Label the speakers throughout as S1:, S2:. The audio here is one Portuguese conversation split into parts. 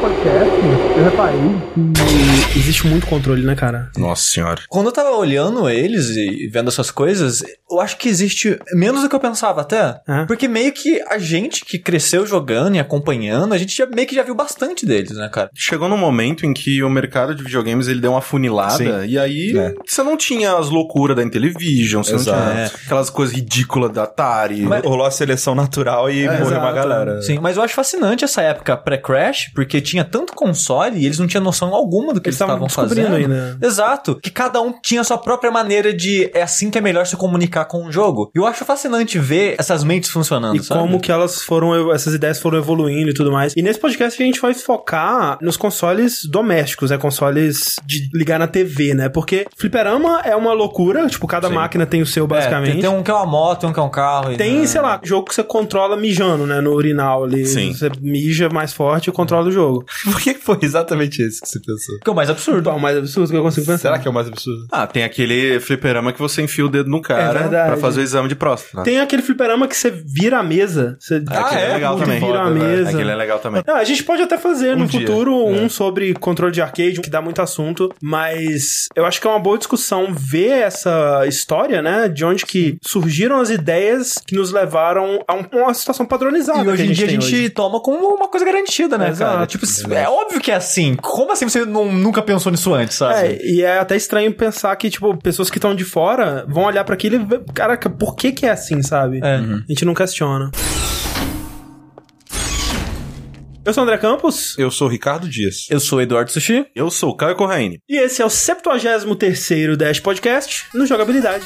S1: podcast, eu reparei que existe muito controle, né, cara?
S2: Nossa senhora.
S3: Quando eu tava olhando eles e vendo essas coisas, eu acho que existe menos do que eu pensava até.
S1: É.
S3: Porque meio que a gente que cresceu jogando e acompanhando, a gente já, meio que já viu bastante deles, né, cara?
S2: Chegou num momento em que o mercado de videogames ele deu uma funilada
S3: Sim.
S2: e aí
S3: É.
S2: você não tinha as loucuras da Intellivision, você
S4: Exato.
S2: não tinha aquelas coisas ridículas da Atari.
S3: Mas-
S4: Rolou a seleção natural e morreu
S2: exato.
S4: uma
S1: É.
S4: galera.
S3: Sim, mas eu acho fascinante essa época pré-crash, porque tinha tanto console e eles não tinham noção alguma do que eles
S1: Eles tavam
S3: estavam
S1: descobrindo
S3: fazendo.
S1: ainda.
S3: Exato, que cada um tinha a sua própria maneira de é assim que é melhor se comunicar com o jogo. E eu acho fascinante ver essas mentes funcionando,
S1: E
S3: sabe?
S1: como que elas foram, essas ideias foram evoluindo e tudo mais. E nesse podcast a gente vai focar nos consoles domésticos, né? Consoles de ligar na TV, né? Porque fliperama é uma loucura, tipo, cada máquina tem o seu,
S3: É, tem,
S1: basicamente.
S3: tem um que é uma moto, um que é um carro. e-
S1: Tem, sei lá, jogo que você controla mijando, né? No urinal ali.
S2: Sim.
S1: Você mija mais forte e controla o jogo.
S4: Por que foi exatamente isso que você pensou?
S3: Que é o mais absurdo.
S1: Bom, mais absurdo que eu consigo pensar.
S4: Será que é o mais absurdo?
S2: Ah, tem aquele fliperama que você enfia o dedo no
S1: É
S2: cara
S1: verdade.
S2: pra fazer o exame de próstata.
S1: Ah. Tem aquele fliperama que você vira a mesa. Você
S2: Aquele
S3: Ah, é?
S2: é legal
S1: Muito
S2: também.
S1: foda,
S2: Foda,
S1: né?
S2: velho. Aquele é legal também.
S1: Não, a gente pode até fazer no
S2: dia,
S1: futuro um sobre controle de arcade, que dá muito assunto, mas eu acho que é uma boa discussão ver essa história, né? De onde que surgiram as ideias que nos levaram a um- uma situação padronizada.
S3: E hoje
S1: que
S3: em dia a
S1: tem
S3: gente
S1: hoje.
S3: toma como uma coisa garantida, né,
S1: Exato.
S3: cara? Tipo, é óbvio que é assim. Como assim você não- nunca pensou nisso antes, sabe?
S1: É, e é até estranho pensar que, tipo, pessoas que estão de fora vão olhar pra aquilo e ver, caraca, por que que é assim, sabe?
S3: É.
S1: A gente não questiona. Eu sou o André Campos.
S4: Eu sou o Ricardo Dias.
S3: Eu sou o Eduardo Sushi.
S2: Eu sou o Caio Corraine.
S1: E esse é o 73º Dash Podcast no Jogabilidade.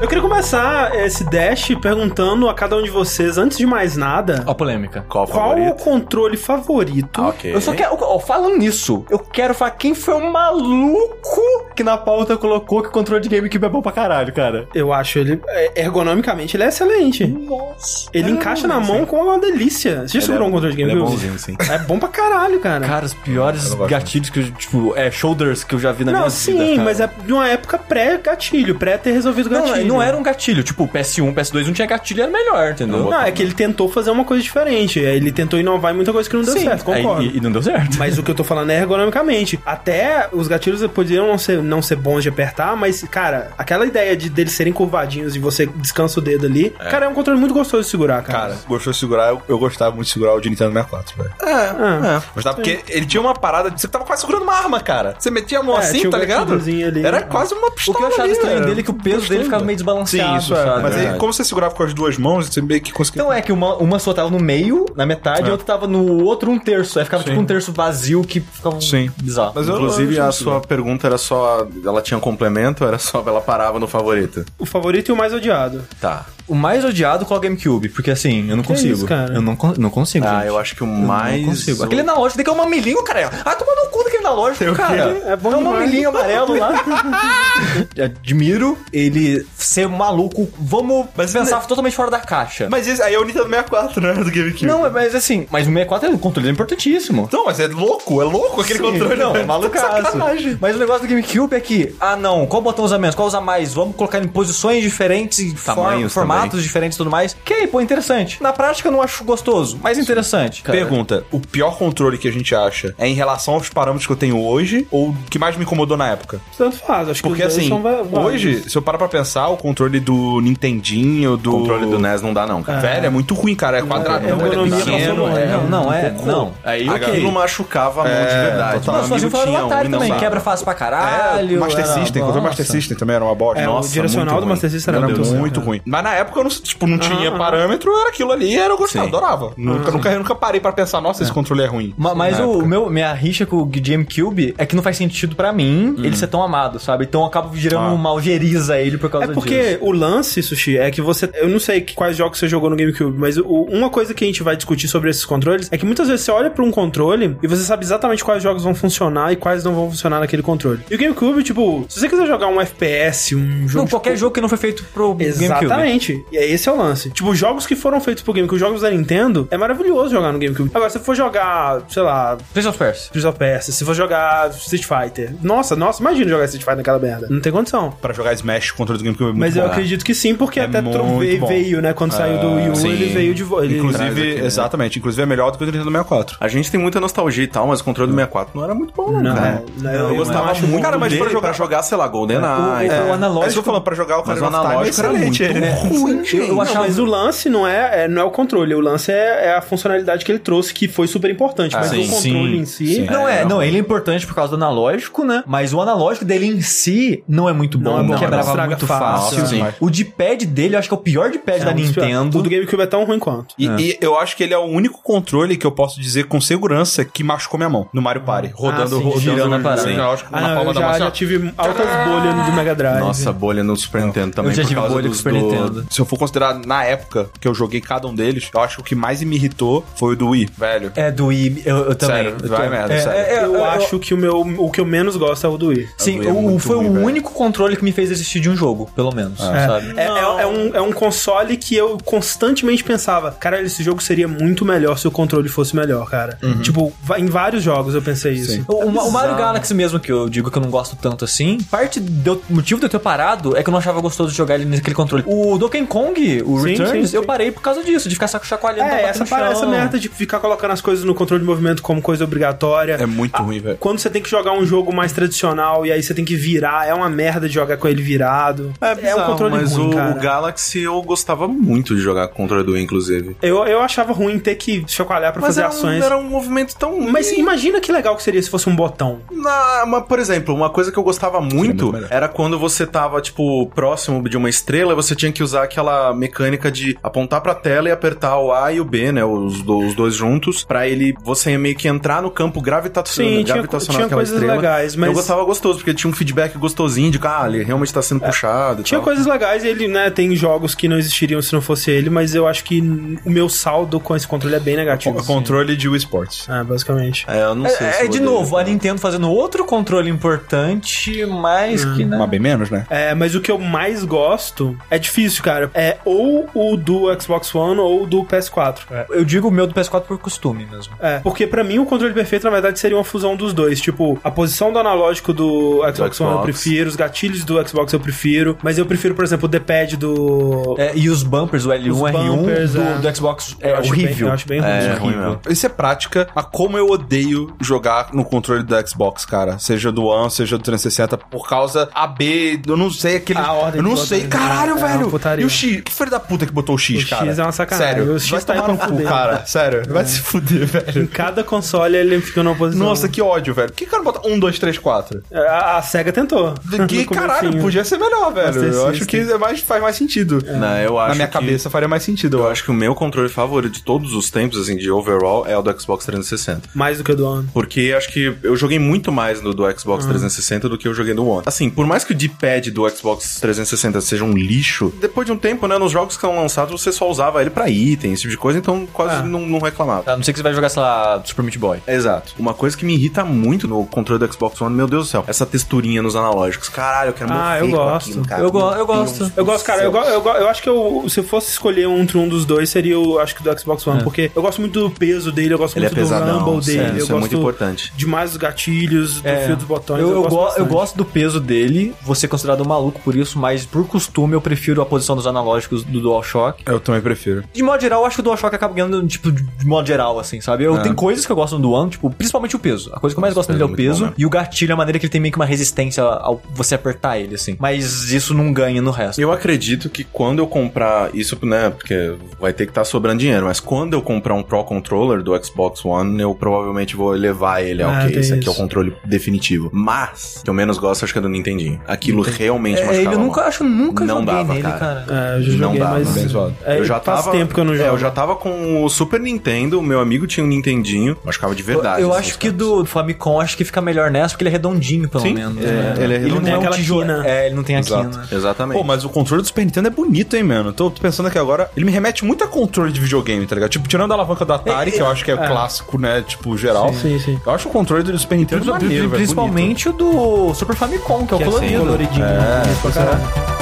S1: Eu queria começar esse Dash perguntando a cada um de vocês, antes de mais nada,
S3: Ó, a polêmica.
S2: Qual o
S1: qual Hum? o
S2: favorito?
S1: controle favorito?
S2: Ah, ok.
S3: Eu só quero. Ó, falando nisso, eu quero falar quem foi o maluco que na pauta colocou que o controle de GameCube é bom pra caralho, cara.
S1: Eu acho ele, é, ergonomicamente, ele é excelente.
S3: Nossa.
S1: Ele encaixa na mão como uma delícia. Você já segurou um controle de
S4: Ele é
S1: GameCube?
S4: bonzinho, sim.
S1: É, bom pra caralho, cara.
S3: Cara, os piores gatilhos que eu, tipo, é, shoulders que eu já vi na
S1: não,
S3: minha
S1: sim,
S3: vida. cara.
S1: mas é de uma época pré-gatilho, pré ter resolvido o
S3: Não,
S1: gatilho.
S3: não era um gatilho. Tipo, o PS1, PS2 não tinha gatilho, era melhor, entendeu?
S1: Não, é que ele tentou fazer uma coisa diferente. É, Ele tentou inovar em muita coisa que não deu
S3: Sim,
S1: certo, concordo.
S3: aí- E, e não deu certo.
S1: Mas o que eu tô falando é ergonomicamente. Até os gatilhos poderiam não ser, não ser bons de apertar, mas, cara, aquela ideia de deles serem curvadinhos e você descansa o dedo ali, cara, é um controle muito gostoso de segurar, cara. É,
S4: Cara, gostou de segurar, eu, eu gostava muito de segurar o de Nintendo 64, velho.
S1: Ah,
S3: É.
S4: Gostava porque ele tinha uma parada de. Você tava quase segurando uma arma, cara. Você metia a mão
S1: É,
S4: assim,
S1: tinha um
S4: tá ligado?
S1: gatilhozinho ali.
S4: Era quase uma
S3: O
S4: pistola.
S3: que eu achava
S4: ali,
S3: estranho
S4: velho.
S3: dele é que o peso dele ficava meio desbalanceado,
S4: Sim, isso é.
S3: sabe?
S4: Mas aí,
S2: Verdade.
S4: como você segurava com as duas mãos, você meio que conseguia.
S3: Então é que uma, uma só tava no meio, na metade, e a outra tava no outro um terço. Aí ficava tipo um terço vazio que ficava um
S4: Sim.
S3: bizarro.
S4: Mas eu-
S2: Inclusive,
S4: eu
S2: a
S4: acho
S2: sua pergunta era só. Ela tinha um complemento, era só. Ela parava no favorito.
S1: o favorito e o mais odiado.
S2: Tá.
S3: O mais odiado com o GameCube, porque assim, eu não consigo.
S1: isso, cara?
S3: Eu não, con- não consigo,
S2: Ah,
S3: gente.
S2: eu acho que o
S3: Não
S2: mais.
S3: consigo. Aquele na loja tem que é um mamilinho, cara. Ah, toma no cu daquele na loja, cara.
S1: quê? É bom
S3: é um
S1: demais.
S3: mamilinho amarelo lá. Admiro ele ser maluco. Vamos pensar totalmente fora da caixa.
S4: Mas isso, aí é o Nintendo 64, né? Do GameCube.
S3: não, é- mas assim, mas o 64 é um controle importantíssimo.
S4: Então, mas é louco, é louco aquele
S3: Sim,
S4: controle.
S3: não, é malucaço.
S4: Sacanagem.
S3: Mas o negócio do GameCube é que, ah não, qual botão usa menos, qual usa mais, vamos colocar em posições diferentes, em for-
S2: Tamanhos
S3: formatos
S2: também.
S3: diferentes e tudo mais. Que aí, pô, interessante. Na prática eu não acho gostoso, mas interessante. cara.
S4: Pergunta: o pior controle que a gente acha é em relação aos parâmetros que eu tenho hoje ou o que mais me incomodou na época?
S1: Tanto faz, acho
S4: Porque
S1: que os dois
S4: assim,
S1: são va- válidos.
S4: hoje, se eu parar pra pensar, o controle do Nintendinho, do.
S2: O controle do NES não dá, não, cara.
S4: Velho, é muito ruim, cara. É
S1: é
S4: quadradão, ele é
S1: ergonomia
S4: pequeno.
S1: passou longe.
S4: é-
S3: não, não, é, não. Aí
S2: Aquilo
S3: ok.
S2: machucava a mão de
S4: É,
S2: verdade.
S4: total.
S2: Meu
S3: Mas fazia
S2: amigo
S3: falar do
S2: tinha um
S3: Atari
S2: e não
S3: também,
S2: dava.
S3: quebra fácil pra caralho.
S4: É, Master
S3: era-
S4: System, controle Master
S3: Nossa.
S4: System também era uma bosta.
S1: É,
S4: Nossa,
S1: o direcional
S2: muito
S1: do Master
S2: ruim.
S1: System
S4: era
S1: era
S2: Meu
S1: muito
S2: Deus,
S1: bom,
S4: muito
S1: cara.
S4: ruim. Mas na época eu não, tipo, não tinha
S1: Aham.
S4: parâmetro, era aquilo ali, era eu gostava,
S2: Sim.
S4: adorava. Nunca, nunca, nunca parei pra pensar, nossa, esse controle é ruim.
S3: Ma- Mas
S4: Na
S3: o
S4: época.
S3: meu, minha rixa com o GameCube GameCube é que não faz sentido pra mim ele ser tão amado, sabe? Então eu acabo girando uma algeriza a ele por causa
S1: É porque
S3: disso.
S1: o lance, Sushi, é que você. Eu não sei que- quais jogos você jogou no GameCube, mas o- uma coisa que a gente vai discutir sobre esses controles é que muitas vezes você olha pra um controle e você sabe exatamente quais jogos vão funcionar e quais não vão funcionar naquele controle. E o GameCube, tipo, se você quiser jogar um FPS, um jogo.
S3: Não,
S1: de
S3: qualquer jogo que não foi feito pro GameCube.
S1: Exatamente. E é esse é o lance. Tipo, jogos que foram feitos pro GameCube, jogos da Nintendo, é maravilhoso jogar no GameCube. Agora, se for jogar, sei lá,
S3: Prince of Persia.
S1: Prince of Persia, se for jogar Street Fighter. Nossa, nossa, imagina jogar Street Fighter naquela merda. Não tem condição.
S4: Pra jogar Smash contra o do GameCube é muito
S1: Mas eu
S4: bom.
S1: acredito que sim, porque
S4: É
S1: até
S4: muito
S1: tro- ve-
S4: bom.
S1: veio, né? Quando saiu do Wii U,
S4: Sim.
S1: ele veio de volta.
S4: Inclusive,
S2: aqui, né?
S4: exatamente. Inclusive é melhor do que o do Nintendo 64.
S2: A gente tem muita nostalgia e tal, mas o controle do 64 não era muito bom,
S1: Não,
S2: cara.
S1: não,
S2: Eu,
S1: eu
S2: gostava
S1: acho
S2: muito
S1: muito
S2: Cara, mas dele
S4: pra jogar-
S2: pra jogar, sei lá, GoldenEye.
S3: O- o-
S2: é.
S3: o analógico-
S4: É isso que eu tô falando, pra jogar o
S2: Mas
S4: cara
S2: o analógico era muito
S4: ele é
S2: ruim, gente.
S3: Eu
S1: Não,
S3: achava-
S1: mas o lance não é, é- não é o controle, o lance é, é a funcionalidade que ele trouxe, que foi super importante. mas
S2: sim,
S1: o controle
S4: sim,
S1: em si.
S4: sim.
S3: Não é,
S4: É,
S3: não,
S4: não.
S3: ele é importante por causa do analógico, né? Mas o analógico dele em si não é muito
S1: Não
S3: bom,
S1: é bom,
S3: quebrava
S1: estraga
S3: muito
S1: fácil.
S3: fácil.
S4: Sim.
S3: O de pad dele, eu acho que é o pior de pad
S1: É
S3: da
S1: um dos piores.
S3: Nintendo.
S1: O do GameCube é tão ruim quanto.
S4: E, e eu acho que ele é o único controle que eu posso dizer com segurança que machucou minha mão no Mario Party. Rodando,
S1: sim,
S4: tá rodando,
S3: girando a
S4: rodando,
S3: parada.
S4: sim, eu acho que
S1: Ah,
S4: na
S1: não,
S4: palma
S1: eu
S4: da
S1: já,
S4: mão.
S1: já
S4: assim, ó.
S1: tive altas bolhas no do Mega Drive.
S2: Nossa, bolha no Super Nintendo também.
S3: eu já
S2: por
S3: tive
S2: causa
S3: bolha no
S2: dos-
S3: Super
S2: do-
S3: Nintendo.
S4: Se eu for considerar na época que eu joguei cada um deles, eu acho que o que mais me irritou foi o do Wii, velho.
S3: É do Wii, eu, eu também.
S4: Sério,
S3: eu
S4: vai merda,
S3: é,
S4: sério.
S3: é, é,
S1: Eu acho que o, meu, o que eu menos gosto é o do Wii.
S3: Sim,
S4: Wii é
S3: o-
S4: muito
S3: foi
S4: ruim,
S3: o
S4: velho.
S3: único controle que me fez desistir de um jogo, pelo menos, sabe?
S1: É, é- é um, é um console que eu constantemente pensava, cara, esse jogo seria muito melhor se o controle fosse melhor, cara. Tipo, va- em vários jogos eu pensei isso.
S3: O, o- o Mario Galaxy mesmo, que eu digo que eu não gosto tanto assim, parte do motivo de eu ter parado é que eu não achava gostoso de jogar ele naquele controle. O Donkey Kong, o
S1: Sim,
S3: Returns,
S1: sim,
S3: eu
S1: sim.
S3: parei por causa disso, de ficar saco chacoalhando pra
S1: É,
S3: bater
S1: essa,
S3: no
S1: para,
S3: chão.
S1: essa merda de ficar colocando as coisas no controle de movimento como coisa obrigatória.
S4: É muito ruim, velho.
S1: Quando você tem que jogar um jogo mais tradicional e aí você tem que virar, é uma merda de jogar com ele virado. É, um
S2: bizarro,
S1: controle
S2: mas
S1: ruim,
S2: o,
S1: cara.
S2: o Galaxy eu gostava muito de jogar com o controle do Wii, inclusive.
S1: Eu, eu achava ruim ter que chacoalhar pra
S2: Mas
S1: fazer
S2: era um,
S1: ações.
S2: era um movimento tão.
S1: Mas imagina que legal que seria se fosse um botão.
S2: Na- mas, por exemplo, uma coisa que eu gostava muito era quando você tava, tipo, próximo de uma estrela, você tinha que usar aquela mecânica de apontar pra tela e apertar o A e o B, né? Os, do- os dois juntos, pra ele você meio que entrar no campo gravitacional,
S1: Sim, tinha-
S2: gravitacional
S1: tinha
S2: daquela
S1: coisas
S2: estrela.
S1: legais, mas-
S2: Eu gostava gostoso, porque tinha um feedback gostosinho de que, ah, ele realmente tá sendo puxado. e
S1: É, Tinha
S2: tal.
S1: coisas legais, ele, né, tem jogos que não existiriam se não fosse ele, mas eu acho que o meu saldo com esse controle é bem negativo.
S4: O Tipo, controle de Wii Sports.
S1: É, basicamente.
S2: É, eu não sei se
S3: É,
S2: eu
S3: é, de
S2: odeio.
S3: novo, a Nintendo fazendo outro controle importante, mas
S1: Hum,
S3: que, né?
S4: Mas bem menos, né?
S1: É, mas o que eu mais gosto é difícil, cara. É ou o do Xbox One ou o do PS4.
S3: Eu digo o meu do PS4 por costume mesmo.
S1: É, porque pra mim o controle perfeito, na verdade, seria uma fusão dos dois. Tipo, a posição do analógico do Xbox,
S2: Xbox.
S1: One eu prefiro, os gatilhos do Xbox eu prefiro, mas eu prefiro, por exemplo, o D-pad do.
S3: É, e os bumpers, o L1,
S1: Os
S3: R1
S1: bumpers,
S3: do,
S1: é.
S3: do Xbox é
S1: Eu acho bem-
S3: horrível.
S1: eu acho bem ruim.
S2: É,
S1: Horrível.
S2: ruim mesmo.
S4: Isso é prática, mas como eu odeio jogar no controle do Xbox, cara. Seja do One, seja do 360, por causa AB, eu não sei aquele.
S1: A ordem
S4: eu não
S1: de
S4: sei,
S1: botões,
S4: caralho,
S1: é uma
S4: velho.
S1: putaria.
S4: E o X? Que filho da puta que botou o X,
S1: O
S4: cara?
S1: X é uma sacanagem.
S4: Sério,
S1: O X
S4: vai
S1: tá aí É.
S4: tomar no
S1: pra
S4: cu,
S1: fuder.
S4: cara. Sério, vai se fuder, velho.
S1: Em cada console ele fica numa posição.
S4: Nossa, que ódio, velho. Por que o cara bota 1, 2, 3, 4?
S1: A, a SEGA tentou.
S4: Que
S1: No
S4: caralho,
S1: comecinho.
S4: podia ser melhor, velho.
S1: Master
S4: Eu acho que
S1: System.
S4: é mais, faz mais sentido.
S2: É. Não, eu acho
S4: Na minha
S2: que-
S4: cabeça faria mais sentido,
S2: Eu
S4: eu acho.
S2: acho que o meu controle favorito de todos os tempos, assim, de overall, é o do Xbox 360.
S1: Mais do que o do ano.
S2: Porque acho que eu joguei muito mais no do Xbox 360 do que eu joguei no One. Assim, por mais que o D-pad do Xbox 360 seja um lixo, depois de um tempo, né, nos jogos que são lançados, você só usava ele pra item, esse tipo de coisa, então quase
S1: Ah.
S2: não, não reclamava.
S3: A não ser que você vai jogar, sei lá, Super Meat Boy.
S2: Exato. Uma coisa que me irrita muito no controle do Xbox One, meu Deus do céu, essa texturinha nos analógicos. Caralho, eu quero
S1: Ah,
S2: morrer
S1: eu
S2: com
S1: gosto.
S2: aquilo, cara.
S3: Eu, go
S2: Meu
S3: eu gosto.
S1: Eu gosto, cara, eu, go- eu, go- eu acho que eu, se eu fosse escolher um entre um dos dois, seria o, acho que do Xbox
S3: É.
S1: One, porque eu gosto muito do peso dele, eu gosto
S2: Ele é
S1: muito
S2: pesadão,
S1: do rumble
S2: sério,
S1: dele, eu
S2: isso é
S1: gosto
S2: muito importante.
S1: demais dos gatilhos, do
S3: É.
S1: fio dos botões,
S3: eu, eu, go- eu
S1: bastante.
S3: gosto do peso dele, vou ser considerado um maluco por isso, mas por costume eu prefiro a posição dos analógicos do DualShock.
S4: Eu também prefiro.
S3: De modo geral, eu acho que o DualShock acaba ganhando, tipo, de de modo geral, assim, sabe?
S2: É.
S3: Eu tenho coisas que eu gosto do One, tipo, principalmente o peso. A coisa que eu mais gosto dele é o
S2: peso é muito
S3: peso
S2: bom mesmo.
S3: e o gatilho, a maneira que ele tem meio que uma resistência ao você apertar ele, assim. Mas isso não ganha no resto.
S2: Eu acredito que quando eu comprar isso, né? Porque vai ter que estar sobrando dinheiro, mas quando eu comprar um Pro Controller do Xbox One, eu provavelmente vou elevar ele.
S1: Ah,
S2: Ah, ok,
S1: tem
S2: esse aqui é o
S1: isso.
S2: controle definitivo. Mas, o que eu menos gosto, acho que é do Nintendinho. Aquilo realmente
S3: É,
S2: machucava.
S3: ele eu
S2: a mão.
S3: nunca, acho, nunca
S2: Não
S3: joguei
S2: dava,
S3: nele, cara.
S2: cara.
S1: É, eu já joguei,
S2: dava,
S1: mas...
S2: bem zoado.
S1: é, faz tempo que eu não jogo.
S2: É, eu já tava com o Super Nintendo, o meu amigo tinha um Nintendinho, machucava de verdade.
S3: Eu
S2: assim,
S3: acho
S2: os
S3: que
S2: caras.
S3: do Famicom acho que fica melhor nessa, porque ele é redondinho, pelo
S2: Sim,
S3: menos.
S2: é,
S3: né?
S2: ele é
S3: não
S2: redondinho.
S3: é um
S1: Aquela
S3: tijolo-
S1: quina.
S3: É, ele não tem a
S4: Exato.
S3: quina.
S2: Exatamente.
S4: Pô, mas o controle do Super Nintendo é bonito, hein, mano? Tô, tô pensando aqui agora. Ele me remete muito a controle de videogame, tá ligado? Tipo, tirando a alavanca do Atari, que eu acho que é, clássico, né? Tipo, geral.
S1: Sim, sim.
S4: Eu acho o controle do Super Nintendo
S3: Pri-
S4: maneiro, velho, bonito.
S3: Principalmente o do Super Famicom, que é o
S1: Que é
S3: colorido.
S1: assim, coloridinho, bonito pra
S3: é
S1: caralho.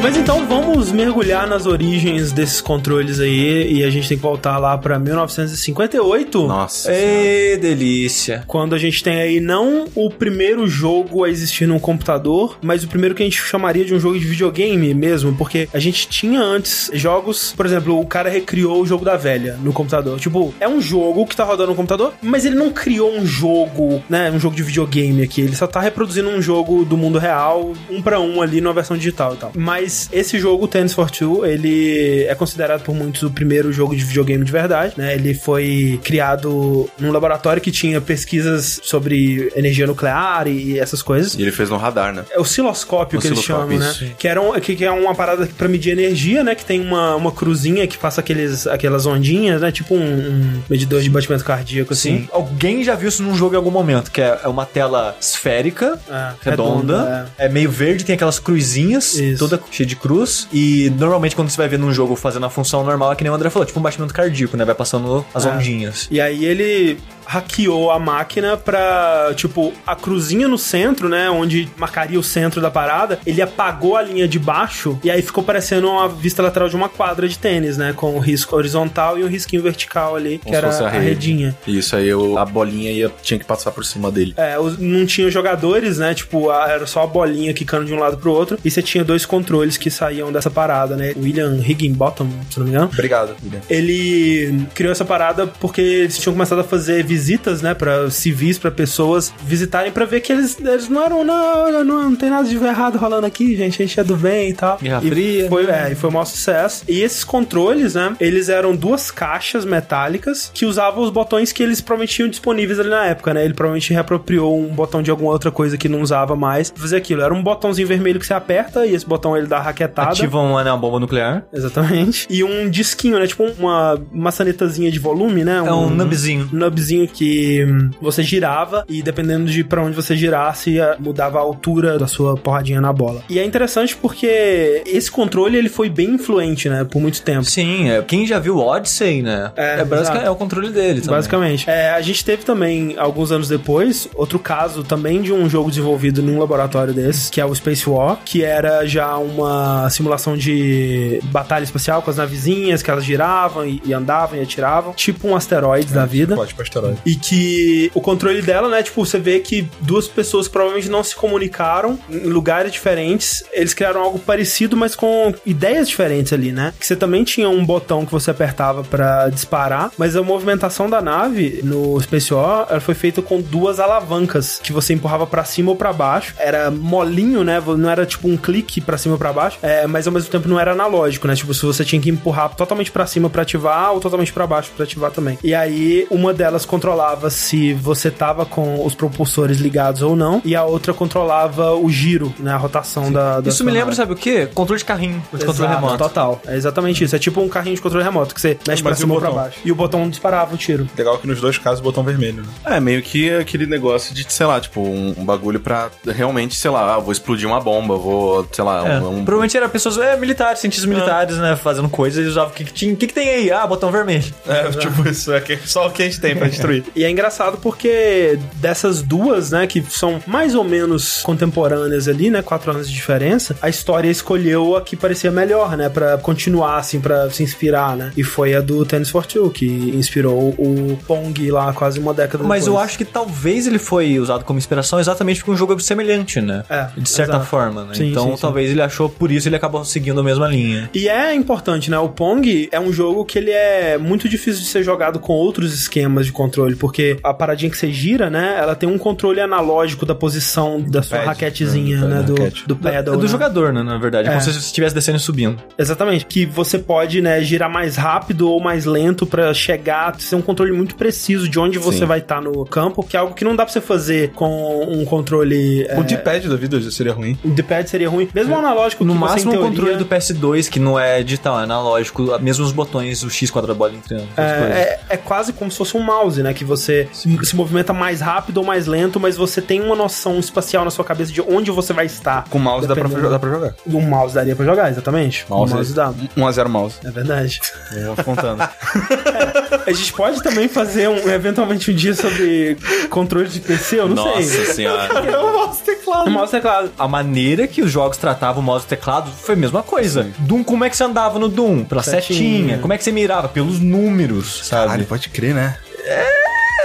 S1: Mas então vamos mergulhar nas origens desses controles aí e a gente tem que voltar lá pra 1958.
S2: Nossa.
S3: Ê, delícia.
S1: Quando a gente tem aí não o primeiro jogo a existir num computador, mas o primeiro que a gente chamaria de um jogo de videogame mesmo, porque a gente tinha antes jogos, por exemplo, o cara recriou o jogo da velha no computador. Tipo, é um jogo que tá rodando no computador, mas ele não criou um jogo, né, um jogo de videogame aqui, ele só tá reproduzindo um jogo do mundo real, um pra um ali numa versão digital e tal. Mas esse jogo, o Tennis for Two, ele é considerado por muitos o primeiro jogo de videogame de verdade, né? Ele foi criado num laboratório que tinha pesquisas sobre energia nuclear e essas coisas.
S2: E ele fez no radar, né?
S1: É o osciloscópio que eles chamam,
S2: Osciloscópio,
S1: né?
S2: isso.
S1: Que, era um- que, que é uma parada pra medir energia, né? Que tem uma, uma cruzinha que passa aqueles, aquelas ondinhas, né? Tipo um, um medidor de batimento cardíaco, assim.
S3: Sim. Alguém já viu isso num jogo em algum momento, que é é uma tela esférica,
S1: É,
S3: redonda, é. meio verde, tem aquelas cruzinhas,
S1: Isso.
S3: toda cheia de cruz, e normalmente quando você vai ver num jogo fazendo a função normal, é que nem o André falou, tipo um batimento cardíaco, né? Vai passando as
S1: É.
S3: ondinhas.
S1: E aí ele hackeou a máquina pra, tipo, a cruzinha no centro, né, onde marcaria o centro da parada, ele apagou a linha de baixo e aí ficou parecendo uma vista lateral de uma quadra de tênis, né, com o risco horizontal e um risquinho vertical ali, que
S2: Como se
S1: era
S2: fosse
S1: a,
S2: a rede.
S1: redinha.
S2: Isso aí, eu, a bolinha ia, tinha que passar por cima dele.
S1: É, os- não tinha jogadores, né? Tipo, a- era só a bolinha quicando de um lado pro outro. E você tinha dois controles que saíam dessa parada, né? William Higginbottom, se não me engano.
S4: Obrigado, William.
S1: ele criou essa parada porque eles tinham começado a fazer visitas, né, Pra civis, pra pessoas visitarem pra ver que eles, eles não eram, não, não, não tem nada de errado rolando aqui, gente, a gente é do bem e tal.
S3: Guerra
S1: e
S3: Fria. né?
S1: Foi, é, e foi um maior sucesso. E esses controles, né, eles eram duas caixas metálicas que usavam os botões que eles provavelmente tinham disponíveis ali na época, né? Ele provavelmente reapropriou um botão de alguma outra coisa que não usava mais pra fazer aquilo. Era um botãozinho vermelho que você aperta e esse botão ele dá a raquetada.
S3: Ativam né, uma bomba nuclear.
S1: Exatamente. E um disquinho, né? Tipo uma maçanetazinha de volume, né?
S3: É um nubzinho.
S1: nubzinho que hum, você girava e dependendo de pra onde você girasse, a- mudava a altura da sua porradinha na bola. E é interessante porque esse controle ele foi bem influente, né? Por muito tempo.
S3: Sim, é, quem já viu o Odyssey, né?
S1: É,
S3: basic-
S1: exato.
S3: é o controle dele também.
S1: Basicamente. É, a gente teve também, alguns anos depois, outro caso também de um jogo desenvolvido num laboratório desses, que é o Space War, que era já uma simulação de batalha espacial com as navezinhas, que elas giravam e, e andavam e atiravam, tipo um asteroide da vida.
S4: Pode, pastorói.
S1: E que o controle dela, né? Tipo, você vê que duas pessoas que provavelmente não se comunicaram em lugares diferentes. Eles criaram algo parecido, mas com ideias diferentes ali, né? Que você também tinha um botão que você apertava pra disparar, mas a movimentação da nave no Space War, ela foi feita com duas alavancas que você empurrava pra cima ou pra baixo. Era molinho, né? Não era tipo um clique pra cima ou pra baixo, é, mas ao mesmo tempo não era analógico, né? Tipo, se você tinha que empurrar totalmente pra cima pra ativar ou totalmente pra baixo pra ativar também. E aí, uma delas controlava se você tava com os propulsores ligados ou não, e a outra controlava o giro, né? A rotação da, da.
S3: Isso
S1: sua
S3: me lembra,
S1: nave.
S3: sabe o quê? Controle de carrinho, de controle
S1: Exato,
S3: remoto.
S1: Total. É exatamente isso. É tipo um carrinho de controle remoto que você mexe pra
S4: Mas e o
S1: cima ou pra
S4: botão?
S1: baixo. E o botão disparava o tiro.
S4: Legal que nos dois casos o botão vermelho, né?
S2: É, meio que aquele negócio de, sei lá, tipo, um, um bagulho pra realmente, sei lá, ah, vou explodir uma bomba, vou, sei lá,
S3: É,
S2: um, um-
S3: Provavelmente era pessoas é, militares, cientistas
S1: Ah.
S3: militares, né? Fazendo coisas, eles usavam o que, que tinha. O que, que tem aí? Ah, botão vermelho.
S4: É, tipo isso, é só o que a gente tem pra destruir.
S1: E é engraçado porque dessas duas, né, que são mais ou menos contemporâneas ali, né, quatro anos de diferença, a história escolheu a que parecia melhor, né, Pra continuar, assim, pra se inspirar, né. E foi a do Tennis for Two, que inspirou o Pong lá quase uma década
S3: Mas eu
S1: depois.
S3: acho que talvez ele foi usado como inspiração exatamente porque um jogo é semelhante, né?
S1: É,
S3: de certa
S1: exato.
S3: forma, né?
S1: Sim,
S3: então
S1: sim, sim.
S3: talvez ele achou, por isso ele acabou seguindo a mesma linha.
S1: E é importante, né? O Pong é um jogo que ele é muito difícil de ser jogado com outros esquemas de controle, porque a paradinha que você gira, né, ela tem um controle analógico da posição da sua
S4: pad,
S1: raquetezinha,
S4: né,
S1: né,
S4: do
S1: do,
S4: raquete.
S1: do pedal.
S3: É do
S1: né?
S3: jogador, né? Na verdade. É.
S1: É.
S3: Como se você estivesse descendo e subindo.
S1: Exatamente, que você pode, né, girar mais rápido ou mais lento pra chegar, ser um controle muito preciso de onde você
S4: Sim.
S1: vai estar no campo, que é algo que não dá pra você fazer com um controle...
S4: O D-pad da vida já seria ruim.
S1: de pad seria ruim. Mesmo o analógico,
S3: No
S1: que
S3: máximo,
S1: você, em
S3: o controle
S1: teoria,
S3: do PS2, que não é digital, é analógico, mesmo os botões, o X, quadrado, bola, entre outras coisas.
S1: É, é, é quase como se fosse um mouse, né? Que você se movimenta mais rápido ou mais lento, mas você tem uma noção espacial na sua cabeça de onde você vai estar.
S4: Com mouse dá pra,
S1: Dependendo.
S4: jo- dá pra jogar.
S1: Um mouse daria pra jogar, exatamente. um mouse dá.
S4: 1x0 mouse.
S1: É verdade.
S4: Eu vou contando.
S1: A gente pode também fazer um, eventualmente um dia sobre controle de PC, eu não sei.
S4: senhora.
S3: É o mouse teclado.
S1: Um mouse e teclado.
S3: A maneira que os jogos tratavam o mouse e teclado foi a mesma coisa. Doom, como é que você andava no Doom? Pela setinha.
S1: Setinha.
S3: Como é que você mirava? Pelos números, sabe? É,
S4: Caralho, pode crer, né?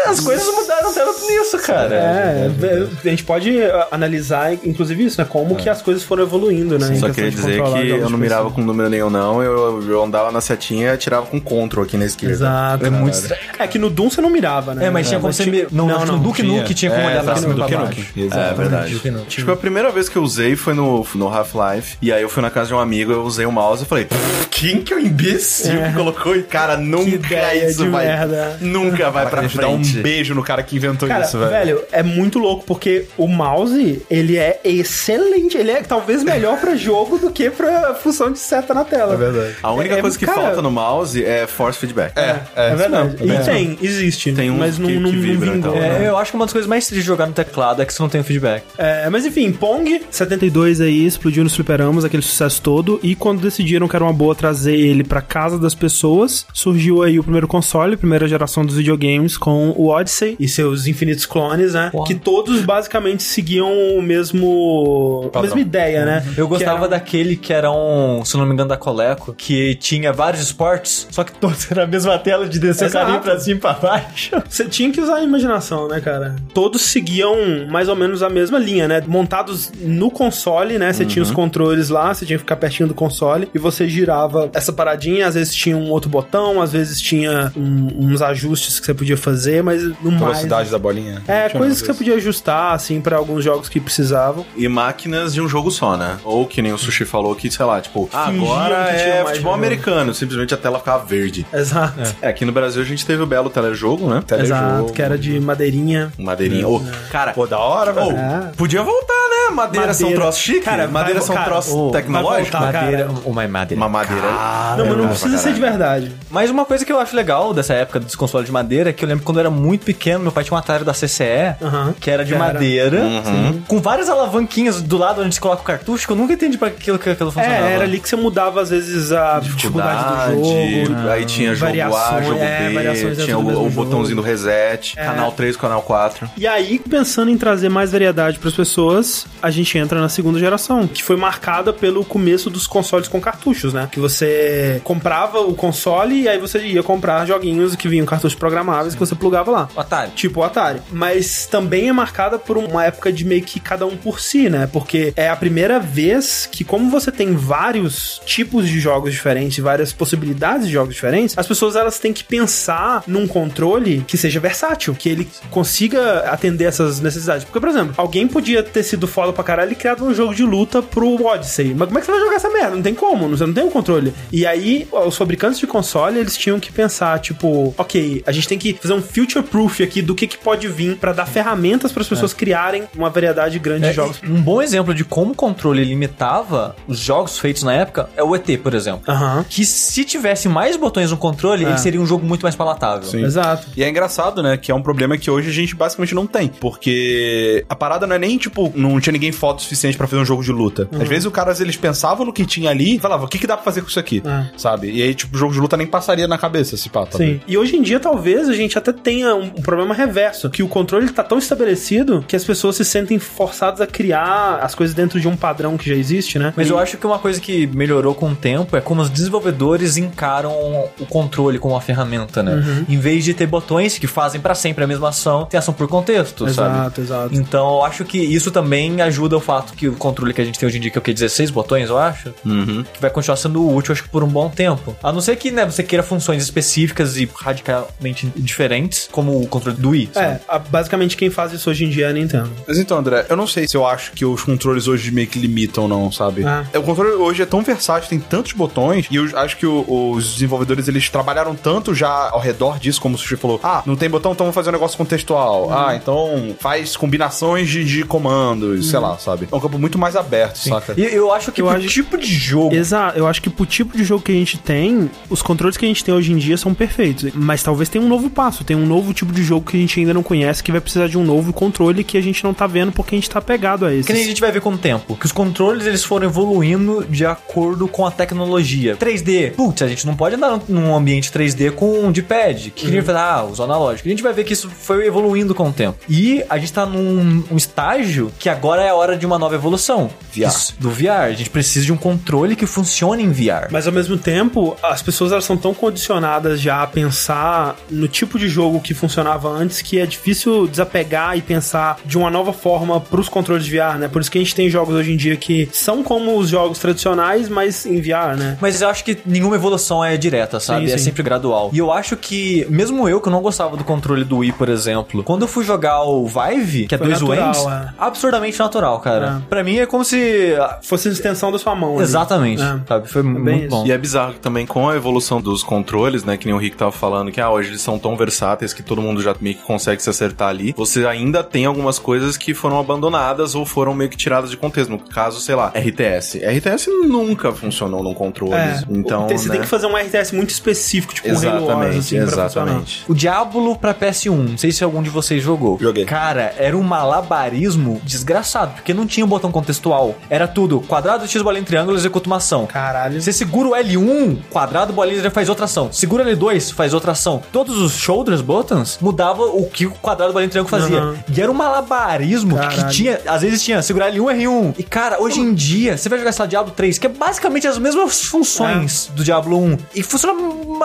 S3: As coisas mudaram tanto nisso, cara.
S1: É, a gente pode ah, analisar, inclusive, isso, né? Como que as coisas foram evoluindo, né? em
S2: Só
S1: questão
S2: queria
S1: de
S2: dizer
S1: controlar
S2: que
S1: jogos
S2: eu
S1: de
S2: não
S1: PC.
S2: mirava com número nenhum, não. Eu, eu andava na setinha e atirava com control aqui na esquerda.
S1: Exato.
S3: É muito estranho.
S1: É que no Doom você não mirava, né?
S3: É, mas tinha como você. mi- Não, não, não, Duke
S4: tinha.
S3: Nuke tinha como
S4: É,
S3: olhar pra
S4: exato,
S3: cima e pra
S4: Duke
S3: baixo.
S4: Nuke, exato.
S2: É verdade.
S3: Duke Nuke.
S2: Tipo, a primeira vez que eu usei foi no, no Half-Life. E aí eu fui na casa de um amigo, eu usei o mouse e falei, "Pff, quem que é o imbecil que colocou? E cara, nunca
S1: ideia
S2: isso
S1: de
S2: vai.
S1: merda.
S2: Nunca vai É pra
S4: Pra gente dar um
S2: frente.
S4: beijo no cara que inventou
S1: Cara,
S4: isso,
S1: velho. é muito louco, porque o mouse, ele é excelente. Ele é talvez melhor pra jogo do que pra função de seta na tela. É
S4: verdade.
S2: A única
S1: É, é,
S2: coisa que
S1: cara-
S2: falta no mouse é force feedback.
S4: É,
S1: É,
S4: é, isso
S1: verdade.
S4: mesmo, é
S1: e
S4: verdade.
S1: tem, existe.
S2: Tem uns
S1: mas não,
S2: que-
S1: não,
S2: que
S1: não
S2: vibram,
S1: vingou.
S2: então, né?
S1: É,
S3: É, eu acho que uma das coisas mais tristes de jogar no teclado é que você não tem o feedback.
S1: é, mas enfim, Pong 72 aí explodiu nos fliperamas, aquele sucesso todo. E quando decidiram que era uma boa trazer ele pra casa das pessoas, surgiu aí o primeiro console, primeira geração dos videogames, com o Odyssey e seus infinitos clones, né?
S3: Porra.
S1: Que todos basicamente seguiam o mesmo. a mesma ideia, né?
S3: Uhum. Eu
S1: Que
S3: gostava
S1: era-
S3: daquele que era um, se não me engano, da Coleco, que tinha vários esportes, só que todos eram a mesma tela de descer o
S1: Exato.
S3: carinho pra cima e pra baixo.
S1: Você tinha que usar a imaginação, né, cara? Todos seguiam mais ou menos a mesma linha, né? Montados no console, né? Você tinha
S4: Uhum.
S1: os controles lá, você tinha que ficar pertinho do console e você girava essa paradinha. Às vezes tinha um outro botão, às vezes tinha um- uns ajustes que você podia fazer, mas no mais.
S4: Velocidade da bolinha.
S1: É,
S4: Tinha
S1: coisas
S4: uma
S1: que você
S4: vez.
S1: podia ajustar, assim, pra alguns jogos que precisavam.
S2: E máquinas de um jogo só, né? Ou que nem o Sushi falou que, sei lá, tipo, ah,
S1: Fingiam
S2: agora
S1: que tinha
S2: é
S1: mais
S2: futebol
S1: de um
S2: americano. Simplesmente a tela ficava verde.
S1: Exato.
S2: É, aqui no Brasil a gente teve o belo telejogo, né?
S1: Exato, que era de madeirinha.
S2: Madeirinha. Ô, cara,
S4: Pô, da hora, velho.
S2: ô,
S1: É.
S2: podia voltar, né? Madeira, são
S1: Madeira.
S2: troços chique.
S1: Cara,
S2: madeira
S1: vai-
S2: são
S1: cara,
S2: troços
S1: ô, vai
S2: tecnológicos.
S1: voltar.
S3: Madeira,
S1: cara.
S3: uma é madeira.
S2: Uma madeira.
S1: não,
S4: É,
S1: mas não precisa ser de verdade.
S3: Mas uma coisa que eu acho legal dessa época dos consoles de madeira é que eu lembro quando eu era muito pequeno, meu pai tinha um Atari da CCE,
S1: Aham.
S3: que era de
S1: Que era.
S3: madeira,
S2: Uhum.
S3: com várias alavanquinhas do lado onde se coloca o cartucho, que eu nunca entendi pra aquilo que aquilo funcionava.
S1: É, era ali que você mudava, às vezes, a dificuldade, do jogo.
S2: né? aí tinha jogo A,
S1: variações,
S2: jogo B,
S1: é, variações dentro
S2: tinha
S1: do
S2: o,
S1: mesmo
S2: o botãozinho
S1: jogo. É.
S2: do reset, canal 3, canal 4.
S1: E aí, pensando em trazer mais variedade para as pessoas, a gente entra na segunda geração, que foi marcada pelo começo dos consoles com cartuchos, né? Que você comprava o console e aí você ia comprar joguinhos que vinham cartuchos programáveis que você plugava lá.
S3: O Atari.
S1: Tipo o Atari. Mas também é marcada por uma época de meio que cada um por si, né? Porque é a primeira vez que, como você tem vários tipos de jogos diferentes, várias possibilidades de jogos diferentes, as pessoas elas têm que pensar num controle que seja versátil, que ele consiga atender essas necessidades. Porque, por exemplo, alguém podia ter sido foda pra caralho e criado um jogo de luta pro Odyssey. Mas como é que você vai jogar essa merda? Não tem como, você não tem um controle. E aí, os fabricantes de console, eles tinham que pensar, tipo, ok, a gente tem que fazer um future proof aqui do que, que pode vir pra dar ferramentas pras pessoas criarem uma variedade grande
S3: É,
S1: de jogos.
S3: e Um bom exemplo de como o controle limitava os jogos feitos na época é o ET, por exemplo.
S1: Aham. É.
S3: Que se tivesse mais botões no controle, ele seria um jogo muito mais palatável.
S4: Sim.
S1: Exato.
S4: E é engraçado, né? Que é um problema que hoje a gente basicamente não tem. Porque a parada não é nem, tipo, não tinha ninguém foto suficiente pra fazer um jogo de luta.
S1: Uhum.
S4: Às vezes os caras, eles pensavam no que tinha ali e falavam, o que, que dá pra fazer com isso aqui?
S1: É.
S4: Sabe? E aí, tipo, o jogo de luta nem passaria na cabeça, tá esse papo.
S1: Sim. E hoje em dia, talvez, a gente até tenha um, um problema reverso. Que o controle tá tão estabelecido que as pessoas se sentem forçadas a criar as coisas dentro de um padrão que já existe, né?
S3: Mas eu acho que uma coisa que melhorou com o tempo é como os desenvolvedores encaram o controle como uma ferramenta, né?
S1: Uhum.
S3: Em vez de ter botões que fazem pra sempre a mesma ação, tem ação por contexto, sabe?
S1: Exato, exato.
S3: Então eu acho que isso também ajuda o fato que o controle que a gente tem hoje em dia, que é o que, 16 botões, eu acho,
S1: Uhum.
S3: que vai continuar sendo útil, acho que por um bom tempo. A não ser que, né, você queira funções específicas e radicalmente diferentes, como o controle do Wii. sabe?
S1: É, a- basicamente quem faz isso hoje em dia é a Nintendo.
S4: Mas então, André, eu não sei se eu acho que os controles hoje meio que limitam ou não, sabe?
S1: Ah.
S4: É, O controle hoje é tão versátil, tem tantos botões, e eu acho que o- os desenvolvedores, eles trabalharam tanto já ao redor disso, como o Sushi falou, ah, não tem botão, então vamos fazer um negócio contextual.
S3: Uhum.
S4: Ah, então faz combinações de, de comandos, sei lá, sabe? É um campo muito mais aberto, saca?
S3: Uhum.
S4: É
S3: E eu acho que
S1: Eu
S3: pro
S1: acho-
S3: tipo de jogo.
S1: Exato, eu acho que pro tipo de jogo que a gente tem, os controles que a gente tem hoje em dia são perfeitos. Mas talvez tenha um novo passo, tem um novo tipo de jogo que a gente ainda não conhece, que vai precisar de um novo controle que a gente não tá vendo porque a gente tá pegado a
S3: Que nem a
S1: esse.
S3: gente vai ver com o tempo. Que os controles eles foram evoluindo de acordo com a tecnologia. 3D. Putz, a gente não pode andar num ambiente 3D com um de pad. Que nem falar, ah, usa o analógico. A gente vai ver que isso foi evoluindo com o tempo. E a gente tá num um estágio que agora é a hora de uma nova evolução.
S4: VR.
S3: Isso, do VR. A gente precisa de um controle que funcione em VR.
S1: Mas ao mesmo tempo, as pessoas elas são tão condicionadas já a pensar no tipo de jogo que funcionava antes que é difícil desapegar e pensar de uma nova forma pros controles de VR, né? Por isso que a gente tem jogos hoje em dia que são como os jogos tradicionais, mas em VR, né?
S3: Mas eu acho que nenhuma evolução é direta, sabe?
S1: Sim,
S3: É
S1: sim.
S3: sempre gradual. E eu acho que, mesmo eu que não gostava do controle do Wii, por exemplo, quando eu fui jogar o Vive, que é
S1: Foi
S3: dois
S1: natural,
S3: Wands,
S1: é.
S3: absurdamente natural, cara.
S1: É.
S3: Pra mim é como se.
S1: Fosse a extensão da sua mão. ali.
S3: Exatamente,
S1: É.
S3: sabe? Foi muito
S1: isso.
S3: bom.
S2: E é bizarro que também com a evolução dos controles, né? Que nem o Rick tava falando, que ah, hoje eles são tão versáteis que todo mundo já meio que consegue se acertar ali. Você ainda tem algumas coisas que foram abandonadas ou foram meio que tiradas de contexto. No caso, sei lá, RTS. RTS nunca funcionou num controle.
S1: É.
S2: Então.
S1: Tem- você
S2: né?
S1: tem que fazer um RTS muito específico, tipo um Halo Wars,
S2: Exatamente,
S1: assim,
S2: exatamente.
S3: O Diablo pra PS1, não sei se algum de vocês jogou.
S4: Joguei.
S3: Cara, era um malabarismo desgraçado, porque não tinha um botão contextual. Era tudo quadrado, X, bolinha, triângulo, executa uma ação.
S1: pra funcionar. Caralho.
S3: Você segura o L1, quadrado, bolinha já faz outra ação. Segura o L2, faz outra ação. Todos os shoulders buttons mudava o que o quadrado, bolinha, triângulo fazia.
S1: Uhum.
S3: E era um malabarismo
S1: Caralho.
S3: que tinha, às vezes tinha segurar L1, R1. E cara, hoje em dia, você vai jogar essa Diablo 3, que é basicamente as mesmas funções
S1: É.
S3: do Diablo 1. E funciona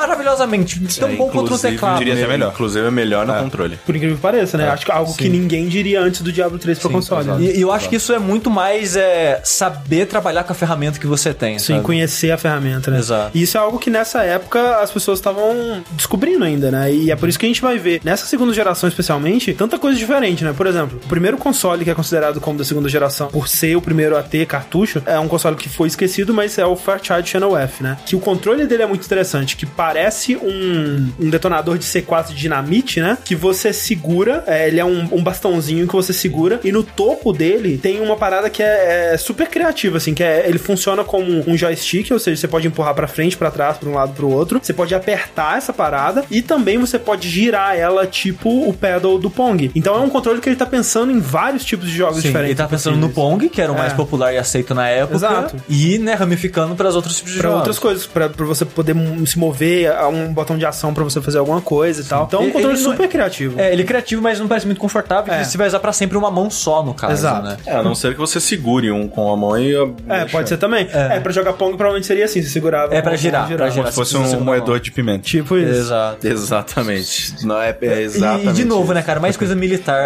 S3: maravilhosamente. Então, Tão
S2: É,
S3: um bom quanto no
S2: inclusive,
S3: teclado. né?
S2: Diria que é melhor. Inclusive é melhor no
S4: É.
S2: controle.
S1: Por incrível que pareça,
S2: É.
S1: né? Acho que algo que ninguém diria antes do Diablo 3 pra console.
S4: exato.
S1: né?
S3: E, e eu acho que isso é muito mais é, saber trabalhar com a ferramenta que você tem.
S1: Sim,
S3: sabe?
S1: conhecer a ferramenta, né?
S3: Exato.
S1: E isso é algo que nessa época as pessoas estavam descobrindo ainda, né? E é por isso que a gente vai ver, nessa segunda geração especialmente, tanta coisa diferente, né? Por exemplo, o primeiro console que é considerado como da segunda geração, por ser o primeiro a ter cartucho, é um console que foi esquecido, mas é o Fairchild Channel F, né? Que o controle dele é muito interessante, que parece um, um detonador de C4 de dinamite, né? Que você segura, é, ele é um, um bastãozinho que você segura, e no topo dele tem uma parada que é, é super criativa, assim, que é, ele funciona como um joystick, ou seja, você pode empurrar pra frente, pra trás, pra um lado, pro outro. Você pode apertar essa parada e também você pode girar ela tipo o pedal do Pong. Então é um controle que ele tá pensando em vários tipos de jogos
S3: Sim,
S1: diferentes. tipo
S3: ele tá pensando no
S1: possíveis.
S3: Pong, que era o mais
S1: É.
S3: popular e aceito na época.
S1: Exato.
S3: E, né, ramificando para outros tipos de
S1: Pra
S3: jogos.
S1: outras coisas, pra, pra você poder hum, se mover, há um botão de ação pra você fazer alguma coisa e tal. Então é um
S3: Ele-
S1: controle
S3: ele não é-
S1: super criativo.
S3: É, ele é criativo, mas não parece muito confortável,
S1: É.
S3: porque você vai usar pra sempre uma mão só, no caso,
S1: Exato.
S3: né?
S2: É, a não ser que você segure um com a mão e. a-
S1: É,
S2: deixa-
S1: pode ser também. É. pra jogar Pong provavelmente seria assim, você segurava.
S3: É pra
S1: um-
S3: girar,
S1: um-
S3: pra girar. assim,
S4: Se fosse
S3: Você precisa
S4: um
S3: segurar a
S4: moedor de pimenta.
S1: Tipo isso.
S3: Exato.
S2: Exatamente. Não é, é
S3: E,
S2: exatamente.
S3: e de novo, né, cara? Mais coisa militar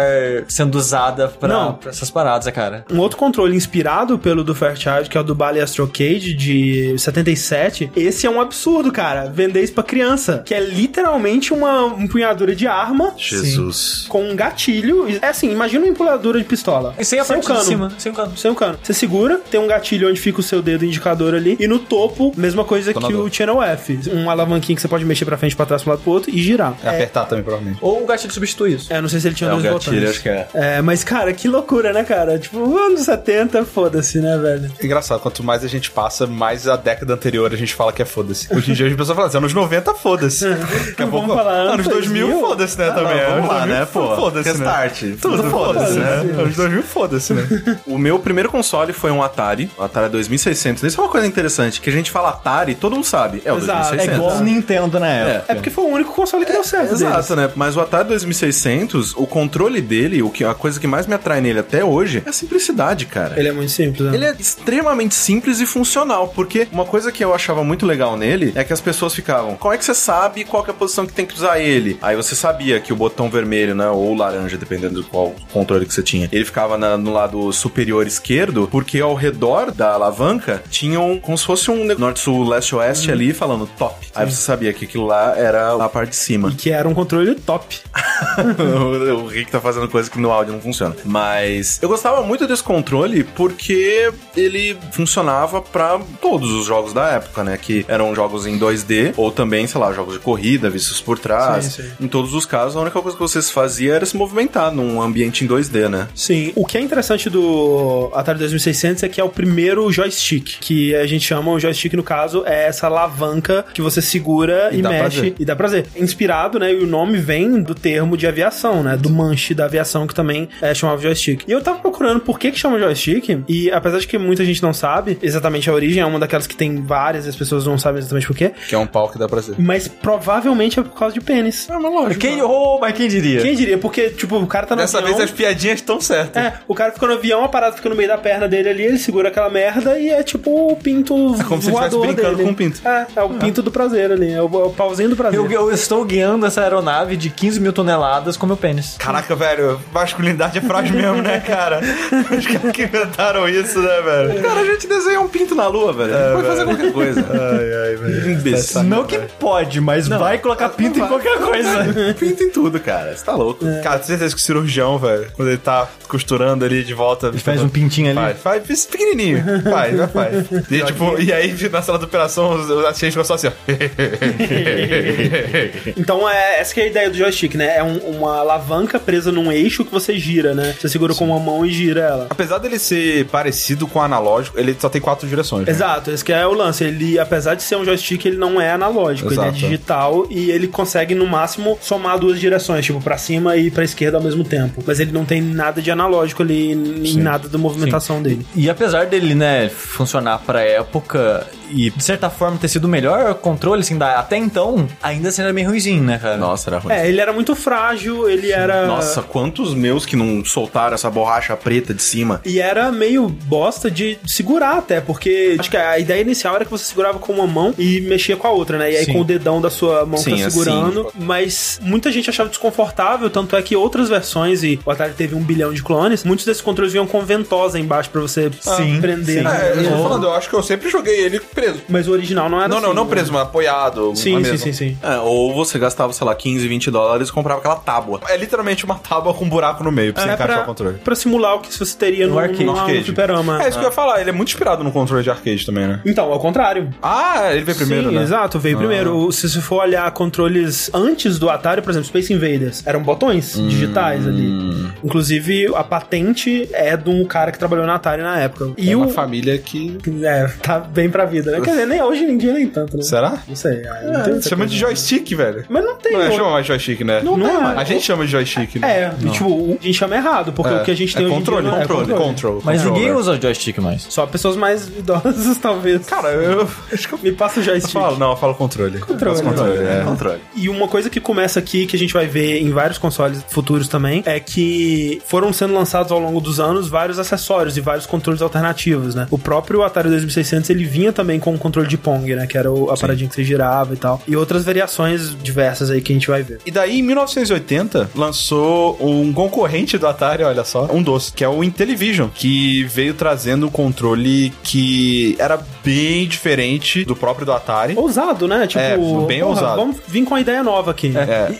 S3: sendo usada pra,
S1: Não.
S3: pra essas paradas, cara.
S1: Um outro controle inspirado pelo do Fairchild, que é o do Bally Astrocade de 77, esse é um absurdo, cara. Vender isso pra criança, que é literalmente uma empunhadura de arma
S2: Jesus.
S1: com um gatilho. É assim, imagina uma empunhadura de pistola. um
S3: E sem a parte
S1: cano.
S3: de cima. Sem o cano.
S1: Sem o cano. Você segura, tem um gatilho onde fica o seu dedo indicador ali, e no topo, mesma coisa que
S4: Detonador.
S1: o Channel F. Um alavanquinho que você pode mexer pra frente, pra trás, pro lado, pro outro e girar.
S4: É apertar também, provavelmente.
S3: Ou o gatilho substitui isso.
S1: É, não sei se ele tinha
S2: É o
S1: dois
S2: gatilho,
S1: botões.
S2: acho que é.
S1: É, mas cara, que loucura, né, cara? Tipo, anos 70, foda-se, né, velho?
S4: Engraçado, quanto mais a gente passa, mais a década anterior a gente fala que é foda-se. Hoje em dia a gente pessoa fala assim, anos 90,
S2: É.
S4: foda-se. Daqui a
S1: Vamos
S4: pouco,
S1: falar,
S4: anos
S1: anos
S4: 2000,
S1: 2000,
S4: foda-se, né, também.
S2: Ah, não,
S4: Anos
S2: vamos lá,
S4: 2000,
S2: né, pô?
S4: Foda-se, né.
S2: Restart.
S4: Tudo foda-se,
S1: foda-se.
S4: né? Anos 2000, foda-se, né.
S2: O meu primeiro console foi um Atari, o Atari 2600. Isso é uma coisa interessante, que a gente fala Atari, todo mundo sabe. É o
S1: Exato,
S3: É
S2: 2600.
S3: igual o Nintendo na época.
S1: É porque foi o único console que deu certo. deles.
S2: Exato, né? Mas o Atari 2600, o controle dele, o que, a coisa que mais me atrai nele até hoje é a simplicidade, cara.
S1: Ele é muito simples, né?
S2: Ele é extremamente simples e funcional, porque uma coisa que eu achava muito legal nele é que as pessoas ficavam, como é que você sabe qual que é a posição que tem que usar ele? Aí você sabia que o botão vermelho, né, ou laranja, dependendo do qual controle que você tinha, ele ficava na- no lado superior esquerdo, porque ao redor da alavanca tinham como se fosse um ne- norte, sul, leste, oeste ali falando top. Aí você sabia que aquilo lá era a parte de cima.
S1: E que era um controle top.
S2: o Rick tá fazendo coisa que no áudio não funciona. Mas eu gostava muito desse controle porque ele funcionava pra todos os jogos da época, né? Que eram jogos em 2D ou também, sei lá, jogos de corrida, vistos por trás.
S1: Sim, sim.
S2: Em todos os casos, a única coisa que você se fazia era se movimentar num ambiente em 2D, né?
S1: Sim, o que é interessante do Atari 2600 é que é o primeiro joystick, que a gente chama o joystick no caso, é essa alavanca que você segura e,
S4: dá
S1: mexe
S4: prazer.
S1: e dá prazer. Inspirado, né, e o nome vem do termo de aviação, né, do manche da aviação que também é, chamava joystick. E eu tava procurando por que que chama joystick e apesar de que muita gente não sabe exatamente a origem, é uma daquelas que tem várias e as pessoas não sabem exatamente por quê,
S4: Que é um pau que dá prazer.
S1: mas provavelmente é por causa de pênis.
S2: É, mas lógico.
S3: Quem, oh, mas quem diria?
S1: Quem diria? Porque, tipo, o cara tá na
S4: É. Dessa vez é as piadinhas estão certas.
S1: é, o cara fica no avião, a parada fica no meio da perna dele ali, ele segura aquela merda e é tipo o pinto
S4: É como se ele estivesse
S1: voador
S4: brincando
S1: dele.
S4: com um pinto.
S1: É, é o pinto do prazer ali, é o, é o pauzinho do prazer.
S3: Eu, eu estou guiando essa aeronave de 15 mil toneladas com meu pênis.
S4: Caraca, velho, masculinidade é frágil mesmo, né, cara? Os caras que inventaram isso, né, velho?
S2: Cara, a gente desenha um pinto na lua, velho.
S1: É,
S2: Pode fazer qualquer coisa. Um
S4: Ai, ai, velho.
S2: Imbecil.
S3: Não que pode, mas vai colocar pinto em qualquer coisa.
S2: Pinto em tudo, cara. Você tá louco.
S4: Cara, tenho certeza que o cirurgião, velho, quando ele tá costurando ali de volta. Ele
S3: Faz um pintinho ali.
S4: Faz, faz faz pequenininho. Faz, vai, faz. E, tipo, e aí, na sala de operação, os os assistentes ficam só assim, ó.
S1: Então é essa que é a ideia do joystick, né? É um- uma alavanca presa num eixo que você gira, né? Você segura com uma mão e gira ela.
S4: Apesar dele ser parecido com o analógico, ele só tem quatro direções. né?
S1: Exato, esse que é o lance. Ele, apesar de ser um joystick, ele não é analógico, ele
S4: Exato.
S1: é digital e ele consegue, no máximo, somar duas direções, tipo, pra cima e pra esquerda ao mesmo tempo. Mas ele não tem nada de analógico ali, em nada da movimentação dele.
S3: E apesar dele, né, funcionar pra época e, de certa forma, ter sido o melhor controle, assim, da, até então, ainda assim era meio ruizinho, né, cara?
S2: Nossa, era ruim.
S1: É, ele era muito frágil, ele era.
S2: Nossa, quantos meus que não soltaram essa borracha preta de cima?
S1: E era meio bosta de segurar até, porque acho que a ideia inicial era que você segurava com uma mão e mexia com a outra, né? E aí
S3: Sim.
S1: com o dedão da sua mão
S2: Sim,
S1: tá
S2: assim,
S1: segurando. mas muita gente achava desconfortável, tanto é que outras versões, e o Atari teve um bilhão de clones, muitos desses controles vinham com ventosa embaixo pra você
S3: Sim,
S1: prender.
S3: sim.
S1: né?
S4: É, eu tô falando, eu acho que eu sempre joguei ele preso.
S1: Mas o original não era
S4: Não,
S1: assim.
S4: não, não
S1: né?
S4: preso, mas apoiado. na
S1: Sim, sim,
S4: mesa.
S1: sim, sim.
S2: É, ou você gastava, sei lá, 15, 20 dólares e comprava aquela tábua.
S4: É literalmente uma tábua com um buraco no meio pra você
S1: É
S4: encaixar
S1: pra, Ah,
S4: o controle.
S1: pra simular o que você teria
S3: No
S1: no,
S3: arcade.
S1: no,
S3: No
S4: arcade.
S1: no fliperama.
S4: É isso que eu ia falar, ele é muito inspirado no controle de arcade também, né?
S1: Então, ao contrário.
S4: Ah, ele veio primeiro,
S1: Sim,
S4: né?
S1: exato, veio primeiro. Se você for olhar controles antes do Atari, por exemplo, Space Invaders, eram botões
S4: Hum.
S1: digitais ali. Inclusive, a patente é de um cara que trabalhou na Atari na época. E
S4: É
S1: o.
S4: uma família que...
S1: É, tá bem pra vida, né? Quer dizer, nem hoje em dia nem tanto, né?
S4: Será?
S1: Não sei. ah, não tenho
S4: É, Chama de joystick, velho.
S1: Mas não tem.
S4: Não é,
S1: outro-
S4: chama mais joystick, né?
S1: Não tem mais.
S4: A gente chama de joystick, né?
S1: É, e, tipo, o- a gente chama errado, porque o que a gente tem
S4: é
S1: hoje em dia
S4: controle,
S1: não é
S4: controle,
S1: controle.
S4: control.
S3: Mas
S4: controller.
S3: ninguém usa joystick mais.
S1: Só pessoas mais idosas, talvez.
S4: Cara, eu acho que eu
S1: Me passa o joystick.
S4: falo, não, eu falo controle.
S1: Controle.
S4: Eu faço controle, é.
S2: Controle.
S1: E uma coisa que começa aqui, que a gente vai ver em vários consoles futuros também, é que foram sendo lançados ao longo dos anos vários acessórios e vários controles alternativos, né? O próprio Atari 2600, ele vinha também com o controle de Pong, né? Que era o, a paradinha que você girava e tal. E outras variações diversas aí que a gente vai ver.
S4: E daí, em 1980, lançou um concorrente do Atari, olha só, um doce, que é o Intellivision, que veio trazendo um controle que era bem diferente do próprio do Atari.
S1: Ousado, né? Tipo,
S4: É, bem ousado. É.
S1: Vamos vir com a ideia nova aqui.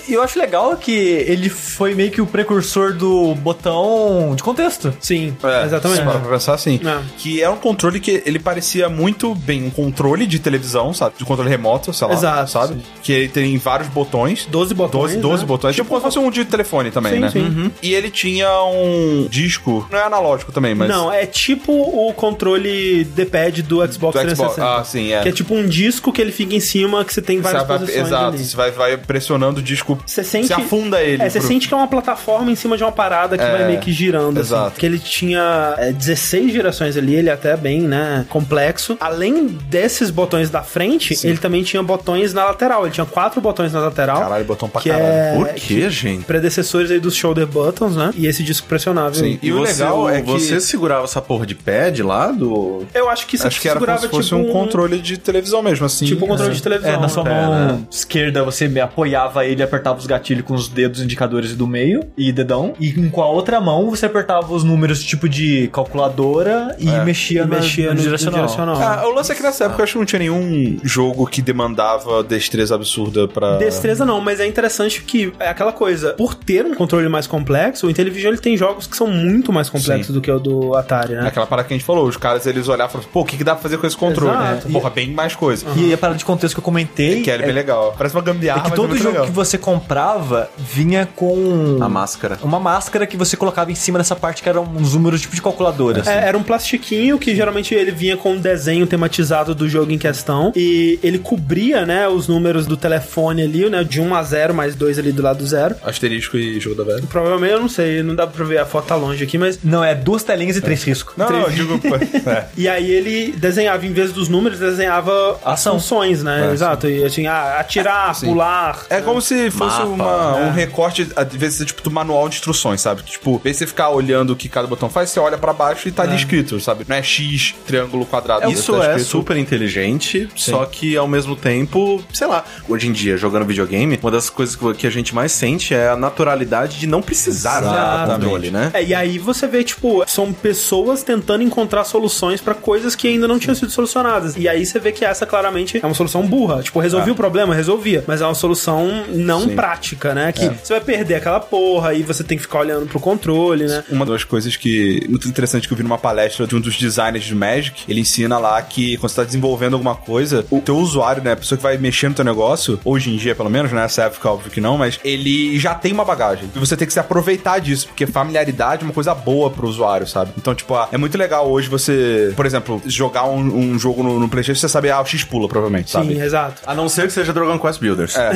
S3: E e eu acho legal que ele foi meio que o precursor do botão de contexto.
S1: Sim,
S3: É.
S4: se
S1: exatamente.
S4: parar pra pensar assim.
S1: É.
S4: Que é um controle que ele parecia muito bem um controle de televisão, sabe? De controle remoto, sei lá.
S1: Exato,
S4: Sabe?
S1: sim.
S4: Que ele tem vários botões.
S1: 12 botões,
S4: 12, 12
S1: né?
S4: botões. Tipo como se fosse um de telefone também,
S1: Sim,
S4: né?
S1: sim.
S4: Uhum. E ele tinha um disco. Não é analógico também, mas.
S1: Não, é tipo o controle D-pad do Xbox
S4: do Xbox.
S1: 360.
S4: Ah, sim, é.
S1: Que é tipo um disco que ele fica em cima, que você tem várias
S4: Você vai-
S1: posições
S4: exato,
S1: ali.
S4: você vai, vai pressionando o disco.
S1: Você sente...
S4: Você afunda ele.
S1: É, você
S4: pro-
S1: sente que é uma plataforma em cima de uma parada que
S4: É,
S1: vai meio que girando. assim.
S4: exato.
S1: Porque ele tinha é, 16 gerações ali, ele é até bem, né, complexo. Além desses botões da frente, ele também tinha botões na lateral. Ele tinha quatro botões na lateral.
S4: Caralho, botão pra
S1: que
S4: caralho.
S1: é...
S2: Por que, gente?
S1: Predecessores aí dos shoulder buttons, né? E esse disco pressionável.
S4: Sim.
S2: E o legal é que você segurava essa porra de pé de lado?
S1: Eu acho que isso
S4: Acho que era
S1: segurava
S4: se fosse um controle de televisão mesmo, assim.
S1: Tipo um controle de televisão.
S3: É, na sua
S1: né?
S3: mão esquerda você me apoiava ele e apertava os gatilhos com os dedos indicadores do meio e dedão. E com a outra mão você apertava os números tipo de calculadora e mexia,
S1: É. E
S3: na-
S1: mexia no, no direcional.
S4: né? Ah, o lance é que nessa época eu acho que não tinha nenhum jogo que demandava destreza absurda pra.
S1: Destreza não, mas é interessante que é aquela coisa. Por ter um controle mais complexo, o Intellivision ele tem jogos que são muito mais complexos do que o do Atari,
S4: É
S1: né?
S4: Aquela parada que a gente falou, os caras eles olharam e falaram, pô, o que, que dá pra fazer com esse controle? É,
S1: Exato.
S4: Porra, bem mais coisa.
S3: E a parada de contexto que eu comentei
S4: Que era bem legal. Parece uma gambiarra.
S3: é que
S4: mas
S3: todo
S4: muito
S3: jogo
S4: legal.
S3: que você comprava vinha com
S2: A máscara.
S3: uma máscara que você colocava em cima dessa parte que eram uns números tipo de calculadora. assim.
S1: É, era um plastiquinho que geralmente ele vinha com um desenho tematizado do jogo em questão e ele cobria, né, os números do telefone ali, né, de 1 a 0 mais 2 ali do lado zero.
S4: Asterisco e jogo da velha.
S1: Provavelmente, eu não sei, não dá pra ver a foto tá longe aqui, mas
S3: Não, é duas telinhas e três riscos.
S4: Não, não, eu digo. pô, é.
S1: E aí ele desenhava, em vez dos números, desenhava as
S3: Ação.
S1: funções, né? Exato. E assim, ah, atirar, pular.
S4: É como se fosse
S2: Mapa,
S4: uma- um recorte, às vezes, tipo, do manual de instruções, sabe? Tipo, em vez de você ficar olhando o que cada botão faz, você olha pra baixo e tá ali escrito, sabe? Não é X, triângulo, quadrado.
S2: Isso
S4: tá
S2: é
S4: escrito-
S2: super inteligente, só que ao mesmo tempo, sei lá, hoje em dia, jogando videogame, uma das coisas que- que a gente mais sente é a naturalidade de não precisar do
S4: Exatamente.
S2: controle, né?
S1: É, e aí você vê, tipo, são pessoas tentando encontrar soluções pra coisas que ainda não tinham sido solucionadas. E aí você vê que essa claramente é uma solução burra. Tipo, resolvi
S2: Ah.
S1: o problema, resolvia. Mas é uma solução não prática, né?
S2: É.
S1: Que você vai perder aquela porra e você tem que ficar olhando pro controle, né?
S4: É. Uma das coisas que muito interessante que eu vi numa palestra de um dos designers de Magic, ele ensina lá que quando você tá desenvolvendo alguma coisa, o teu usuário, né, a pessoa que vai mexer no teu negócio, hoje em dia pelo menos, né, nessa época óbvio que não, mas ele já tem uma bagagem. E você tem que se aproveitar disso, porque familiaridade é uma coisa boa pro usuário, sabe? Então, tipo, ah, é muito legal hoje você, por exemplo, jogar um, um jogo no, no PlayStation, você sabe, ah, o X pula provavelmente, sabe?
S1: Sim, exato.
S2: A não ser que seja Dragon Quest Builders.
S4: É.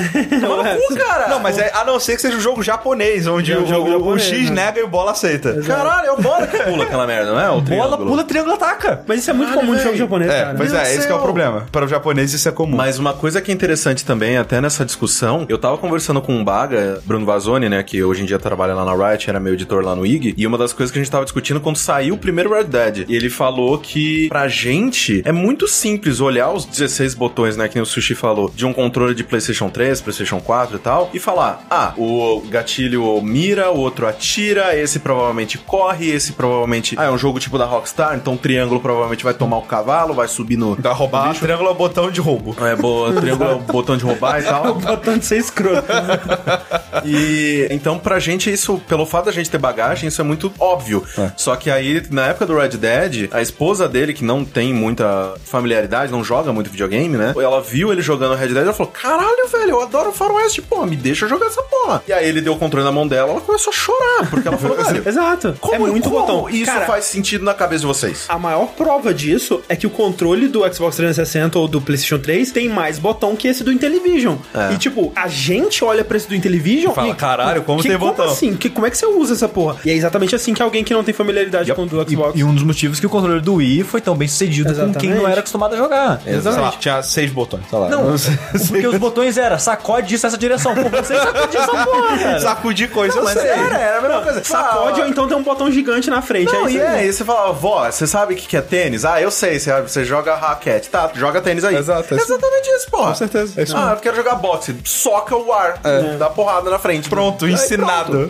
S4: cara! Não, mas é, a não ser que seja um jogo japonês, onde
S1: É um
S4: o,
S1: jogo
S4: o- o
S1: japonês,
S4: X
S1: né?
S4: nega e o bola aceita.
S2: Caralho, é o bola que pula aquela merda, não é? O
S3: Bola,
S2: triângulo.
S3: pula, triângulo, ataca.
S1: Mas isso é muito comum no jogo japonês,
S4: É,
S1: cara.
S4: pois
S2: Meu
S4: é, esse que é o
S2: céu.
S4: problema. Para o japonês isso é comum.
S2: Mas uma coisa que é interessante também, até nessa discussão, eu tava conversando com um Baga, Bruno Vazoni, né, que hoje em dia trabalha lá na Riot, era meu editor lá no IG, e uma das coisas que a gente tava discutindo quando saiu o primeiro Red Dead, e ele falou que pra gente é muito simples olhar os 16 botões, né, que nem o Sushi falou, de um controle de PlayStation 3, PlayStation 4 e tal, e falar: "Ah, o gatilho mira, o outro atira, esse provavelmente corre, esse provavelmente, ah, é um jogo tipo da Rockstar, então o triângulo provavelmente vai tomar o cavalo, vai subir no
S4: Dá roubar, triângulo é o botão de roubo.
S2: é, bo... triângulo é o botão de roubar e tal.
S1: Botando ser escroto.
S2: E então, pra gente, isso, pelo fato da gente ter bagagem, isso é muito óbvio. Só que aí, na época do Red Dead, a esposa dele, que não tem muita familiaridade, não joga muito videogame, né? Ela viu ele jogando Red Dead e ela falou: Caralho, velho, eu adoro Faroeste, porra, me deixa jogar essa porra. E aí ele deu o controle na mão dela, ela começou a chorar, porque ela falou: Velho,
S1: Exato.
S2: como,
S1: é muito
S2: como
S1: botão.
S2: isso
S1: Cara,
S2: faz sentido na cabeça de vocês?
S1: A maior prova disso é que o controle do Xbox 360 ou do PlayStation 3 tem mais botão que esse do Intellivision. E tipo, a gente olha pra esse do Intellivision
S4: Fala,
S1: e
S4: "Caralho, como
S1: que-
S4: tem botão?"
S1: assim? Que, como é que você usa essa porra? E é exatamente assim que alguém que não tem familiaridade com o do Xbox.
S3: E, e um dos motivos que o controle do Wii foi tão bem sucedido com quem
S1: Exatamente.
S3: não era acostumado a jogar.
S4: Sei lá, tinha seis botões, sei lá.
S3: Não, porque os botões eram sacode isso, essa direção. Pô, você sacode essa porra, cara.
S4: Sacudir coisa, eu
S2: é
S4: sei.
S3: Era, era a mesma coisa.
S1: Sacode ou então tem um botão gigante na frente.
S2: Não,
S1: é isso
S2: e
S1: aí.
S2: é, e você fala, vó, você sabe o que, que é tênis? Ah, eu sei, você, você joga raquete. Tá, joga tênis aí.
S4: Exato, é
S2: É
S4: isso.
S2: exatamente isso, porra. Com
S4: certeza, é isso É.
S2: ah, eu quero jogar boxe. Soca o ar, né, dá porrada na frente.
S4: Pronto,
S2: Aí,
S4: ensinado.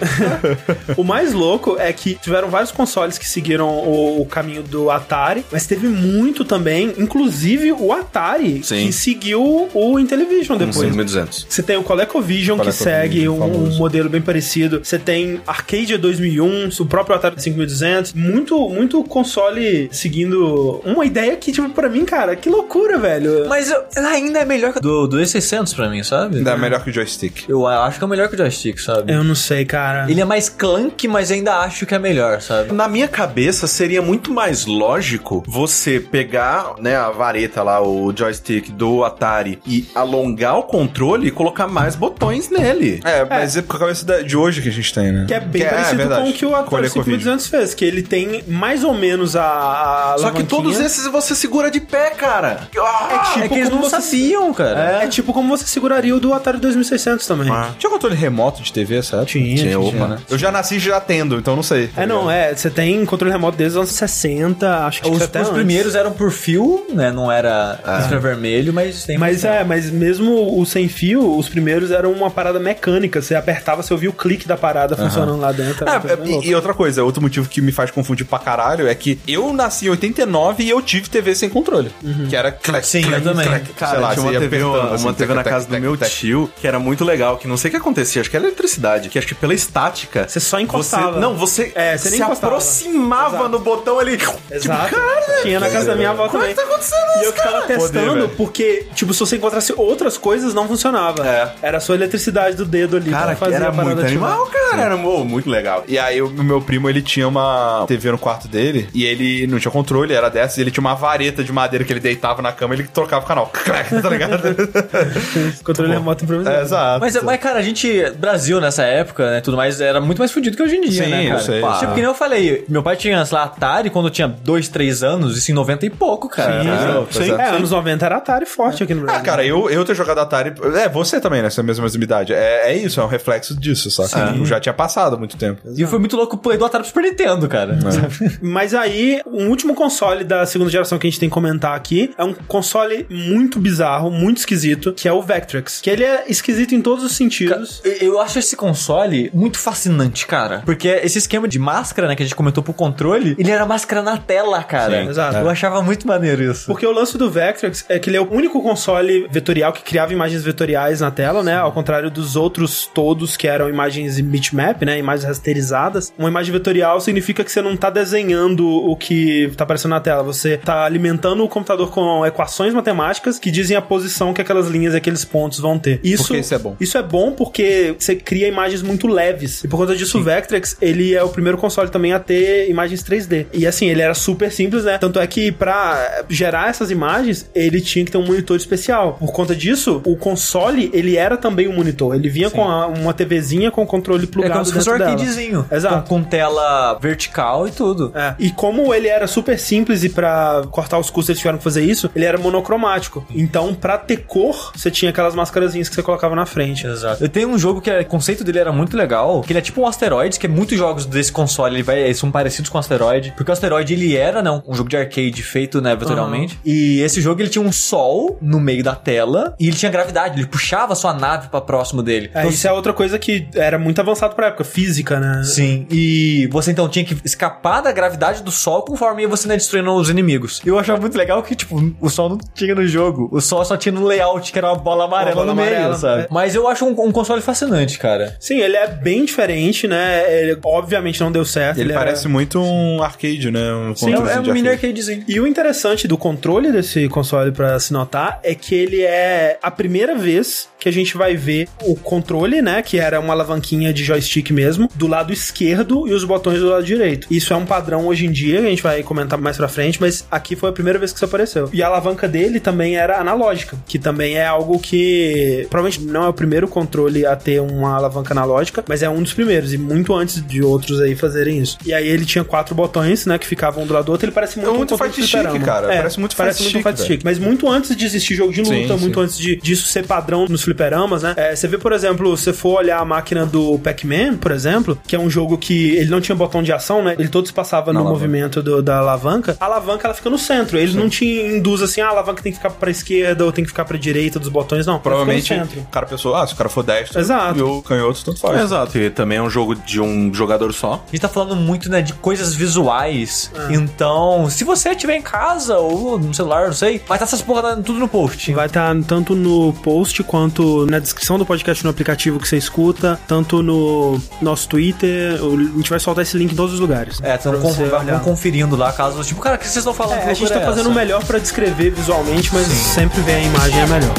S1: O mais louco é que tiveram vários consoles que seguiram o, o caminho do Atari, mas teve muito também, inclusive o Atari,
S2: Sim.
S1: que seguiu o Intellivision depois.
S2: 5200.
S1: Você tem o ColecoVision, que
S4: ColecoVision,
S1: segue um,
S4: famoso.
S1: um modelo bem parecido. Você tem Arcade 2001, o próprio Atari 5200. Muito, muito console seguindo uma ideia que, tipo, pra mim, cara, que loucura, velho.
S3: Mas eu- ela ainda é melhor que a do, do E600 pra mim, sabe?
S4: Ainda é melhor que o joystick.
S3: Eu acho que é melhor que o joystick, sabe?
S1: Eu não sei, cara.
S3: Ele é mais clunk, mas ainda acho que é melhor, sabe?
S2: Na minha cabeça, seria muito mais lógico você pegar, né, a vareta lá, o joystick do Atari e alongar o controle e colocar mais botões nele.
S4: É, mas é, por cabeça da- de hoje que a gente tem, né?
S1: Que é bem
S4: Que é, é
S1: parecido
S4: verdade.
S1: com o que o Atari
S4: ColecoVision.
S1: 5200 fez, que ele tem mais ou menos a, a
S2: Só que todos
S1: alavanquinha.
S2: esses você segura de pé, cara. Ah,
S1: tipo
S3: é que eles
S1: como
S3: não
S1: você-
S3: sabiam, cara.
S1: É. tipo como você seguraria o do Atari 2600 também.
S4: Tinha controle remoto de TV, sabe?
S1: Tinha,
S4: tinha,
S1: tinha,
S4: opa. né? Eu já nasci já tendo, então não sei.
S1: É, não, é. Você tem controle remoto desde os anos 60, acho que
S3: Os,
S1: até
S3: os
S1: antes.
S3: primeiros eram por por fio, né? Não era
S4: É.
S3: infravermelho, mas tem.
S1: Mas é, mas mesmo o sem fio, os primeiros eram uma parada mecânica. Você apertava, você ouvia o clique da parada funcionando lá dentro. era uma coisa
S4: É,
S1: bem
S4: e-
S1: louca.
S4: e, outra coisa, outro motivo que me faz confundir pra caralho é que eu nasci em 89 e eu tive TV sem controle. Que era clac,
S3: Sim, eu também.
S2: Cara,
S4: sei lá,
S2: tinha
S4: você
S2: uma
S4: ia
S2: TV,
S4: apertando,
S2: uma
S4: assim,
S2: TV na
S4: tec,
S2: casa
S4: tec,
S2: do meu
S4: tec,
S2: tio, que era muito legal, que não sei o que acontecia, acho que era eletricidade, que acho que pela estática...
S1: Você só encostava.
S2: Você, não, você,
S1: É, você nem
S2: se
S1: encostava.
S2: aproximava
S1: Exato.
S2: no botão ali...
S1: Exato.
S2: Tipo, cara,
S1: Tinha na casa da minha avó
S2: como é
S1: também.
S2: que tá acontecendo
S1: E eu ficava testando,
S4: velho.
S1: porque, tipo, se você encontrasse outras coisas, não funcionava.
S2: É.
S1: Era só a eletricidade do dedo ali
S2: Cara,
S1: pra
S2: que
S1: fazer
S2: era
S1: a parada
S2: muito
S1: ativar.
S2: animal, cara. Era mo- muito legal.
S4: E aí o meu primo, ele tinha uma TV no quarto dele e ele não tinha controle, era dessas, e ele tinha uma vareta de madeira que ele deitava na cama e ele trocava o canal. Clac, tá ligado?
S1: Controle remoto improvisado.
S4: É, exato.
S3: Mas, mas, cara, a gente, Brasil nessa época, né, tudo mais, era muito mais fudido que hoje em dia,
S4: Sim,
S3: né,
S4: eu
S3: cara?
S4: sei.
S3: Pá. Tipo, que nem eu falei, meu pai tinha, sei lá, Atari quando eu tinha 2, 3 anos, isso em 90 e pouco, cara.
S4: Sim,
S3: Entendeu?
S4: sim.
S1: É, anos 90 era Atari forte aqui no Brasil.
S4: Ah, cara, eu, eu ter jogado Atari. É, você também, né? Essa mesma idade. É, é isso, é um reflexo disso, saca? Eu Já tinha passado há muito tempo.
S3: E foi muito louco o play do Atari pro Super Nintendo, cara.
S1: É. Mas aí, um último console da segunda geração que a gente tem que comentar aqui é um console muito bizarro, muito esquisito, que é o Vectrex. Que ele é esquisito em todos os sentidos.
S3: Eu- Eu acho esse console muito fascinante, cara. Porque esse esquema de máscara, né, que a gente comentou pro controle, ele era máscara na tela, cara.
S1: Sim, exato.
S3: Eu achava muito maneiro isso.
S1: Porque o lance do Vectrex é que ele é o único console vetorial que criava imagens vetoriais na tela, né? Ao contrário dos outros todos que eram imagens em bitmap, né? Imagens rasterizadas. Uma imagem vetorial significa que você não tá desenhando o que tá aparecendo na tela. Você tá alimentando o computador com equações matemáticas que dizem a posição que aquelas linhas e aqueles pontos vão ter. Isso,
S4: que isso é bom?
S1: Isso é bom porque você cria imagens muito leves. E por conta disso, o Vectrex, ele é o primeiro console também a ter imagens 3D. E assim, ele era super simples, né? Tanto é que pra gerar essas imagens, ele tinha que ter um monitor especial. Por conta disso, o console, ele era também um monitor. Ele vinha com a- uma TVzinha com o controle
S3: É
S1: plugado
S3: como se fosse um
S1: dentro dela.
S3: arcadezinho.
S1: Exato.
S3: Com, com tela vertical e tudo.
S1: É. E como ele era super simples e pra cortar os custos eles tiveram que fazer isso, ele era monocromático. Então, pra ter cor, você tinha aquelas mascarazinhas que você colocava na frente.
S3: Exato. Eu tenho um jogo que é- o conceito dele era muito legal, que ele é tipo um asteroide, que muitos jogos desse console ele vai, eles são parecidos com o asteroide, porque o asteroide ele era, né, um jogo de arcade feito, né, vetorialmente. E esse jogo ele tinha um sol no meio da tela e ele tinha gravidade, ele puxava a sua nave pra próximo dele.
S1: É,
S3: Então,
S1: isso é outra coisa que era muito avançado pra época, física, né?
S3: Sim, e você então tinha que escapar da gravidade do sol conforme ia você né, destruindo os inimigos. E eu achava muito legal que, tipo, o sol não tinha no jogo. O sol só tinha no layout, que era uma bola amarela
S1: bola
S3: no meio,
S1: amarela,
S3: sabe?
S1: é.
S3: Mas eu acho um, um console fascinante, cara.
S1: Sim, ele é bem diferente, né? Ele obviamente não deu certo.
S4: Ele
S1: era-
S4: parece muito um arcade, né? Um
S1: Sim,
S4: controle
S1: é um
S4: de
S3: um
S4: arcade.
S3: mini arcadezinho.
S1: E o interessante do controle desse console pra se notar é que ele é a primeira vez que a gente vai ver o controle, né, que era uma alavanquinha de joystick mesmo, do lado esquerdo e os botões do lado direito. Isso é um padrão hoje em dia, que a gente vai comentar mais pra frente, mas aqui foi a primeira vez que isso apareceu. E a alavanca dele também era analógica, que também é algo que provavelmente não é o primeiro controle a ter uma alavanca analógica, mas é um dos primeiros e muito antes de outros aí fazerem isso. E aí ele tinha quatro botões, né, que ficavam um do lado do outro, ele parece muito
S4: É muito
S1: um controle
S4: fight
S1: de
S4: stick,
S1: fliperama.
S4: cara. Parece muito
S1: parece
S4: fight
S1: muito um
S4: stick,
S1: fight
S4: velho.
S1: stick. Mas muito antes de existir jogo de luta,
S4: Sim,
S1: muito
S4: sim.
S1: antes de, disso ser padrão nos fliperamas, né? É, você vê, por exemplo, se você for olhar a máquina do Pac-Man, por exemplo, que é um jogo que ele não tinha botão de ação, né? Ele todo se passava no movimento do- da alavanca. A alavanca, ela fica no centro. Ele não te induz assim, ah, a alavanca tem que ficar pra esquerda ou tem que ficar pra direita dos botões, não. Ela fica no
S4: Provavelmente
S1: centro.
S4: o cara pensou, ah, se o cara for destro
S1: Exato.
S4: e o canhoto, tanto faz.
S2: Exato, e também é um jogo de um jogador só.
S3: A gente tá falando muito, né, de coisas visuais. Então, se você estiver em casa ou no celular, não sei, vai estar essas porra na- tudo no post.
S1: Vai estar tanto no post quanto na descrição do podcast no aplicativo que você escuta, tanto no nosso Twitter. O- A gente vai soltar esse link em todos os lugares.
S3: É, então
S1: Pra
S3: com,
S1: você
S3: vão
S1: olhar.
S3: conferindo lá, caso... Tipo, cara, o que vocês estão falando?
S1: É, a gente
S3: Procura
S1: tá fazendo
S3: essa.
S1: o melhor pra descrever visualmente, mas sempre ver a imagem é melhor.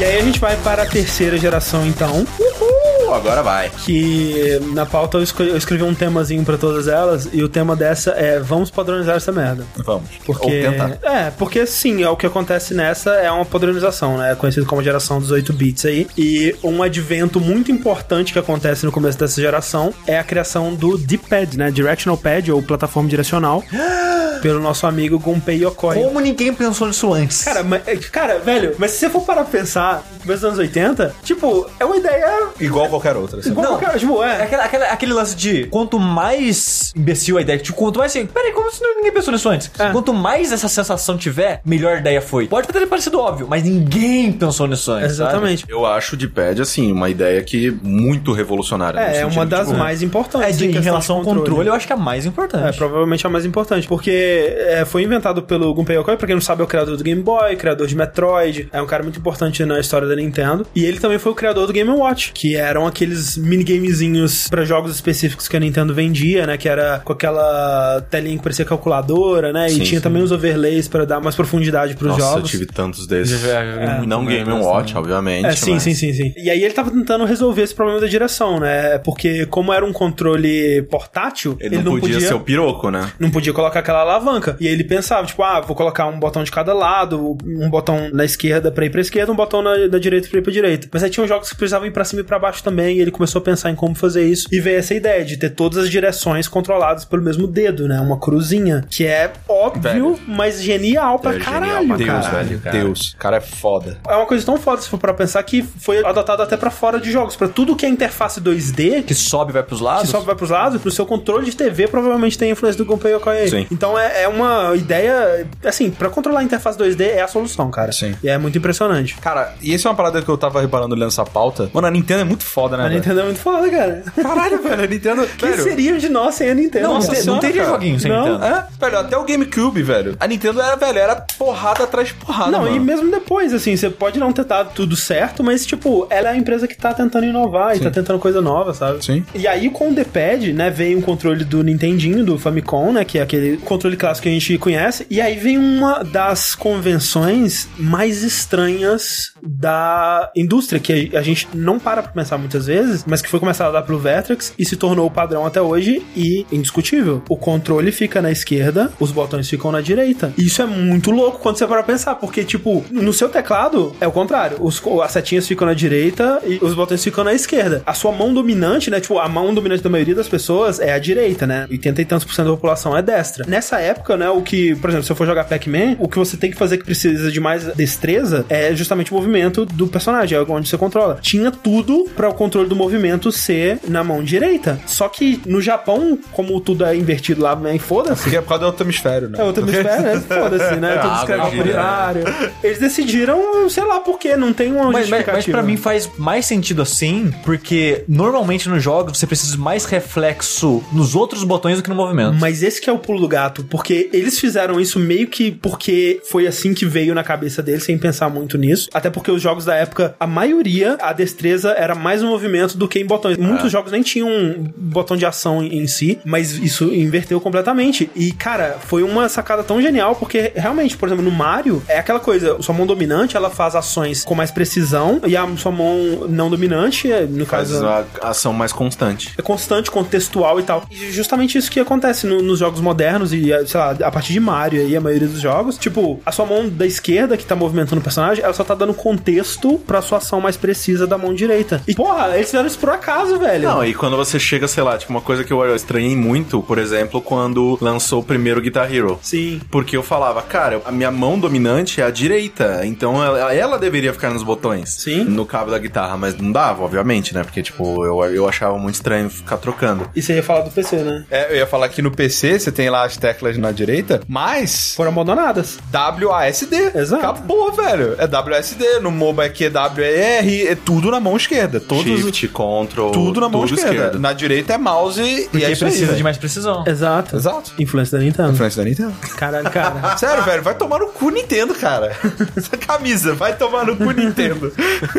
S1: E aí a gente vai para a terceira geração, então. Uhul!
S2: Uh, agora vai.
S1: que na pauta eu escolhi- eu escrevi um temazinho pra todas elas e o tema dessa é vamos padronizar essa merda.
S4: Vamos.
S1: Porque,
S4: Ou tentar.
S1: É, porque sim, é o que acontece nessa é uma padronização, né? É Conhecido como a geração dos 8 bits aí. E um advento muito importante que acontece no começo dessa geração é a criação do D-pad, né? Directional pad ou plataforma direcional, pelo nosso amigo Gunpei Yokoi.
S3: Como ninguém pensou nisso antes?
S1: Cara, mas- é que, cara, velho, mas se você for parar pra pensar, nos anos 80, tipo, é uma ideia
S4: Igual qualquer outra. assim.
S1: igual
S3: Não.
S1: não. cara, tipo,
S3: É
S1: é.
S3: aquela- aquela- aquele lance de quanto mais imbecil a ideia, tipo, quanto mais assim, peraí, como se ninguém pensou nisso antes?
S1: É.
S3: Quanto mais essa sensação tiver, melhor a ideia foi. Pode ter parecido óbvio, mas ninguém pensou nisso antes.
S1: Exatamente.
S2: Eu acho o D-pad, assim, uma ideia que muito revolucionária. no
S1: É, é
S2: sentido,
S1: uma das
S2: tipo,
S1: mais
S3: sabe? É,
S1: importantes.
S3: de- em
S1: questão
S3: relação
S1: de
S3: ao controle, eu acho que é a mais
S1: É,
S3: importante.
S1: provavelmente a mais importante, porque é, foi inventado pelo Gunpei Yokoi, pra quem não sabe, é o criador do Game Boy, criador de Metroid, é um cara muito importante na história da Nintendo, e ele também foi o criador do Game Watch, que eram aqueles minigamezinhos pra jogos específicos que a Nintendo vendia, né, que era com aquela telinha que parecia calculadora, né,
S2: Sim,
S1: e tinha
S2: sim.
S1: também os overlays pra dar mais profundidade pros
S2: Nossa, eu
S1: jogos.
S2: tive tantos desses. É,
S3: Já- já- já-
S2: Não Game Watch, obviamente.
S1: né? É, sim,
S2: mas-
S1: sim, sim, sim. E aí ele tava tentando resolver esse problema da direção, né? Porque como era um controle portátil,
S2: Ele, não, podia, ser o piroco, né?
S1: não podia colocar aquela alavanca. E aí ele pensava, tipo, ah, vou colocar um botão de cada lado, um botão na esquerda pra ir pra esquerda, um botão na, na direita pra ir pra direita. Mas aí tinham jogos que precisavam ir pra cima e pra baixo também, e ele começou a pensar em como fazer isso. E veio essa ideia de ter todas as direções controladas pelo mesmo dedo, né? Uma cruzinha, que é óbvio,
S2: Velho.
S1: mas genial pra
S2: É genial
S1: caralho,
S2: pra Deus,
S1: cara.
S2: velho, cara.
S4: Deus, o cara é foda.
S1: É uma coisa tão foda se for pra pensar que foi adotado até pra fora de jogos, Pra tudo que é interface 2D,
S3: Que sobe e vai pros lados.
S1: que só vai pros lados, pro seu controle de TV provavelmente tem a influência do Gunpei Yokoi aí.
S2: Sim.
S1: Então é, é uma ideia, assim, pra controlar a interface 2D é a solução, cara.
S4: Sim.
S1: E é muito impressionante.
S4: Cara, e essa é uma parada que eu tava reparando lendo essa pauta. Mano, a Nintendo é muito foda, né?
S1: A
S4: velho?
S1: Nintendo é muito foda, cara.
S4: Caralho, velho, a Nintendo.
S1: O que
S4: velho,
S1: seria de nós sem a Nintendo?
S3: Não,
S1: Nossa,
S3: não, te- não
S4: senhora,
S3: teria
S4: cara.
S3: joguinho sem
S1: Não,
S3: Nintendo.
S4: É, velho, até o GameCube, velho. A Nintendo era, velho, era porrada atrás de porrada.
S1: Não,
S4: mano.
S1: e mesmo depois, assim, você pode não ter dado tudo certo, mas, tipo, ela é a empresa que tá tentando inovar e tá tentando coisa nova, sabe?
S4: Sim.
S1: E aí, com o D-Pad, né, veio um controle do Nintendinho, do Famicom, né, que é aquele controle clássico que a gente conhece, e aí vem uma das convenções mais estranhas da indústria, que a gente não para pra pensar muitas vezes, mas que foi começada a dar pelo Vectrex e se tornou o padrão até hoje e indiscutível. O controle fica na esquerda, os botões ficam na direita. E isso é muito louco quando você para pra pensar, porque, tipo, no seu teclado é o contrário. Os, co- as setinhas ficam na direita e os botões ficam na esquerda. A sua mão dominante, né? Tipo, a mão dominante da maioria das pessoas é a direita, né? 80 e tantos por cento da população é destra. Nessa época, né? O que, por exemplo, se eu for jogar Pac-Man, o que você tem que fazer que precisa de mais destreza é justamente o movimento do personagem, é onde você controla. Tinha tudo pra o controle do movimento ser na mão direita. Só que no Japão, como tudo é invertido lá, né? e Foda-se.
S4: Porque é por causa do outro hemisfério, né?
S1: É, outra mistério, né? Foda-se, né? Tudo
S2: Ah,
S1: escreve
S2: imagina.
S1: por horário. Eles decidiram, sei lá por quê, não tem uma
S3: Mas, mas, mas
S1: justificativa.
S3: pra mim faz mais sentido assim, porque normalmente nos jogos você precisa de mais reflexo nos outros botões do que no movimento.
S1: Mas esse que é o pulo do gato, porque eles fizeram isso meio que porque foi assim que veio na cabeça deles, sem pensar muito nisso. Até porque os jogos da época, a maioria, a destreza era mais um movimento do que em botões.
S2: É.
S1: Muitos jogos nem tinham um botão de ação em, em si, mas isso inverteu completamente. E, cara, foi uma sacada tão genial, porque realmente, por exemplo, no Mario, é aquela coisa, sua mão dominante, ela faz ações com mais precisão, e a sua mão não dominante, é, no
S2: Faz
S1: caso...
S2: a ação mais constante.
S1: É constante, contextual e tal. E justamente isso que acontece no- nos jogos modernos e, eh, sei lá, a partir de Mario aí, a maioria dos jogos. Tipo, a sua mão da esquerda que tá movimentando o personagem, ela só tá dando contexto pra sua ação mais precisa da mão direita. E, porra, eles fizeram isso por acaso, velho.
S2: Não, e quando você chega, sei lá, tipo, uma coisa que eu estranhei muito, por exemplo, quando lançou o primeiro Guitar Hero.
S1: Sim.
S2: Porque eu falava, cara, a minha mão dominante é a direita, então ela, ela deveria ficar nos botões.
S1: Sim.
S2: No cabo da guitarra, mas não dava, obviamente, né? Porque, tipo, eu, eu achava muito estranho ficar trocando.
S1: E você ia falar do PC, né?
S4: É, eu ia falar que no PC você tem lá as teclas na direita, mas
S1: Foram abandonadas.
S4: WASD.
S1: Exato.
S4: Acabou, velho. É WASD, no MOBA aqui é WER, é tudo na mão esquerda. Todos
S2: Shift, Control,
S4: tudo na mão esquerda. Na direita é mouse
S3: porque
S4: e é isso aí,
S3: precisa
S4: velho.
S3: de mais
S1: É,
S3: precisão.
S1: Exato.
S4: Exato.
S1: Influência da Nintendo.
S4: Influência da Nintendo.
S1: Caralho, cara.
S4: Sério, velho, vai tomar no cu Nintendo, cara. Essa camisa, vai tomar no cu Nintendo.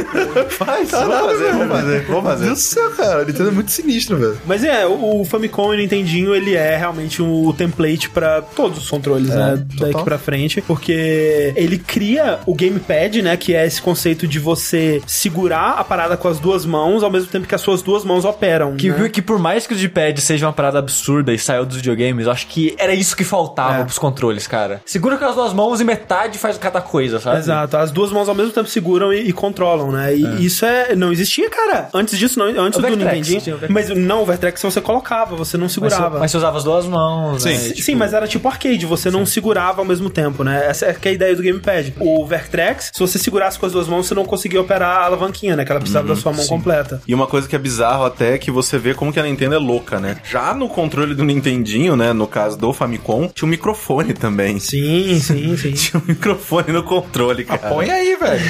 S4: vai, tá
S2: Vou fazer, vou fazer, vou
S4: Meu
S2: fazer.
S4: Deus do céu, cara. Nintendo é muito sinistro, velho.
S1: Mas é, o o Famicom e o Nintendinho, ele é realmente o template pra para todos os
S3: É,
S1: controles, né? Daqui pra frente. Porque ele cria o gamepad, né? Que é esse conceito de você segurar a parada com as duas mãos ao mesmo tempo que as suas duas mãos operam.
S3: Que,
S1: né?
S3: que por mais que o D-pad seja uma parada absurda e saiu dos videogames, eu acho que era isso que faltava pros controles, cara. Segura com as duas mãos e metade faz cada coisa, sabe?
S1: Exato, as duas mãos ao mesmo tempo seguram e, e controlam, né? E isso é não existia, cara. Antes disso, não, antes
S3: O
S1: do
S3: Vectrex.
S1: Nintendinho.
S3: Tinha o Vectrex.
S1: Mas não, o Vertrex você colocava, você não
S3: Mas,
S1: segurava.
S3: você- mas você usava as duas mãos. né?
S1: Sim, sim, mas era É, tipo arcade, você não segurava ao mesmo tempo, né? Essa é que é a ideia do gamepad. O Vertrex, se você segurasse com as duas mãos, você não conseguia operar a alavanquinha, né? Que ela precisava da sua mão completa.
S2: E uma coisa que é bizarro até é que você vê como que a Nintendo é louca, né? Já no controle do Nintendinho, né? No caso do Famicom, tinha um microfone também.
S1: Sim, sim, sim.
S2: Tinha um microfone no controle, cara.
S4: Põe aí, velho.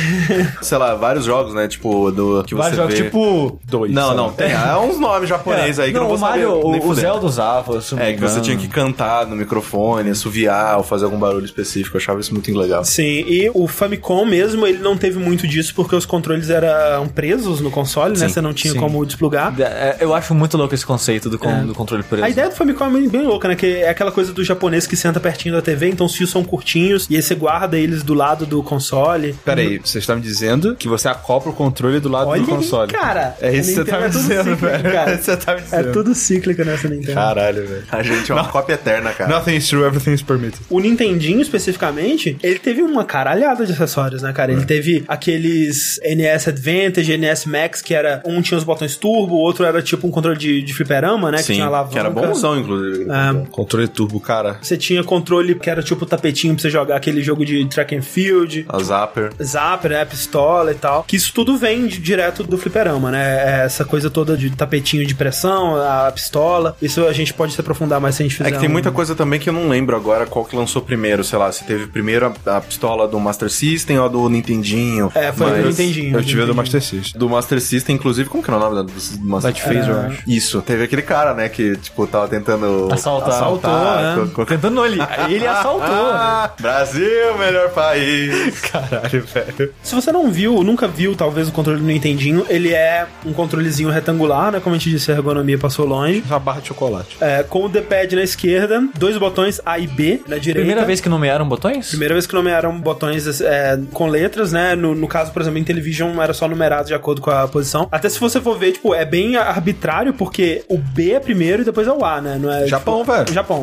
S2: Sei lá, vários jogos, né? Tipo, do que
S3: Vários
S2: você
S3: jogos,
S2: vê.
S3: tipo.
S4: Dois.
S2: Não,
S4: sei
S2: não,
S4: lá.
S2: tem. Há uns nomes japoneses aí que eu não
S3: É,
S2: vou
S3: não, o Mario,
S2: saber. nem
S3: o, o
S2: fudendo.
S3: Zelda usava, se não me
S2: É, que você
S3: engano.
S2: tinha que cantar no microfone, assoviar ou fazer algum barulho específico. Eu achava isso muito legal.
S1: Sim, e o Famicom mesmo, ele não teve muito disso porque os controles eram presos no console, né? Você não tinha como desplugar.
S3: É, Eu acho muito louco esse conceito do, con- do controle preso.
S1: A ideia do Famicom é bem- bem louca, né? Que é aquela coisa do japonês que senta pertinho da TV, então os fios são curtinhos e aí você guarda eles do lado do console.
S4: Pera aí, você está me dizendo que você acopla o controle do lado
S1: Olha
S4: do
S1: aí,
S4: console.
S1: cara.
S4: É isso que você
S1: Nintendo
S4: tá me
S1: é tudo
S4: dizendo,
S1: cíclico,
S4: velho.
S1: cara.
S4: É isso que você tá me
S1: É
S4: dizendo.
S1: tudo cíclico nessa Nintendo.
S4: Caralho, velho.
S2: A gente é uma cópia eterna, cara.
S4: Nothing is true, everything is permitted.
S1: O Nintendinho, especificamente, ele teve uma caralhada de acessórios, né, cara? Ele
S2: É.
S1: teve aqueles NS Advantage, NS Max, que era... Um tinha os botões turbo, o outro era tipo um controle de, de fliperama, né? que
S2: Sim,
S1: tinha
S2: que,
S1: alavanca.
S2: era bonzão, inclusive.
S1: Ah,
S4: Controle turbo, cara.
S1: você tinha controle que era tipo tapetinho pra você jogar aquele jogo de track and field.
S2: A Zapper.
S1: Zapper, né? Pistola e tal. Que isso tudo vem de- direto do fliperama, né? É Essa coisa toda de tapetinho de pressão, a pistola. Isso a gente pode se aprofundar mais se a gente fizer.
S2: É que tem
S1: um-
S2: muita coisa também que eu não lembro agora qual que lançou primeiro, sei lá, se teve primeiro a, a pistola do Master System ou a do Nintendinho.
S1: É, foi
S2: Mas
S1: do Nintendinho.
S4: Eu tive a do
S1: Nintendinho.
S4: Master System.
S2: Do Master System, inclusive, como que era o nome da- do Master Ah,
S4: Light Phaser, eu acho.
S2: Isso, teve aquele cara, né, que, tipo, tava tentando...
S3: Assaltar. né?
S2: assaltar Ah,
S1: Assaltou,
S2: co- co-
S3: Tentando ali. Ele assaltou. né?
S2: Ah, Brasil, melhor país.
S4: Caralho, velho.
S1: Se você não viu, nunca viu, talvez, o controle do Nintendinho, ele é um controlezinho retangular, né? Como a gente disse, a ergonomia passou longe.
S4: Uma barra de chocolate.
S1: É, com o D-pad na esquerda, dois botões A e B na direita.
S3: É Primeira vez que nomearam botões?
S1: Primeira vez que nomearam botões é, com letras, né? No, no caso, por exemplo, em televisão era só numerado de acordo com a posição. Até se você for ver, tipo, é bem arbitrário, porque o B é primeiro e depois é o A, né? Não é,
S4: Japão,
S1: tipo,
S4: velho.
S1: Japão.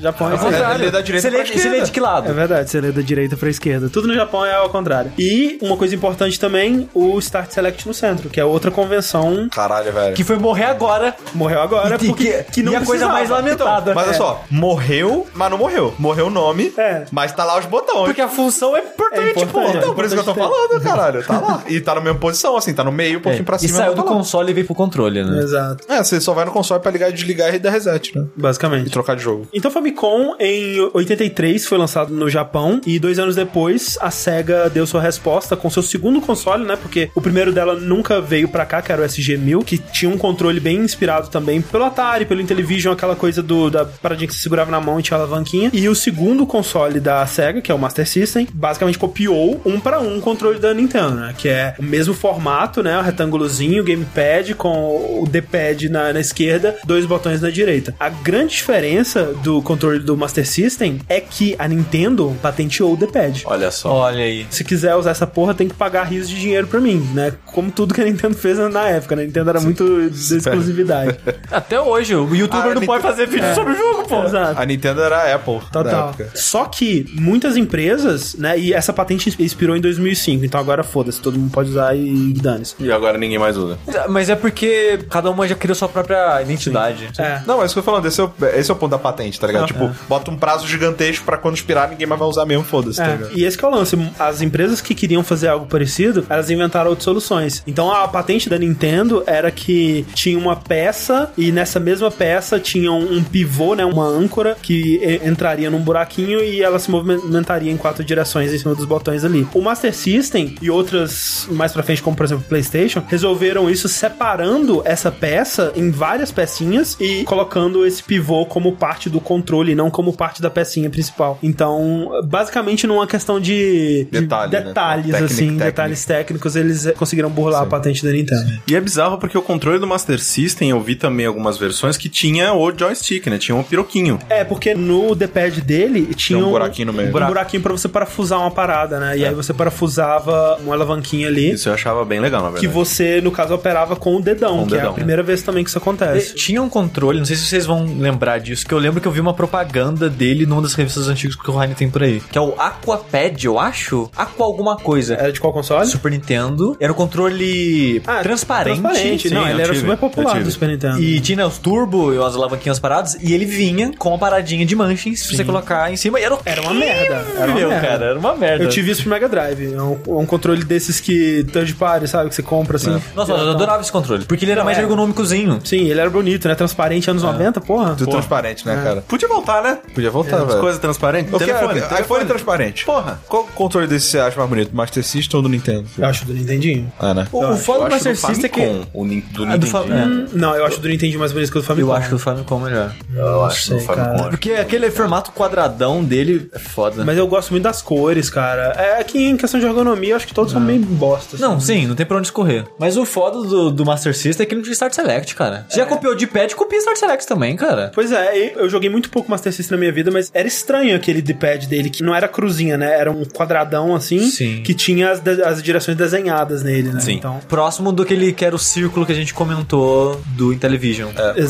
S1: Japão é,
S3: Ao
S1: assim.
S3: contrário.
S4: ele é da direita
S3: Você lê-
S4: pra
S3: você
S4: esquerda.
S3: lê de que lado?
S1: É verdade, você lê da direita pra esquerda. Tudo no Japão é ao contrário. E uma coisa importante também, o Start Select no centro, que é outra convenção
S4: Caralho, velho.
S3: Que foi morrer agora.
S1: que morreu agora, é
S3: E
S1: porque que não
S3: e a coisa
S1: precisava.
S3: mais lamentada.
S4: Mas olha
S3: É.
S4: só, morreu, mas não morreu. Morreu o nome,
S1: né? É.
S4: mas tá lá os botões.
S3: Porque a função é importante,
S1: É importante. É,
S3: pô.
S4: Então, por isso que eu tô falando, caralho. Tá lá. E tá na mesma posição, assim, tá no meio, um pouquinho pra
S3: e
S4: cima.
S3: saiu
S4: mas tá
S3: do
S4: lá.
S3: console e veio pro controle, né?
S1: Exato,
S4: É, você só vai no console pra ligar e desligar e dar reset, né? E
S1: basicamente.
S4: trocar de jogo.
S1: Então Famicom em 83 foi lançado no Japão e dois anos depois a Sega deu sua resposta com seu segundo console, né? Porque o primeiro dela nunca veio pra cá, que era o SG-1000, que tinha um controle bem inspirado também pelo Atari, pelo Intellivision, aquela coisa do da paradinha que você segurava na mão e tinha alavanquinha. E o segundo console da Sega, que é o Master System, basicamente copiou um pra um o controle da Nintendo, né? Que é o mesmo formato, né? O retângulozinho, o gamepad com o D-pad na, na esquerda, dois botões na direita. A grande diferença do controle do Master System é que a Nintendo patenteou o D-pad.
S2: Olha só.
S3: Olha aí.
S1: Se quiser usar essa porra, tem que pagar rios de dinheiro pra mim, né? Como tudo que a Nintendo fez na época, né? A Nintendo era muito de exclusividade.
S3: Até hoje, o youtuber
S4: Ah,
S3: não
S4: ele-
S3: pode fazer vídeo sobre o jogo, pô.
S1: Exato.
S4: A Nintendo era a Apple da
S1: Total.
S4: época.
S1: Só que muitas empresas, né? E essa patente expirou em 2005, então agora foda-se, todo mundo pode usar e dane-se.
S2: E agora ninguém mais usa.
S3: Mas é porque cada uma já criou sua própria identidade.
S1: É.
S4: Não, é isso que eu tô falando. Esse é o, esse é o ponto da patente, tá
S1: Ah,
S4: ligado? tipo, bota um prazo gigantesco pra quando expirar ninguém mais vai usar mesmo, foda-se, tá
S1: É,
S4: ligado?
S1: e esse que é o lance. As empresas que queriam fazer algo parecido, elas inventaram outras soluções. Então a patente da Nintendo era que tinha uma peça e nessa mesma peça tinha um, um pivô, né, uma âncora que e- entraria num buraquinho e ela se movimentaria em quatro direções em cima dos botões ali. O Master System e outras mais pra frente, como por exemplo o PlayStation, resolveram isso separando essa peça em várias pecinhas e colocando esse pivô como parte do controle, não como parte da pecinha principal. Então, basicamente, numa questão de, de
S4: Detalhe, né?
S1: detalhes,
S4: Técnica,
S1: assim,
S4: técnica.
S1: detalhes técnicos, eles eh, conseguiram burlar a patente então. da Nintendo.
S2: E é bizarro porque o controle do Master System, eu vi também algumas versões que tinha o joystick, né? Tinha um piroquinho.
S1: É, É, porque no D-pad dele tinha
S4: um buraquinho no meio. É.
S1: Um buraquinho, pra você parafusar uma parada, né? E aí você parafusava uma alavanquinha ali.
S2: Isso eu achava bem legal, na
S1: Que
S2: verdade.
S1: você, no caso, operava com o dedão,
S2: Com o
S1: que é
S2: dedão.
S1: a primeira vez também que isso acontece.
S3: Tinha um controle, não sei se vocês vão lembrar disso, que eu lembro que eu vi uma propaganda dele numa das revistas antigas que o Ryan tem por aí. Que é o Aquapad, eu acho? Aqua alguma coisa.
S1: Era de qual console?
S3: Super Nintendo. Era um controle
S1: É, Ah,
S3: transparente.
S1: transparente.
S3: Sim,
S1: não, ele
S3: eu
S1: era
S3: tive.
S1: super
S2: eu
S1: popular
S2: tive.
S1: do Super Nintendo.
S3: E tinha né, os turbo e as alavanquinhas paradas, e ele vinha com a paradinha de manches pra você colocar em cima. E era,
S1: Era uma merda. Era uma
S3: Meu,
S1: merda.
S3: cara, era uma merda.
S1: Eu tive isso pro Mega Drive. É um, é um controle desses que third party, sabe? Que você compra assim.
S3: Nossa, mas eu adorava esse controle. Porque ele era
S1: Não,
S3: mais
S1: é.
S3: ergonômicozinho.
S1: Sim, ele era bonito, né? Transparente,
S3: É.
S1: anos 90, porra.
S4: Tudo transparente,
S1: É.
S4: né, cara?
S2: Podia voltar, né?
S4: Podia voltar,
S2: As
S4: velho.
S2: coisas transparentes.
S4: Eu quero- iPhone transparente.
S2: Porra.
S4: Qual controle desse você acha mais bonito? Master System ou do Nintendo?
S1: Eu acho do Nintendinho.
S4: Ah, né?
S3: O, o foda do Master System é que.
S2: O Nin- do
S3: Ah, do Fa-
S2: Nintendinho.
S3: é.
S1: Não, eu acho do Nintendinho mais bonito que o do Famicom.
S3: Eu acho que o Famicom melhor.
S2: Eu acho
S1: Sei,
S2: do Famicom.
S1: cara.
S3: Porque aquele formato quadradão dele é foda.
S1: Mas eu gosto muito das cores, cara. É que em questão de ergonomia, eu acho que todos são meio assim. bostas.
S3: É. Não, sim, não tem pra onde escorrer. Mas o foda do, do Master System é que ele não tinha Start Select, cara. Você já copiou de pad, copia Start Select também, cara.
S1: Pois é, e eu joguei muito pouco Master System na minha vida, mas era estranho aquele D-pad dele, que não era cruzinha, né? Era um quadradão assim,
S3: Sim.
S1: que tinha as, de- as direções desenhadas nele, né?
S2: Sim.
S1: Então,
S3: Próximo do que ele que era o círculo que a gente comentou do Intellivision.
S1: exato,
S2: E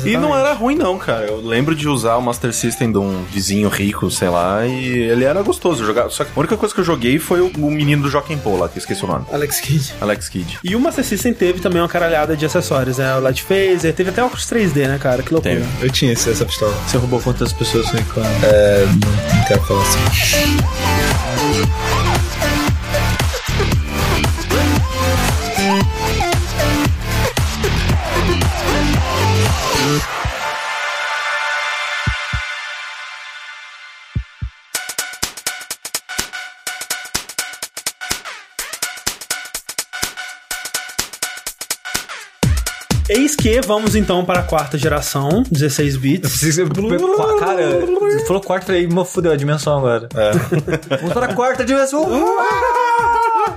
S1: exatamente.
S2: não era ruim, não, cara. Eu lembro de usar o Master System de um vizinho rico, sei lá, e ele era gostoso jogar. Só que a única coisa que eu joguei foi o, o menino do Joaquim Pô lá, que eu esqueci o nome.
S1: Alex Kidd.
S2: Alex Kidd.
S1: E o Master System teve também uma caralhada de acessórios, né? O Light Phaser, teve até óculos 3D, né, cara? Que loucura.
S2: Teve.
S4: Eu tinha esse- essa pistola. É,
S3: Você roubou quantas pessoas né? foi com
S4: Não quero falar assim.
S1: Eis que vamos então para a quarta geração, 16 bits.
S3: Cara, você falou quarta aí, mano, fudeu a dimensão agora. Vamos para a quarta dimensão.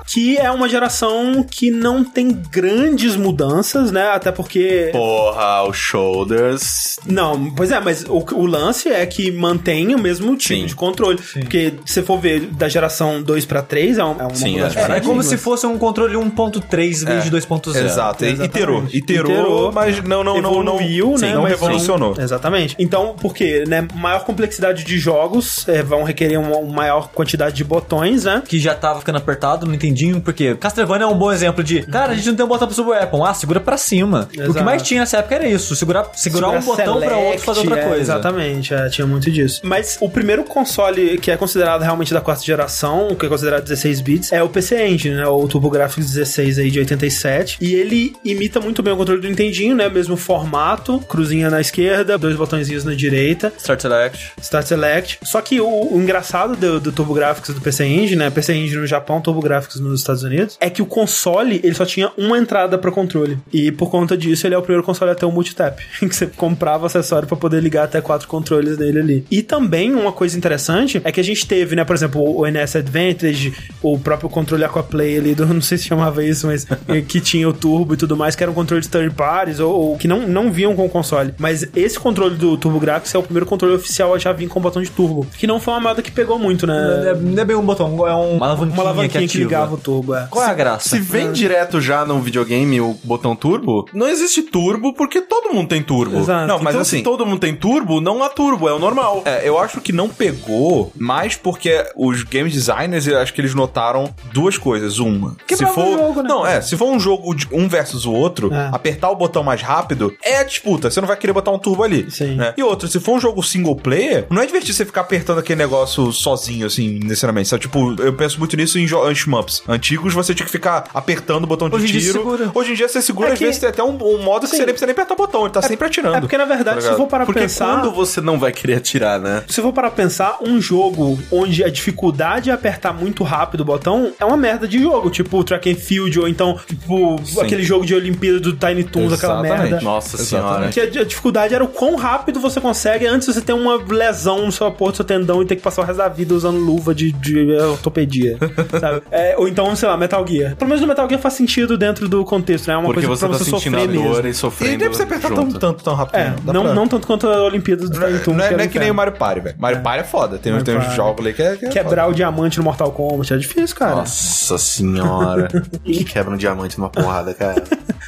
S1: Que é uma geração que não tem grandes mudanças, né? Até porque.
S2: Porra, o Shoulders.
S1: Não, pois é, mas o, o lance é que mantém o mesmo tipo
S2: Sim.
S1: de controle. Porque se você for ver da geração 2 para 3, é, um, é uma
S2: Sim,
S1: mudança
S2: é.
S1: de
S3: É como se
S1: paradigma.
S3: fosse um controle 1.3 em vez de 2.0.
S4: Exato, e- iterou.
S1: Exatamente.
S4: Iterou,
S1: Iterou,
S2: é.
S4: mas não, não, não, não,
S1: evoluiu, né?
S4: sim, não
S1: mas
S4: revolucionou.
S1: Exatamente. Então, porque, né, maior complexidade de jogos eh, vão requerer uma, uma maior quantidade de botões, né?
S3: Que já tava ficando apertado, não entendi, porque Castlevania é um bom exemplo de, cara, a gente não tem um botão pra subir o Apple. Ah, segura pra cima. O que
S1: Exato.
S3: mais tinha nessa época era isso, segurar, segurar um
S1: Segura
S3: botão pra outro
S1: select,
S3: fazer outra
S1: é,
S3: coisa.
S1: Exatamente, é, tinha muito disso. Mas o primeiro console que é considerado realmente da quarta geração, que é considerado 16 bits, é o PC Engine, né? O TurboGrafx 16 aí de 87. E ele imita muito bem o controle do Nintendinho, né? Mesmo formato, cruzinha na esquerda, dois botõezinhos na direita.
S3: Start Select.
S1: Start Select. Só que o, o engraçado do, do TurboGrafx e do PC Engine, né? PC Engine no Japão, TurboGrafx nos Estados Unidos, é que o console, ele só tinha uma entrada pra controle. E por conta disso, ele é o primeiro console a ter um multitap, em que você comprava acessório pra poder ligar até quatro controles dele ali. E também uma coisa interessante é que a gente teve, né, por exemplo, o NS Advantage, o próprio controle Aquaplay ali, do, não sei se chamava isso, mas eh, que tinha o turbo e tudo mais, que era um controle de third parties ou, ou que não, não vinham com o console. Mas esse controle do TurboGrafx é o primeiro controle oficial a já vir com o botão de turbo, que não foi uma moda que pegou muito,
S3: É,
S1: né?
S3: não é bem um botão, é um- uma alavanquinha,
S1: Uma alavanquinha que,
S3: ativa.
S1: ligava o turbo, é.
S3: Qual é a graça?
S2: Se vem direto já no videogame o botão turbo, não existe turbo porque todo mundo tem turbo.
S1: Exato.
S2: Não, mas
S4: Então,
S2: assim,
S4: se
S2: todo mundo tem turbo, não há turbo, é o normal.
S4: É, eu acho que não pegou, mas porque os game designers, eu acho que eles notaram duas coisas. Uma, se
S1: Quebrava
S4: for.
S1: o jogo, né?
S4: Não, é, se for um jogo de um versus o outro,
S1: É.
S4: apertar o botão mais rápido é a disputa. Você não vai querer botar um turbo ali.
S1: Sim.
S4: né? E outro, se for um jogo single player, não é divertido você ficar apertando aquele negócio sozinho, assim, necessariamente. Sabe? Tipo, eu penso muito nisso em, jo- em shmups. Antigos você tinha que ficar apertando o botão de
S3: Hoje em dia
S4: tiro.
S3: segura.
S4: Hoje em dia você segura,
S1: É
S4: às
S1: que-
S4: vezes tem até um, um modo que
S1: Sim.
S4: você nem precisa nem apertar o botão, ele tá sempre atirando.
S1: É porque, na verdade, se
S4: ligado?
S1: for para
S2: Tá Porque
S1: pensar...
S2: quando você não vai querer atirar, né?
S1: Se for para pensar, um jogo onde a dificuldade é apertar muito rápido o botão é uma merda de jogo, tipo o Track and Field, ou então, tipo, aquele jogo de Olimpíada do Tiny Toons, aquela
S4: Exatamente.
S1: merda.
S2: Nossa senhora.
S4: Exatamente.
S1: Que a, a dificuldade era o quão rápido você consegue antes de você ter uma lesão no seu aporto, seu tendão e ter que passar o resto da vida usando luva de, de ortopedia. sabe? É, ou então, sei lá, Metal Gear. Pelo menos no Metal Gear faz sentido dentro do contexto, né? É uma
S2: Porque
S1: coisa
S2: você
S1: pra
S2: tá
S1: você
S2: sentindo a
S1: sofrer
S2: dor
S1: mesmo.
S2: e
S4: E
S2: sofrendo.
S4: nem precisa apertar tão,
S2: junto.
S4: tanto tão rápido.
S1: É,
S4: não. Dá
S1: não,
S4: pra-
S1: não tanto quanto a Olimpíada do
S4: Não é,
S1: Taitum.
S4: não é- não é que nem o
S1: Mario
S4: Mario Party, velho. Mario Party é foda. Tem,
S1: Mario
S4: tem uns
S1: Party.
S4: jogos ali que é. que é
S1: Quebrar
S4: foda.
S1: o diamante no Mortal Kombat é difícil, cara.
S2: Nossa senhora. que quebra um diamante numa porrada, cara.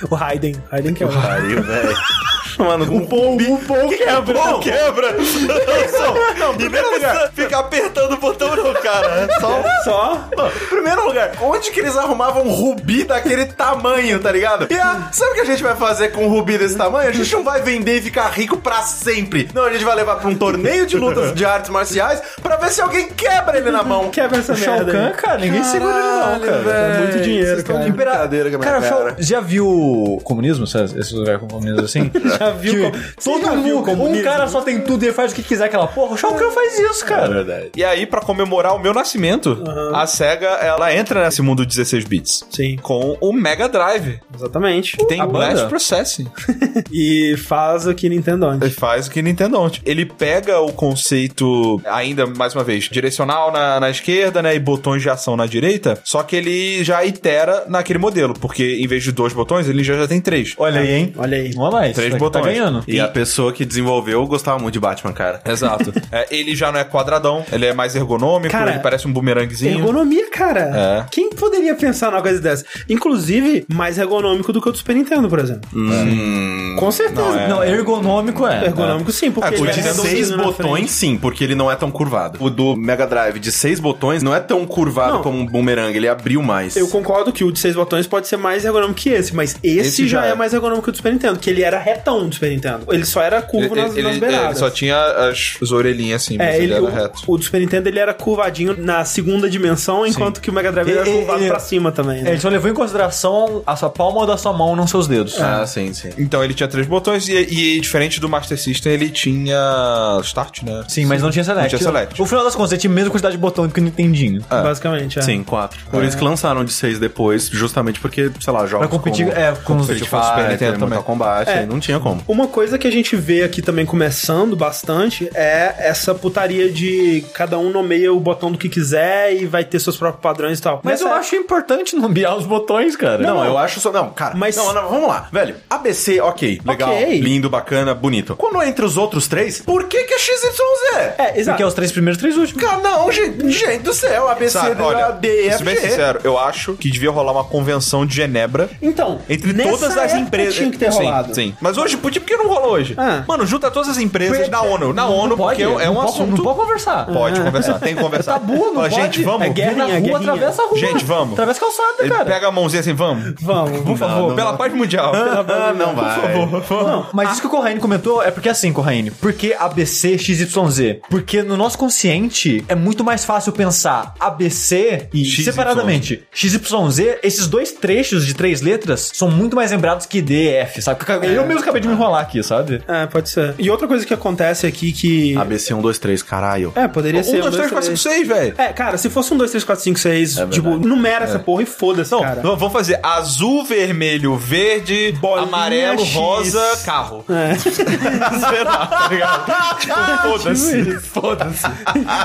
S1: O Raiden. Raiden quebra.
S2: Pariu, velho. Mano, um pombo, um pombo quebra.
S4: Quebra! Não, não, em primeiro lugar,
S2: Fica apertando o botão não, cara. É Só...
S1: Só?
S2: Mano, Primeiro lugar, onde que eles arrumavam um rubi daquele tamanho, tá ligado? E ah, sabe o que a gente vai fazer com um rubi desse tamanho? A gente não vai vender e ficar rico pra sempre. Não, a gente vai levar pra um torneio de lutas de artes marciais pra ver se alguém quebra ele na mão.
S1: Quebra essa
S3: O Shao
S1: merda.
S3: Kahn,
S1: aí.
S3: cara, ninguém segura ele não, cara.
S1: velho. É muito dinheiro,
S2: Vocês tão
S1: cara.
S2: de brincadeira com a minha
S3: Cara,
S2: cara. um
S3: Shao- já viu comunismo? Sabe, Esse lugar com comunismo assim?
S1: Já viu
S3: Que
S1: como- Você já
S3: Todo
S1: viu
S3: mundo, um
S1: comunismo?
S3: cara só tem tudo e ele faz o que quiser aquela porra. O Shao Kahn faz isso, cara.
S2: É verdade.
S4: E aí, pra comemorar o meu nascimento, a SEGA, ela entra nesse mundo 16 bits.
S1: Sim.
S4: Com o Mega Drive.
S1: Exatamente.
S4: que Tem
S3: A
S4: Blast
S3: banda?
S4: Processing.
S1: E faz o que Nintendo
S4: Ele
S1: antes.
S4: faz o que Nintendo ontem. Ele pega o conceito, ainda mais uma vez, direcional na, na esquerda, né? E botões de ação na direita. Só que ele já itera naquele modelo. Porque em vez de dois botões, ele já, já tem três.
S3: Olha aí, hein?
S1: Olha aí.
S3: Não é mais.
S4: Três
S3: Tá-
S4: botões.
S3: Tá ganhando.
S2: E a pessoa que desenvolveu gostava muito de Batman, cara.
S4: Exato. É, ele já não é quadradão, ele é mais ergonômico,
S1: Cara,
S4: ele parece um bumeranguezinho.
S1: Ergonomia, cara.
S4: É.
S1: Quem poderia pensar numa coisa dessa? Inclusive, mais ergonômico do que o do Super Nintendo, por exemplo. Com certeza.
S4: é-
S3: Não, é. ergonômico é.
S1: Ergonômico sim, porque
S2: Ah, o
S1: ele é
S2: de
S1: redondinho
S2: seis
S1: na frente.
S2: botões, sim, porque ele não é tão curvado. O do Mega Drive de seis botões não é tão curvado
S1: Não.
S2: como um bumerangue, ele abriu mais.
S1: Eu concordo que o de seis botões pode ser mais ergonômico que esse, mas esse,
S4: Esse
S1: já
S4: já
S1: é.
S4: é.
S1: mais ergonômico que o do Super Nintendo, que ele era retão do Super Nintendo. Ele só era curvo nas, nas beiradas.
S4: ele só tinha as, as orelhinhas assim, mas
S1: É,
S4: ele,
S1: ele,
S4: era
S1: o,
S4: reto.
S1: o do Super Nintendo ele era curvadinho na segunda dimensão, enquanto que o Mega Drive ele era
S3: E- e-
S1: curvado
S3: e-
S1: pra cima também.
S3: É,
S1: Né?
S3: ele só levou em consideração a sua palma da sua mão, não seus dedos.
S2: Ah, sim, sim.
S4: Então ele tinha três botões e, e diferente do Master System, ele tinha Start, né?
S3: Sim, mas não tinha select.
S4: Não tinha select.
S3: No final das contas, ele tinha a mesma quantidade de botão do que o Nintendinho.
S1: Basicamente, é.
S2: Sim, quatro. Por isso que lançaram de seis depois, justamente porque, sei lá, jogos
S3: Pra competir
S2: como
S3: é, com os
S2: Street
S4: com o Super Nintendo
S2: Fighter, Mortal
S4: também.
S2: Kombat,
S1: É.
S2: aí não tinha como.
S1: Uma coisa que a gente vê aqui também começando bastante é essa putaria de cada um nomeia o botão do que quiser e vai ter seus próprios padrões e tal. é,
S3: Mas eu
S1: Nessa-
S3: acho importante nomear os botões, cara.
S2: Não, eu acho só. Não, cara.
S1: Mas-
S2: Não, não, vamos lá. Velho, ABC, ok. Legal.
S1: Ok.
S2: Lindo, bacana, bonito. Quando entre os outros três, por que que é XYZ?
S1: É, exato.
S3: Porque é os três primeiros, três últimos.
S2: Cara, não, gente, gente do céu. ABC,
S4: Sabe,
S2: D,
S4: olha,
S2: D, E,
S4: vou
S2: F,
S4: ser bem
S2: G.
S4: sincero, eu acho que devia rolar uma convenção de Genebra
S1: Então,
S4: entre
S1: nessa
S4: todas as
S1: época
S4: empresas.
S1: Tinha que ter
S4: sim,
S1: rolado.
S4: sim. Mas hoje podia, porque não rolou hoje.
S1: Ah.
S4: Mano, junta todas as empresas na ONU. Na
S3: Não
S4: ONU,
S3: pode,
S4: porque é
S3: não
S4: um
S3: pode-
S4: assunto.
S3: Não pode conversar. É
S4: Pode conversar, tem que conversar.
S3: Tabu, não
S4: Ó,
S3: pode.
S4: Gente, vamos.
S3: É guerra na rua,
S1: Guerrinha, guerrinha.
S3: atravessa a rua.
S4: Gente, vamos.
S3: Atravessa a calçada,
S4: Ele
S3: cara.
S4: pega a mãozinha assim, vamos.
S1: Vamos,
S4: Por favor, pela paz mundial.
S2: Ah, não vai.
S3: Não, mas isso que o Corraine comentou é porque assim, Corraine, porque ABC, XYZ? Porque no nosso consciente é muito mais fácil pensar ABC e
S4: XYZ.
S3: separadamente. XYZ, esses dois trechos de três letras são muito mais lembrados que D, F, sabe? Porque Eu mesmo acabei de me enrolar aqui, sabe?
S1: É, pode ser. E outra coisa que acontece aqui que.
S2: ABC 1, 2, 3, caralho.
S1: É, poderia ser.
S4: Um, dois, três, quatro, cinco, seis, velho.
S1: É, cara, se fosse um, dois, três, quatro, cinco, seis,
S4: É
S1: tipo, numera essa porra e foda-se,
S4: Não,
S1: cara.
S4: não, vamos fazer azul, vermelho, verde,
S1: Bolinha,
S4: amarelo,
S1: X.
S4: rosa, carro.
S1: É.
S4: Sei lá, tá ligado? Tipo, foda-se. Foda-se.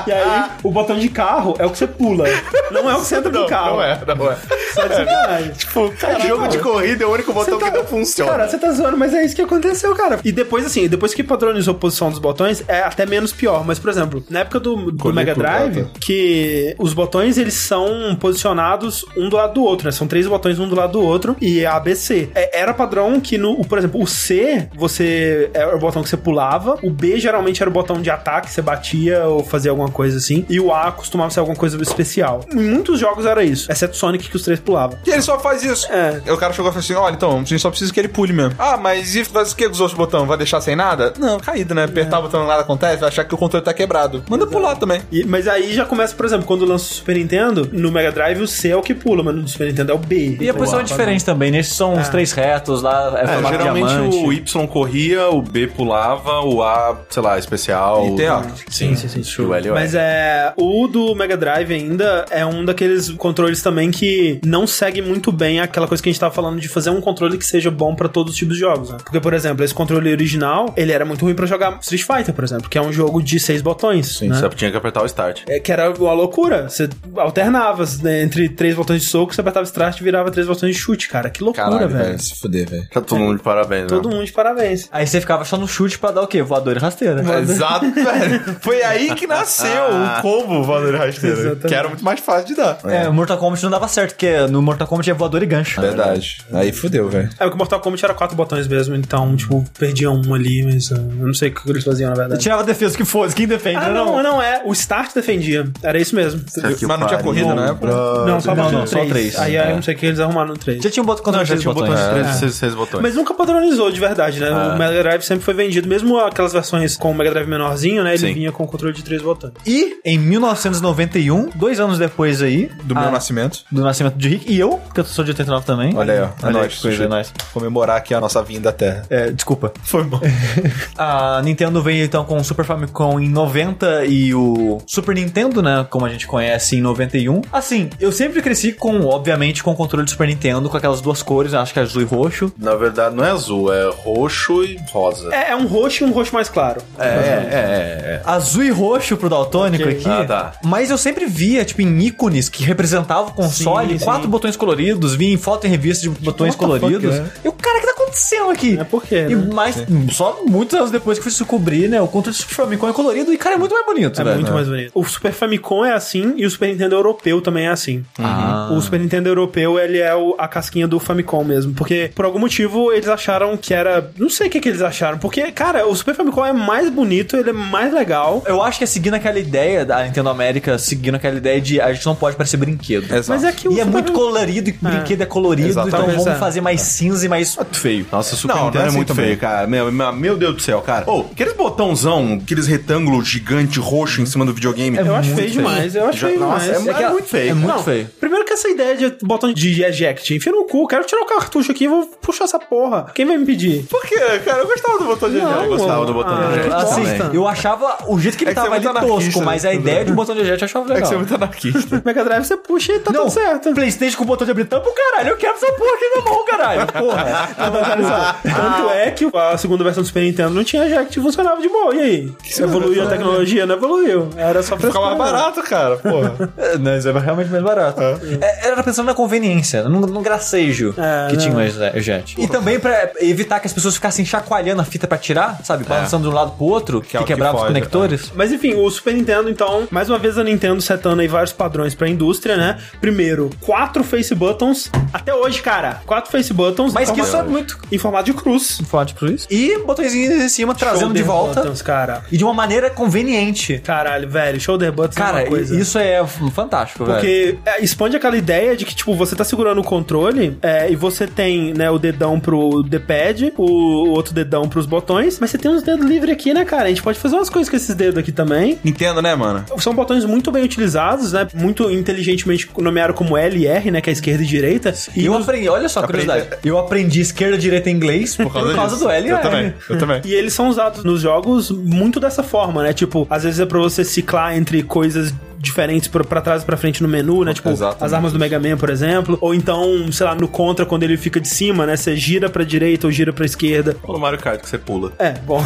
S1: E aí, o botão de carro é o que você pula. Não é o que você entra no carro.
S4: Não é, não é.
S1: Só de sacanagem.
S4: Pô, cara,
S2: Jogo de corrida é o único
S1: Você
S2: botão
S1: tá-
S2: que não funciona.
S1: Cara, você tá zoando, mas é isso que aconteceu, cara. E depois, assim, depois que padronizou a posição dos botões, é até menos pior. Mas, por exemplo, na época do, do Mega
S4: pro
S1: Drive,
S4: gato.
S1: que os botões, eles são posicionados um do lado do outro, né? São três botões um do lado do outro e é ABC. É, era padrão que, no, o- por exemplo, o C, você é, era o botão que você pulava. O B, geralmente, era o botão de ataque, você batia ou fazia alguma coisa assim. E o A costumava ser alguma coisa especial. Em muitos jogos era isso, exceto Sonic, que os três pulavam.
S4: E ele só faz isso.
S1: É.
S4: Aí O cara chegou e falou assim: olha, então, a gente só precisa que ele pule mesmo. Ah, mas e faz o que com os outros botões? Vai deixar sem nada? Não, caído, né? Apertar o botão nada acontece, vai achar que o controle tá quebrado. Manda pular também.
S1: E- mas aí já começa, por exemplo, quando lança o Super Nintendo, no Mega Drive o C é o que pula, mas no Super Nintendo é o B.
S3: E a posição é diferente também, né? Esses são os três retos lá, é,
S2: É,
S3: formado
S2: geralmente
S3: diamante.
S2: o Y corria, o B pulava, o A, sei lá, especial.
S4: E tem, ó.
S2: Sim, sim, sim. O L,
S1: Mas é. O do Mega Drive ainda é um daqueles controles também que não segue muito bem aquela coisa que a gente tava falando de fazer um controle que seja bom pra todos os tipos de jogos. Né? Porque, por exemplo, esse controle original, ele era muito ruim pra jogar Street Fighter, por exemplo, que é um jogo de seis botões.
S2: Sim, é
S1: né?
S2: você tinha que apertar o start.
S1: É, que era uma loucura. Você alternava né, entre três botões de soco, você apertava start e virava três botões de chute, cara. Que loucura,
S5: Caralho,
S1: É, velho.
S5: velho. Se fuder, velho.
S2: Tá todo mundo de parabéns,
S1: Todo
S2: né?
S1: mundo de parabéns.
S3: Aí você ficava só no chute pra dar o quê? Voador e rasteira.
S4: Exato, velho. Foi aí que nasceu é
S3: Ah,
S4: o combo Valor Rasteiro.
S1: Exatamente.
S4: Que era muito mais fácil de dar.
S3: É, o Mortal Kombat não dava certo, porque no Mortal Kombat é voador e gancho.
S5: Verdade. Aí fudeu, velho.
S1: É, porque o Mortal Kombat era quatro botões mesmo, então, tipo, perdia um ali, mas uh, eu não sei o que eles faziam, na
S3: Eu
S1: verdade.
S3: tirava defesa, que fosse, quem defende,
S1: Ah,
S3: né,
S1: não, não é. O start defendia. Era isso mesmo.
S2: Puta que
S4: Mas não tinha
S2: pariu.
S4: corrida na época?
S1: Não, só,
S3: não, não, só
S1: três.
S3: três.
S1: Aí um
S3: É.
S1: eu não sei o que eles arrumaram no 3.
S3: Já tinha um botão contra
S2: Não, já
S3: três
S2: tinha
S3: botões.
S2: botões, três,
S1: É.
S2: seis, seis botões.
S1: Mas nunca padronizou de verdade, né?
S3: Ah.
S1: O Mega Drive sempre foi vendido, mesmo aquelas versões com o Mega Drive menorzinho, né? Ele
S2: Sim.
S1: vinha com o controle de três botões.
S3: E em 1991, dois anos depois aí,
S4: Do meu
S3: a-
S4: nascimento.
S3: do nascimento de Rick, e eu, que eu sou de 89 também.
S4: Olha aí, ó. É
S3: Olha aí,
S4: nóis,
S3: que coisa, é
S4: sujeito.
S3: nóis.
S4: Comemorar aqui a nossa vinda à Terra.
S3: É, desculpa.
S4: Foi bom.
S3: A Nintendo veio então com o Super Famicom em 90 e o Super Nintendo, né, como a gente conhece, em 91. Assim, eu sempre cresci com, obviamente, com o controle do Super Nintendo, com aquelas duas cores, eu acho que é azul e roxo.
S2: Na verdade, não é azul, é roxo e rosa.
S1: É, é um roxo e um roxo mais claro.
S2: É, é, é. é.
S3: Azul e roxo pro Daltônico
S1: Ok.
S3: aqui.
S2: Ah, tá.
S3: Mas eu sempre via, tipo, em ícones que representavam o console,
S1: Sim, Tipo, sim.
S3: quatro botões coloridos, via em foto e revista de botões
S4: what the fuck,
S3: coloridos.
S4: né?
S3: E o cara, o que tá acontecendo aqui?
S1: É por quê,
S3: E
S1: né?
S3: mais, só muitos anos depois que eu fui descobrir, né, o controle do Super Famicom é colorido e, cara, é muito mais bonito,
S1: É
S3: velho.
S1: muito mais bonito. O Super Famicom é assim e o Super Nintendo europeu também é assim.
S3: Ah.
S1: O Super Nintendo europeu, ele é o- a casquinha do Famicom mesmo. Porque, por algum motivo, eles acharam que era... Não sei o que, que eles acharam. Porque, cara, o Super Famicom é mais bonito, ele é mais legal.
S3: Eu acho que é seguindo aquela ideia da Nintendo América, seguindo aquela ideia de a gente não pode parecer brinquedo.
S1: Mas é que o
S3: E é
S1: Super
S3: muito colorido, e brinquedo é colorido, então
S1: Exatamente,
S3: vamos
S1: é.
S3: fazer mais cinza e mais feio.
S2: Nossa, o Super
S4: Não, não
S2: Nintendo
S4: é
S2: é,
S4: assim
S2: muito
S4: também.
S2: feio, cara. Meu, meu, meu Deus do céu, cara. Ô, aqueles botãozão, aqueles retângulos gigante roxo em cima do videogame.
S1: Eu acho feio
S3: muito feio.
S1: demais, eu acho
S2: é Já-
S1: feio
S2: nossa,
S1: demais.
S2: é mu-
S3: que-
S2: muito feio.
S3: É muito
S1: Não,
S3: feio.
S1: Primeiro que essa ideia de botão de eject, enfia no cu, quero tirar o cartucho aqui, vou puxar essa porra. Quem vai me pedir?
S4: Por quê? Cara, eu gostava do botão de
S1: Não,
S2: eu gostava do botão
S1: ah,
S2: de eject
S3: Assim,
S1: bosta.
S3: eu achava o jeito que ele
S4: É que você é
S3: tava ali
S4: muito
S3: tosco,
S4: anarquista,
S3: mas a
S4: né?
S3: ideia de um botão de eject eu achava
S4: É que
S3: legal.
S4: você é muito anarquista.
S1: Mega Drive você puxa e tá tudo certo.
S3: Playstation com o botão de abrir tampa, caralho, eu quero essa porra aqui na mão, caralho. Porra.
S1: Não, mas olha só, Tanto é que a segunda versão do Super Nintendo não tinha eject, funcionava de boa. E aí? evoluiu a tecnologia? Não evoluiu. Era só pra
S4: Ficava mais barato, cara, porra.
S3: É, Não, isso é realmente mais barato. É, era pensando na conveniência, num, num gracejo
S1: É,
S3: que
S1: não.
S3: tinha o eje- eject. E também pra evitar que as pessoas ficassem chacoalhando a fita pra tirar, sabe? Balançando de um lado pro outro, que,
S4: é o É. que é.
S3: quebrava os
S4: foge,
S3: conectores.
S1: Mas enfim, o Super Nintendo, então, mais uma vez a Nintendo setando aí vários padrões pra indústria, né? Primeiro, quatro face buttons. Até hoje, cara, quatro face buttons.
S3: Mas
S1: em
S3: que isso é
S1: formato-
S3: muito
S1: Em formato de cruz.
S3: forte por isso. E botõezinhos em cima, trazendo de
S1: Shoulder
S3: então. volta.
S1: Buttons, cara.
S3: E de uma maneira conveniente.
S1: Caralho, velho, shoulder buttons é
S3: Cara,
S1: uma coisa.
S3: isso é f- fantástico, velho.
S1: Porque é, expande aquela ideia de que, tipo, você tá segurando o controle é, e você tem, né, o dedão pro D-pad, o, o outro dedão pros botões, mas você tem uns dedos livres aqui, né, cara? A gente pode fazer umas coisas com esses dedos aqui também.
S4: Nintendo, né, mano?
S1: São botões muito bem utilizados, né? Muito inteligentemente nomearam como L e R, né? Que é esquerda e direita.
S3: E
S1: E,
S3: eu aprendi, olha só a
S4: Aprendi-
S3: curiosidade. Eu aprendi esquerda e direita em inglês por causa,
S4: disso.
S3: do L. e
S4: Eu
S3: R.
S4: também, eu também.
S1: e eles são usados nos jogos muito dessa forma, né? Tipo, às vezes é pra você ciclar entre coisas diferentes pra, pra trás e pra frente no menu, né? Tipo,
S4: Exatamente.
S1: as armas do Mega Man, por exemplo. Ou então, sei lá, no Contra, quando ele fica de cima, né? Você gira pra direita ou gira pra esquerda.
S2: Fala o Mario Kart que você pula.
S1: É, bom.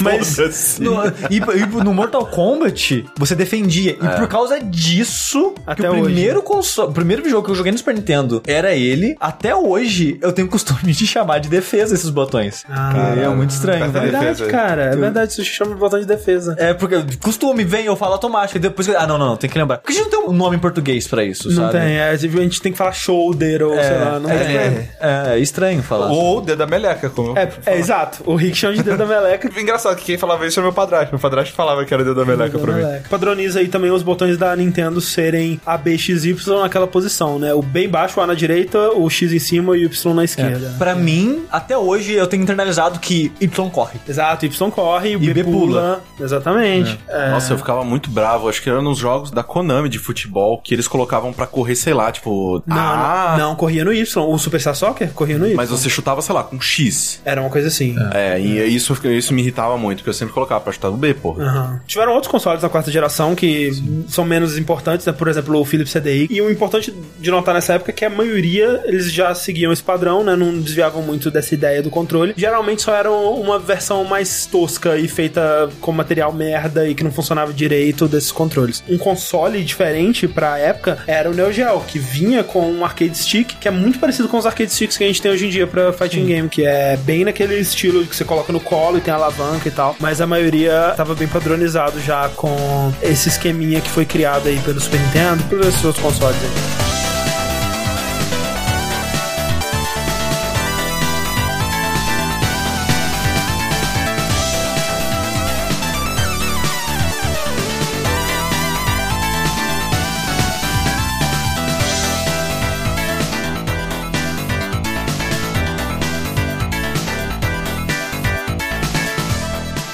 S1: Mas...
S2: Foda-se.
S3: No- e, e no Mortal Kombat, você defendia. E por causa disso, que
S1: Até
S3: o
S1: hoje.
S3: primeiro console, o primeiro jogo que eu joguei no Super Nintendo era ele. Até hoje, eu tenho o costume de chamar de defesa esses botões.
S1: Ah,
S3: é muito estranho,
S1: É
S4: Caralho.
S3: velho.
S1: verdade,
S4: Defesa.
S1: cara. É verdade, isso se chama botão de defesa.
S3: É, porque costume vem, eu falo automático, e depois... Ah, não, não, não, tem que lembrar. Porque a gente não tem um nome em português pra isso,
S1: Não
S3: sabe?
S1: tem, é, a gente tem que falar shoulder ou sei lá, não tem.
S3: É, é, é estranho falar.
S4: Ou o dedo da meleca, como...
S1: É, é, exato. O Rick chama de dedo da meleca.
S4: Engraçado que quem falava isso era meu padrasto. Meu padrasto falava que era o dedo da meleca pra mim.
S1: Padroniza aí também os botões da Nintendo serem A, B, X, Y naquela posição, né? O B embaixo, o A na direita, o X em cima e o Y na esquerda.
S3: Pra mim, até hoje, eu tenho internalizado que Y corre.
S1: Exato, Y corre, o
S3: E
S1: B,
S3: B
S1: pula. Exatamente. É.
S2: Nossa, eu ficava muito bravo. Acho que era lembrando uns jogos da Konami de futebol que eles colocavam pra correr, sei lá, tipo.
S1: Não,
S2: ah,
S1: não, não, corria no Y. O Superstar Soccer corria no Y.
S2: Mas você chutava, sei lá, com X.
S1: Era uma coisa assim.
S2: É, e isso, isso me irritava muito, porque eu sempre colocava pra chutar no B, porra.
S1: Aham. Tiveram outros consoles da quarta geração que são menos importantes, né? por exemplo, o Philips CDI. E o importante de notar nessa época é que a maioria eles já seguiam esse padrão, né? Não desviavam muito dessa ideia do controle. Geralmente só era uma versão mais tosca e feita com material merda e que não funcionava direito desses controles. Um console diferente pra época era o Neo Geo, que vinha com um arcade stick que é muito parecido com os arcade sticks que a gente tem hoje em dia pra fighting game, que é bem naquele estilo que você coloca no colo e tem alavanca e tal. Mas a maioria tava bem padronizado já com esse esqueminha que foi criado aí pelo Super Nintendo, pelos seus consoles aí.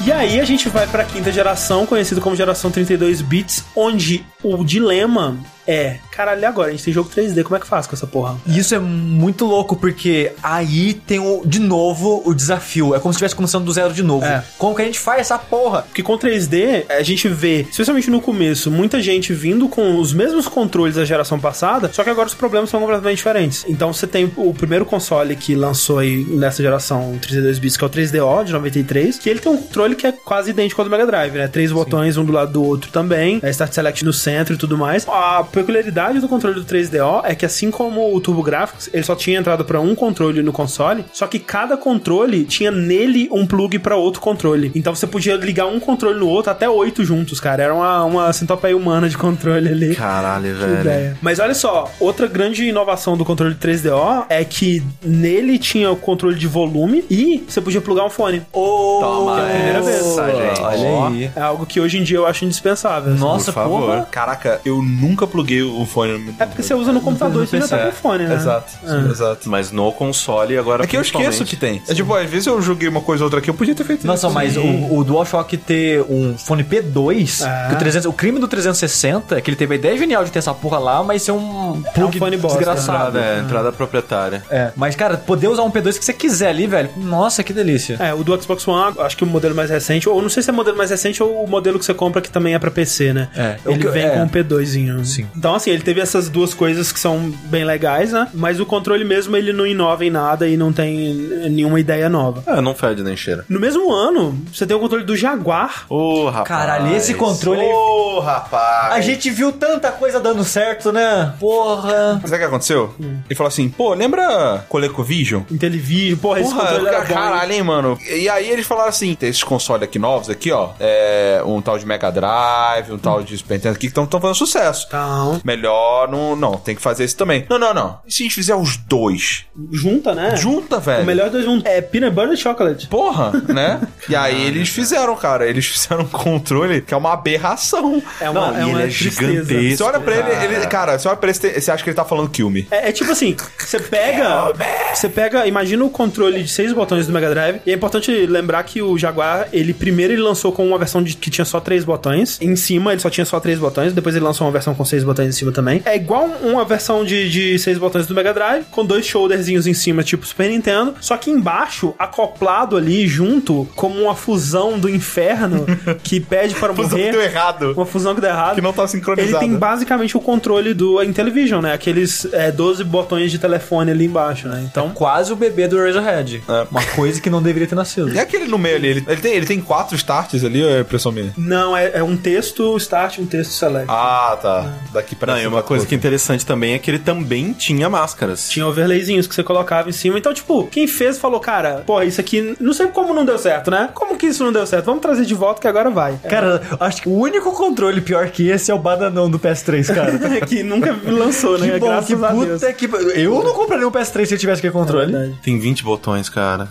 S1: E aí a gente vai pra quinta geração, conhecido como geração 32 bits, onde o dilema é, caralho, e agora a gente tem jogo 3D, como é que faz com essa porra?
S3: E isso é muito louco, porque aí tem o, de novo o desafio. É como se estivesse começando do zero de novo.
S1: É.
S3: Como que a gente faz essa porra?
S1: Porque com 3D, a gente vê, especialmente no começo, muita gente vindo com os mesmos controles da geração passada, só que agora os problemas são completamente diferentes. Então você tem o primeiro console que lançou aí nessa geração 32 bits, que é o 3DO de 93, que ele tem um controle que é quase idêntico ao do Mega Drive, né? Três botões, um do lado do outro também, é Start Select no centro e tudo mais. A peculiaridade do controle do 3DO é que assim como o Turbo Graphics, ele só tinha entrada pra um controle no console, só que cada controle tinha nele um plug pra outro controle. Então você podia ligar um controle no outro até oito juntos, cara. Era uma, uma centopeia humana de controle ali.
S2: Caralho,
S1: Que ideia. Mas olha só, outra grande inovação do controle 3DO é que nele tinha o controle de volume e você podia plugar um fone.
S3: Ô,
S2: Toma é, essa, tá, gente.
S3: Olha aí.
S1: É algo que hoje em dia eu acho indispensável. assim.
S3: Nossa, porra.
S4: Caraca, eu nunca pluguei o fone no meu
S1: É porque você usa no computador e você já tá com fone, né?
S4: Exato, exato.
S2: Mas no console agora.
S4: É que eu esqueço que
S2: principalmente.
S4: tem. É tipo, às vezes eu joguei uma coisa ou outra aqui, eu podia ter feito
S3: Nossa,
S4: isso.
S3: mas o, o DualShock ter um fone P2,
S4: É.
S1: Ah.
S3: que o, 300 o crime do 360 é que ele teve a ideia genial de ter essa porra lá, mas ser
S4: É
S3: um plug
S1: fone bosta,
S3: desgraçado.
S2: Entrada, é,
S4: né?
S2: entrada proprietária.
S3: É, mas cara, poder usar um P2 que você quiser ali, velho. Nossa, que delícia.
S1: É, o do Xbox One, acho que o modelo mais recente, ou não sei se é o modelo mais recente ou o modelo que você compra que também é pra PC, né?
S3: É, o
S1: Ele
S3: que-
S1: vem
S3: é.
S1: com um P2zinho.
S3: Sim.
S1: Então, assim, ele teve essas duas coisas que são bem legais, né? Mas o controle mesmo, ele não inova em nada e não tem nenhuma ideia nova.
S2: É, não fede nem cheira.
S1: No mesmo ano, você tem o controle do Jaguar.
S2: Ô, rapaz.
S3: Caralho, esse controle.
S2: Ô, rapaz.
S3: A gente viu tanta coisa dando certo, né? Porra.
S4: Mas sabe o que aconteceu?
S1: Hum.
S4: Ele falou assim, pô, lembra ColecoVision?
S1: Intellivision, porra, esse
S4: Porra,
S1: controle era bom, hein?
S4: caralho, hein, mano. E aí eles falaram assim: tem esses consoles aqui novos aqui, ó. É, um tal de Mega Drive, um tal de Super Nintendo aqui que estão fazendo sucesso.
S1: Então,
S4: Melhor não, não, tem que fazer esse também. Não, não, não. E se a gente fizer os dois?
S1: junta, né?
S4: Junta, velho.
S1: O melhor dos mundos é Peanut Butter e Chocolate.
S4: Porra, né? e aí eles fizeram, cara. Eles fizeram um controle que é uma aberração.
S1: É uma,
S2: Não,
S1: é
S2: e
S1: uma
S2: ele é
S1: tristeza.
S2: gigantesco.
S4: Você olha pra ele, ele- cara, você olha pra ele, você você acha que ele tá falando Kilme.
S1: É, é tipo assim, você pega. Você pega. Imagina o controle de seis botões do Mega Drive. E é importante lembrar que o Jaguar, ele primeiro ele lançou com uma versão de- que tinha só três botões. Em cima ele só tinha só três botões. Depois ele lançou uma versão com seis botões em cima também. É igual uma versão de, de seis botões do Mega Drive, com dois shoulderzinhos em cima, tipo Super Nintendo. Só que embaixo, acoplado ali junto, como uma fusão do inferno que pede
S2: Um
S1: para
S4: Fusão
S1: morrer.
S4: que deu errado.
S1: Uma fusão que deu errado.
S4: Que não tá sincronizada.
S1: Ele tem basicamente o controle do Intellivision, né? Aqueles é, 12 botões de telefone ali embaixo, né? Então.
S3: É Quase o bebê do Razorhead.
S4: É.
S3: Uma coisa que não deveria ter nascido.
S4: E aquele no meio ali, ele, ele tem, ele tem quatro starts ali, ou é impressão minha?
S1: Não, é, é um texto start, um texto select.
S4: Ah, tá. Daqui pra
S2: Não, e
S4: cima
S2: uma coisa
S4: todo.
S2: que é interessante também é que ele também tinha máscaras.
S1: Tinha overlayzinhos que você colocava em cima. Então, tipo, quem fez falou, cara, porra, isso aqui não sei como não deu certo, né? Como que isso não deu certo? Vamos trazer de volta que agora vai.
S3: Cara, acho que o único controle pior que esse é o bananão do PS3, cara.
S1: É,
S3: É,
S1: que nunca lançou, né?
S3: que bom,
S1: Graças
S3: que
S1: a Deus.
S3: puta que. Eu não compraria um PS3 se eu tivesse aquele controle.
S1: Verdade.
S2: Tem 20 botões, cara.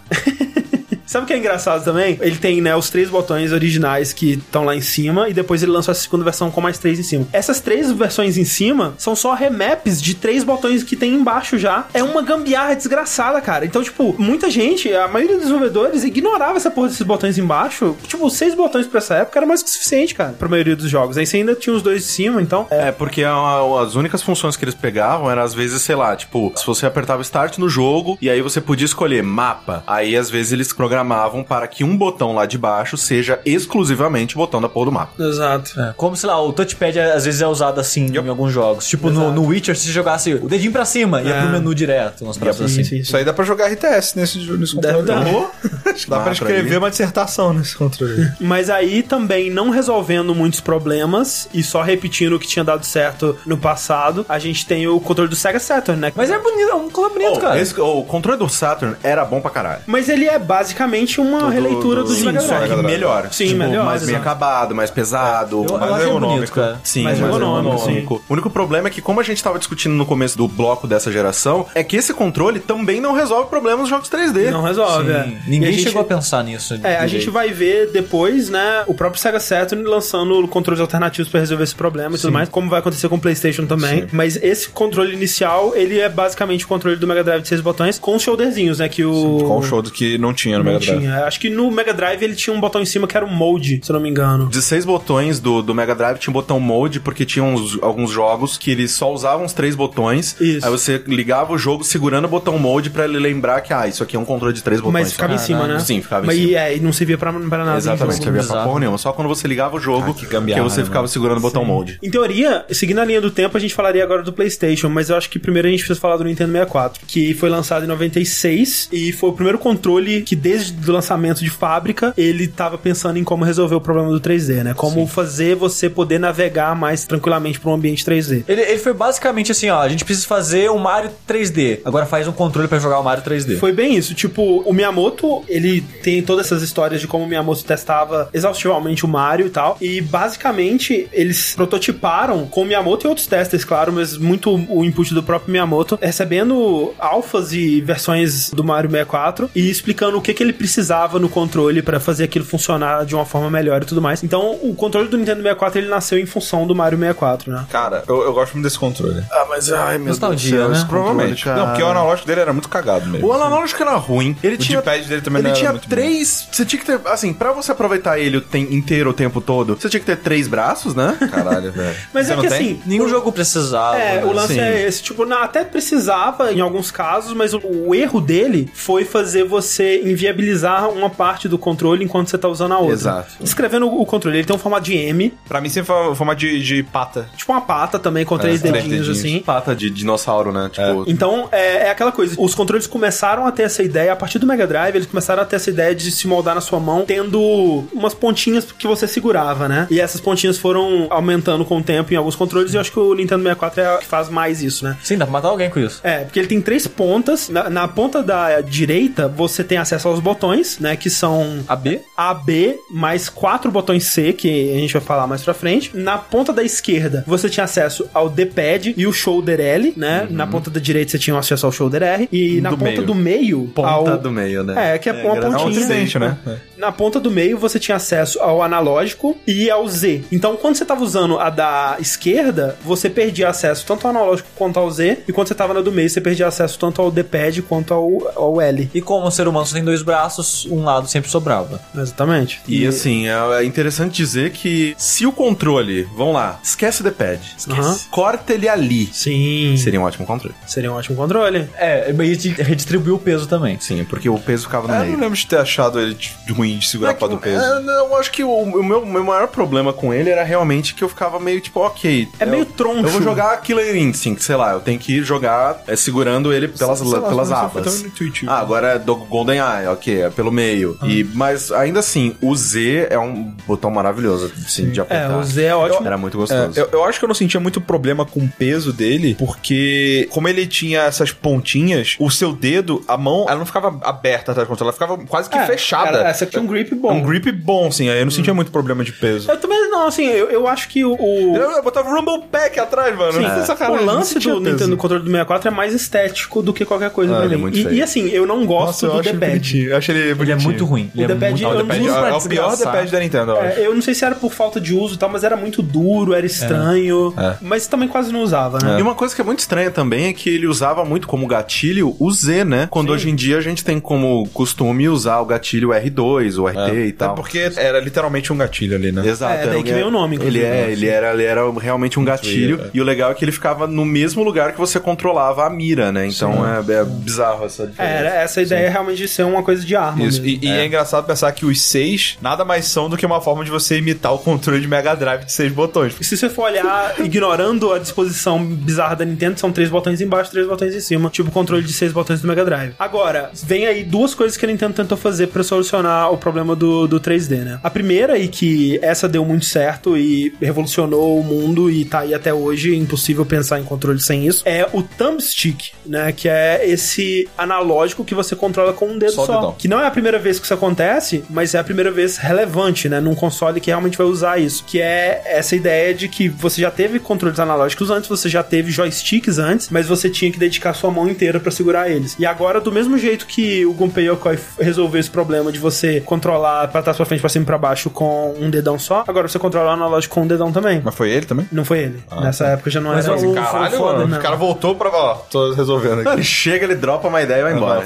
S1: Sabe o que é engraçado também? Ele tem, né, os três botões originais que estão lá em cima e depois ele lançou essa segunda versão com mais três em cima. Essas três versões em cima são só remaps de três botões que tem embaixo já. É uma gambiarra desgraçada, cara. Então, tipo, muita gente, a maioria dos desenvolvedores ignorava essa porra desses botões embaixo. Tipo, seis botões pra essa época era mais que o suficiente, cara, pra maioria dos jogos. Aí você ainda tinha os dois de cima, então
S2: É, porque a- as únicas funções que eles pegavam era às vezes, sei lá, tipo, se você apertava start no jogo e aí você podia escolher mapa, aí às vezes eles programavam para que um botão lá de baixo seja exclusivamente o botão da porra do mapa.
S1: Exato.
S3: É, Como, sei lá, o touchpad é- às vezes é usado assim em alguns jogos. Tipo, no, no Witcher, se você jogasse o dedinho pra cima, ia
S1: É.
S3: pro menu direto, umas paradas assim.
S5: Isso aí dá pra jogar RTS nesse, nesse
S1: Deve
S5: computador.
S1: dar.
S5: Dá pra escrever uma dissertação nesse controle.
S1: Mas aí também não resolvendo muitos problemas e só repetindo o que tinha dado certo no passado, a gente tem o controle do Sega Saturn, né?
S3: Mas é bonito, é um controle bonito,
S2: Oh,
S3: cara.
S2: esse- oh, o controle do Saturn era bom pra caralho.
S1: Mas ele é basicamente uma releitura do,
S2: Sim,
S1: Mega
S2: só
S1: Drive.
S2: que melhor.
S1: Sim, melhor,
S2: Tipo, Mais bem
S1: exato.
S2: acabado, mais pesado.
S3: Eu, eu
S2: mais-
S3: achei
S5: ergonômico.
S3: bonito, cara.
S2: Sim,
S1: mais
S2: mais
S1: ergonômico,
S2: ergonômico. O único problema é que, como a gente tava discutindo no começo do bloco dessa geração, é que esse controle também não resolve problemas dos jogos 3D.
S1: Não resolve. é.
S3: Ninguém
S1: E a gente-
S3: chegou a pensar nisso.
S1: É, a gente vai ver depois, né, o próprio Sega Saturn lançando controles alternativos pra resolver esse problema e tudo mais, como vai acontecer com o PlayStation também. Mas esse controle inicial, ele é basicamente o controle do Mega Drive de seis botões com os shoulderzinhos, né, que o
S4: Com o show do que não tinha no
S1: Não
S4: Mega Drive.
S2: É.
S1: tinha. Acho que no Mega Drive ele tinha um botão em cima que era o mode, se eu não me engano.
S2: De seis botões do, do Mega Drive tinha um botão mode, porque tinha uns- alguns jogos que eles só usavam os três botões.
S1: Isso.
S2: Aí você ligava o jogo segurando o botão mode pra ele lembrar que, ah, isso aqui é um controle de três botões.
S1: Mas ficava
S2: só. Ah,
S1: em cima, né?
S2: Sim, ficava em
S1: Mas,
S2: cima.
S1: É, e não servia pra, pra nada.
S2: Exatamente,
S1: em
S2: não
S1: jogo.
S2: servia pra
S3: bizarro.
S2: porra nenhuma. Só quando você ligava o jogo Ah, que, né, você ficava segurando o botão mode.
S1: Em teoria, seguindo a linha do tempo, a gente falaria agora do PlayStation, mas eu acho que primeiro a gente precisa falar do Nintendo 64, que foi lançado em 96 e foi o primeiro controle que, desde o lançamento de fábrica, ele tava pensando em como resolver o problema do 3D, né? Como fazer você poder navegar mais tranquilamente para um ambiente 3D.
S3: Ele, ele foi basicamente assim, ó, a gente precisa fazer um Mario 3D. Agora faz um controle pra jogar o Mario 3D.
S1: Foi bem isso. Tipo, o Miyamoto, ele tem todas essas histórias de como o Miyamoto testava exaustivamente o Mario e tal. E basicamente, eles prototiparam com o Miyamoto e outros testers, claro, mas muito o input do próprio Miyamoto, recebendo alfas e versões do Mario 64 e explicando o que, que ele precisava no controle pra fazer aquilo funcionar de uma forma melhor e tudo mais. Então, o controle do Nintendo 64 ele nasceu em função do Mario 64, né?
S4: Cara, eu, eu gosto muito desse controle.
S2: Ah, mas ai, meu
S3: Nostalgia, né?
S4: Provavelmente. não, porque o analógico dele era muito cagado mesmo.
S2: O analógico era ruim. Ele
S4: O
S2: tinha.
S4: D-pad dele também
S2: ele
S4: não era
S2: tinha
S4: muito bom.
S2: três. Você tinha que ter. Assim, pra você aproveitar ele o tem- inteiro o tempo todo, você tinha que ter três braços, né?
S4: Caralho, velho.
S1: Mas
S4: Você
S1: é
S4: não
S1: que
S4: tem?
S1: assim,
S3: Nenhum jogo precisava. assim.
S1: É,
S4: né?
S1: o lance
S2: Sim.
S1: é esse. Tipo, na- até precisava em alguns casos, mas o, o erro dele foi fazer você inviabilizar uma parte do controle enquanto você tá usando a outra.
S4: Exato.
S1: Escrevendo o, o controle, ele tem um formato de M,
S4: Pra mim sempre foi forma de, de pata. né?
S1: tipo uma pata também, com três
S4: É, três
S1: dedinhos,
S4: dedinhos.
S1: assim.
S2: Pata de dinossauro, né? Tipo.
S1: Então, é, é aquela coisa. Os controles começaram a ter essa ideia, a partir do Mega Drive, eles começaram a ter essa ideia de se moldar na sua mão, tendo umas pontinhas que você segurava, né? E essas pontinhas foram aumentando com o tempo em alguns controles, e eu acho que o Nintendo 64 é o que faz mais isso, né?
S3: Sim, dá pra matar alguém com isso.
S1: É, porque ele tem três pontas. Na, na ponta da direita, você tem acesso aos botões, né? Que são
S3: A B?
S1: A, B, mais quatro botões C, que a gente vai falar mais pra frente. Na ponta da esquerda, você tinha acesso ao D-pad e o shoulder L, né? Na ponta da direita, você tinha acesso ao shoulder R. E na
S2: Uhum. Do
S1: ponta
S2: meio.
S1: do meio...
S2: ponta
S1: ao...
S2: do meio, né?
S1: É, que é, uma
S2: engraçado.
S1: pontinha.
S2: É um tridente,
S4: né?
S1: Na ponta do meio você tinha acesso ao analógico e ao Z. Então, quando você tava usando a da esquerda, você perdia acesso tanto ao analógico quanto ao Z. E quando você tava na do meio, você perdia acesso tanto ao D-pad quanto ao, ao L.
S3: E como o ser humano só tem dois braços, um lado sempre sobrava.
S1: Exatamente.
S2: E assim, é é interessante dizer que se o controle, vamos lá, esquece o D-pad, esquece.
S1: Aham.
S2: corta ele ali,
S1: Sim,
S2: seria um ótimo controle.
S1: seria um ótimo controle.
S3: É, e de redistribuir o peso também.
S2: Sim, porque o peso ficava no
S4: Eu
S2: meio.
S4: não lembro de ter achado ele de- de ruim de segurar a pata do peso.
S2: É, não, eu acho que o, o meu, meu maior problema com ele era realmente que eu ficava meio tipo, ok.
S1: É
S2: eu-
S1: meio troncho.
S2: Eu vou jogar Killer Instinct, sei lá, eu tenho que jogar é, segurando ele pelas,
S4: Sei lá,
S2: pelas
S4: não sei, foi
S2: abas.
S4: tão intuitivo.
S2: Ah, agora é do Golden Eye, ok, é pelo meio.
S1: Ah.
S2: E, mas ainda assim, o Z é um botão maravilhoso assim, de
S1: É,
S2: apertar.
S1: o Z é ótimo.
S2: Era muito
S4: É,
S2: gostoso.
S4: eu, eu acho que eu não sentia muito problema com o peso dele, porque como ele tinha essas pontinhas, o seu dedo, a mão, ela não ficava aberta atrás do controle, ela ficava quase que
S1: É,
S4: fechada.
S1: era- Essa aqui é um grip bom.
S4: assim, Um grip bom, sim. Aí eu não sentia muito problema de peso.
S1: Eu também não, Não, assim, eu, eu acho que o. o-
S5: Eu botava o Rumble Pack atrás, mano.
S1: Sim,
S5: Isso é sacanagem,
S1: o lance
S5: não tinha
S1: do
S5: peso.
S1: Nintendo Controle do 64 é mais estético do que qualquer coisa
S2: Ah,
S1: pra
S2: ele é
S1: mim.
S2: muito
S1: E,
S2: feio.
S1: e, assim, eu não
S5: Nossa,
S1: gosto
S5: eu
S1: do
S5: acho ele
S1: D-pad.
S5: bonitinho. Eu achei ele
S3: Ele é
S5: bonitinho.
S3: muito ruim. Ele
S1: O
S3: é
S1: D-pad
S3: muito
S1: eu
S3: ruim.
S1: não
S5: É,
S1: uso pra
S5: é o pior
S1: desgraçar.
S5: D-pad da Nintendo, eu acho.
S1: É, eu não sei se era por falta de uso e tal, mas era muito duro, era estranho. Mas também quase não usava, né?
S2: E uma coisa que é muito estranha também é que ele usava muito como gatilho o Z, né? Quando hoje em dia a gente tem como costume usar o gatilho R2, o RT e
S4: É
S2: tal.
S4: porque era literalmente um gatilho ali, né?
S2: Exato.
S1: É,
S2: era
S1: daí
S2: um-
S1: que veio o nome,
S2: Ele,
S1: inclusive,
S2: é,
S1: né?
S2: ele, era, ele era realmente um gatilho. E o legal é que ele ficava no mesmo lugar que você controlava a mira, né? Então é, é bizarro essa
S1: É,
S2: diferença.
S1: era essa ideia realmente de ser uma coisa de arma.
S4: Isso,
S1: mesmo.
S4: e, e é. engraçado pensar que os seis nada mais são do que uma forma de você imitar o controle de Mega Drive de seis botões.
S1: E se você for olhar, ignorando a disposição bizarra da Nintendo, são três botões embaixo, três botões em cima, tipo o controle de seis botões do Mega Drive. Agora, vem aí duas coisas que a Nintendo tentou fazer pra solucionar o problema do, do 3D, né? A primeira, e que essa deu muito certo e revolucionou o mundo e tá aí até hoje, impossível pensar em controle sem isso, é o thumbstick, né? Que é esse analógico que você controla com um dedo
S4: Só
S1: só.
S4: o dedão.
S1: Que não é a primeira vez que isso acontece, mas é a primeira vez relevante, né? Num console que realmente vai usar isso. Que é essa ideia de que você já teve controles analógicos antes, você já teve joysticks antes, mas você tinha que dedicar sua mão inteira pra segurar eles. E agora, do mesmo jeito que o Gunpei Yokoi f- resolveu esse problema de você controlar pra trás, pra frente, pra cima e pra baixo com um dedão só, agora você controla o analógico com um dedão também.
S4: Mas foi ele também?
S1: Não foi ele.
S4: Ah,
S1: Nessa época já não
S3: Mas
S1: era
S3: o-
S1: ele.
S4: tá. Caralho,
S3: foda,
S4: mano.
S1: não.
S4: O cara voltou pra. Ó, tô resolvendo aqui.
S2: Ele chega, ele dropa uma ideia e vai embora.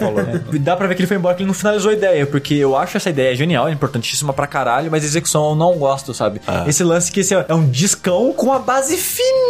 S3: Dá pra ver que ele foi embora, que ele não finalizou a ideia, porque eu acho essa ideia genial, importantíssima pra caralho, mas a execução eu não gosto, sabe?
S5: Ah.
S3: Esse lance que esse é é um discão com a base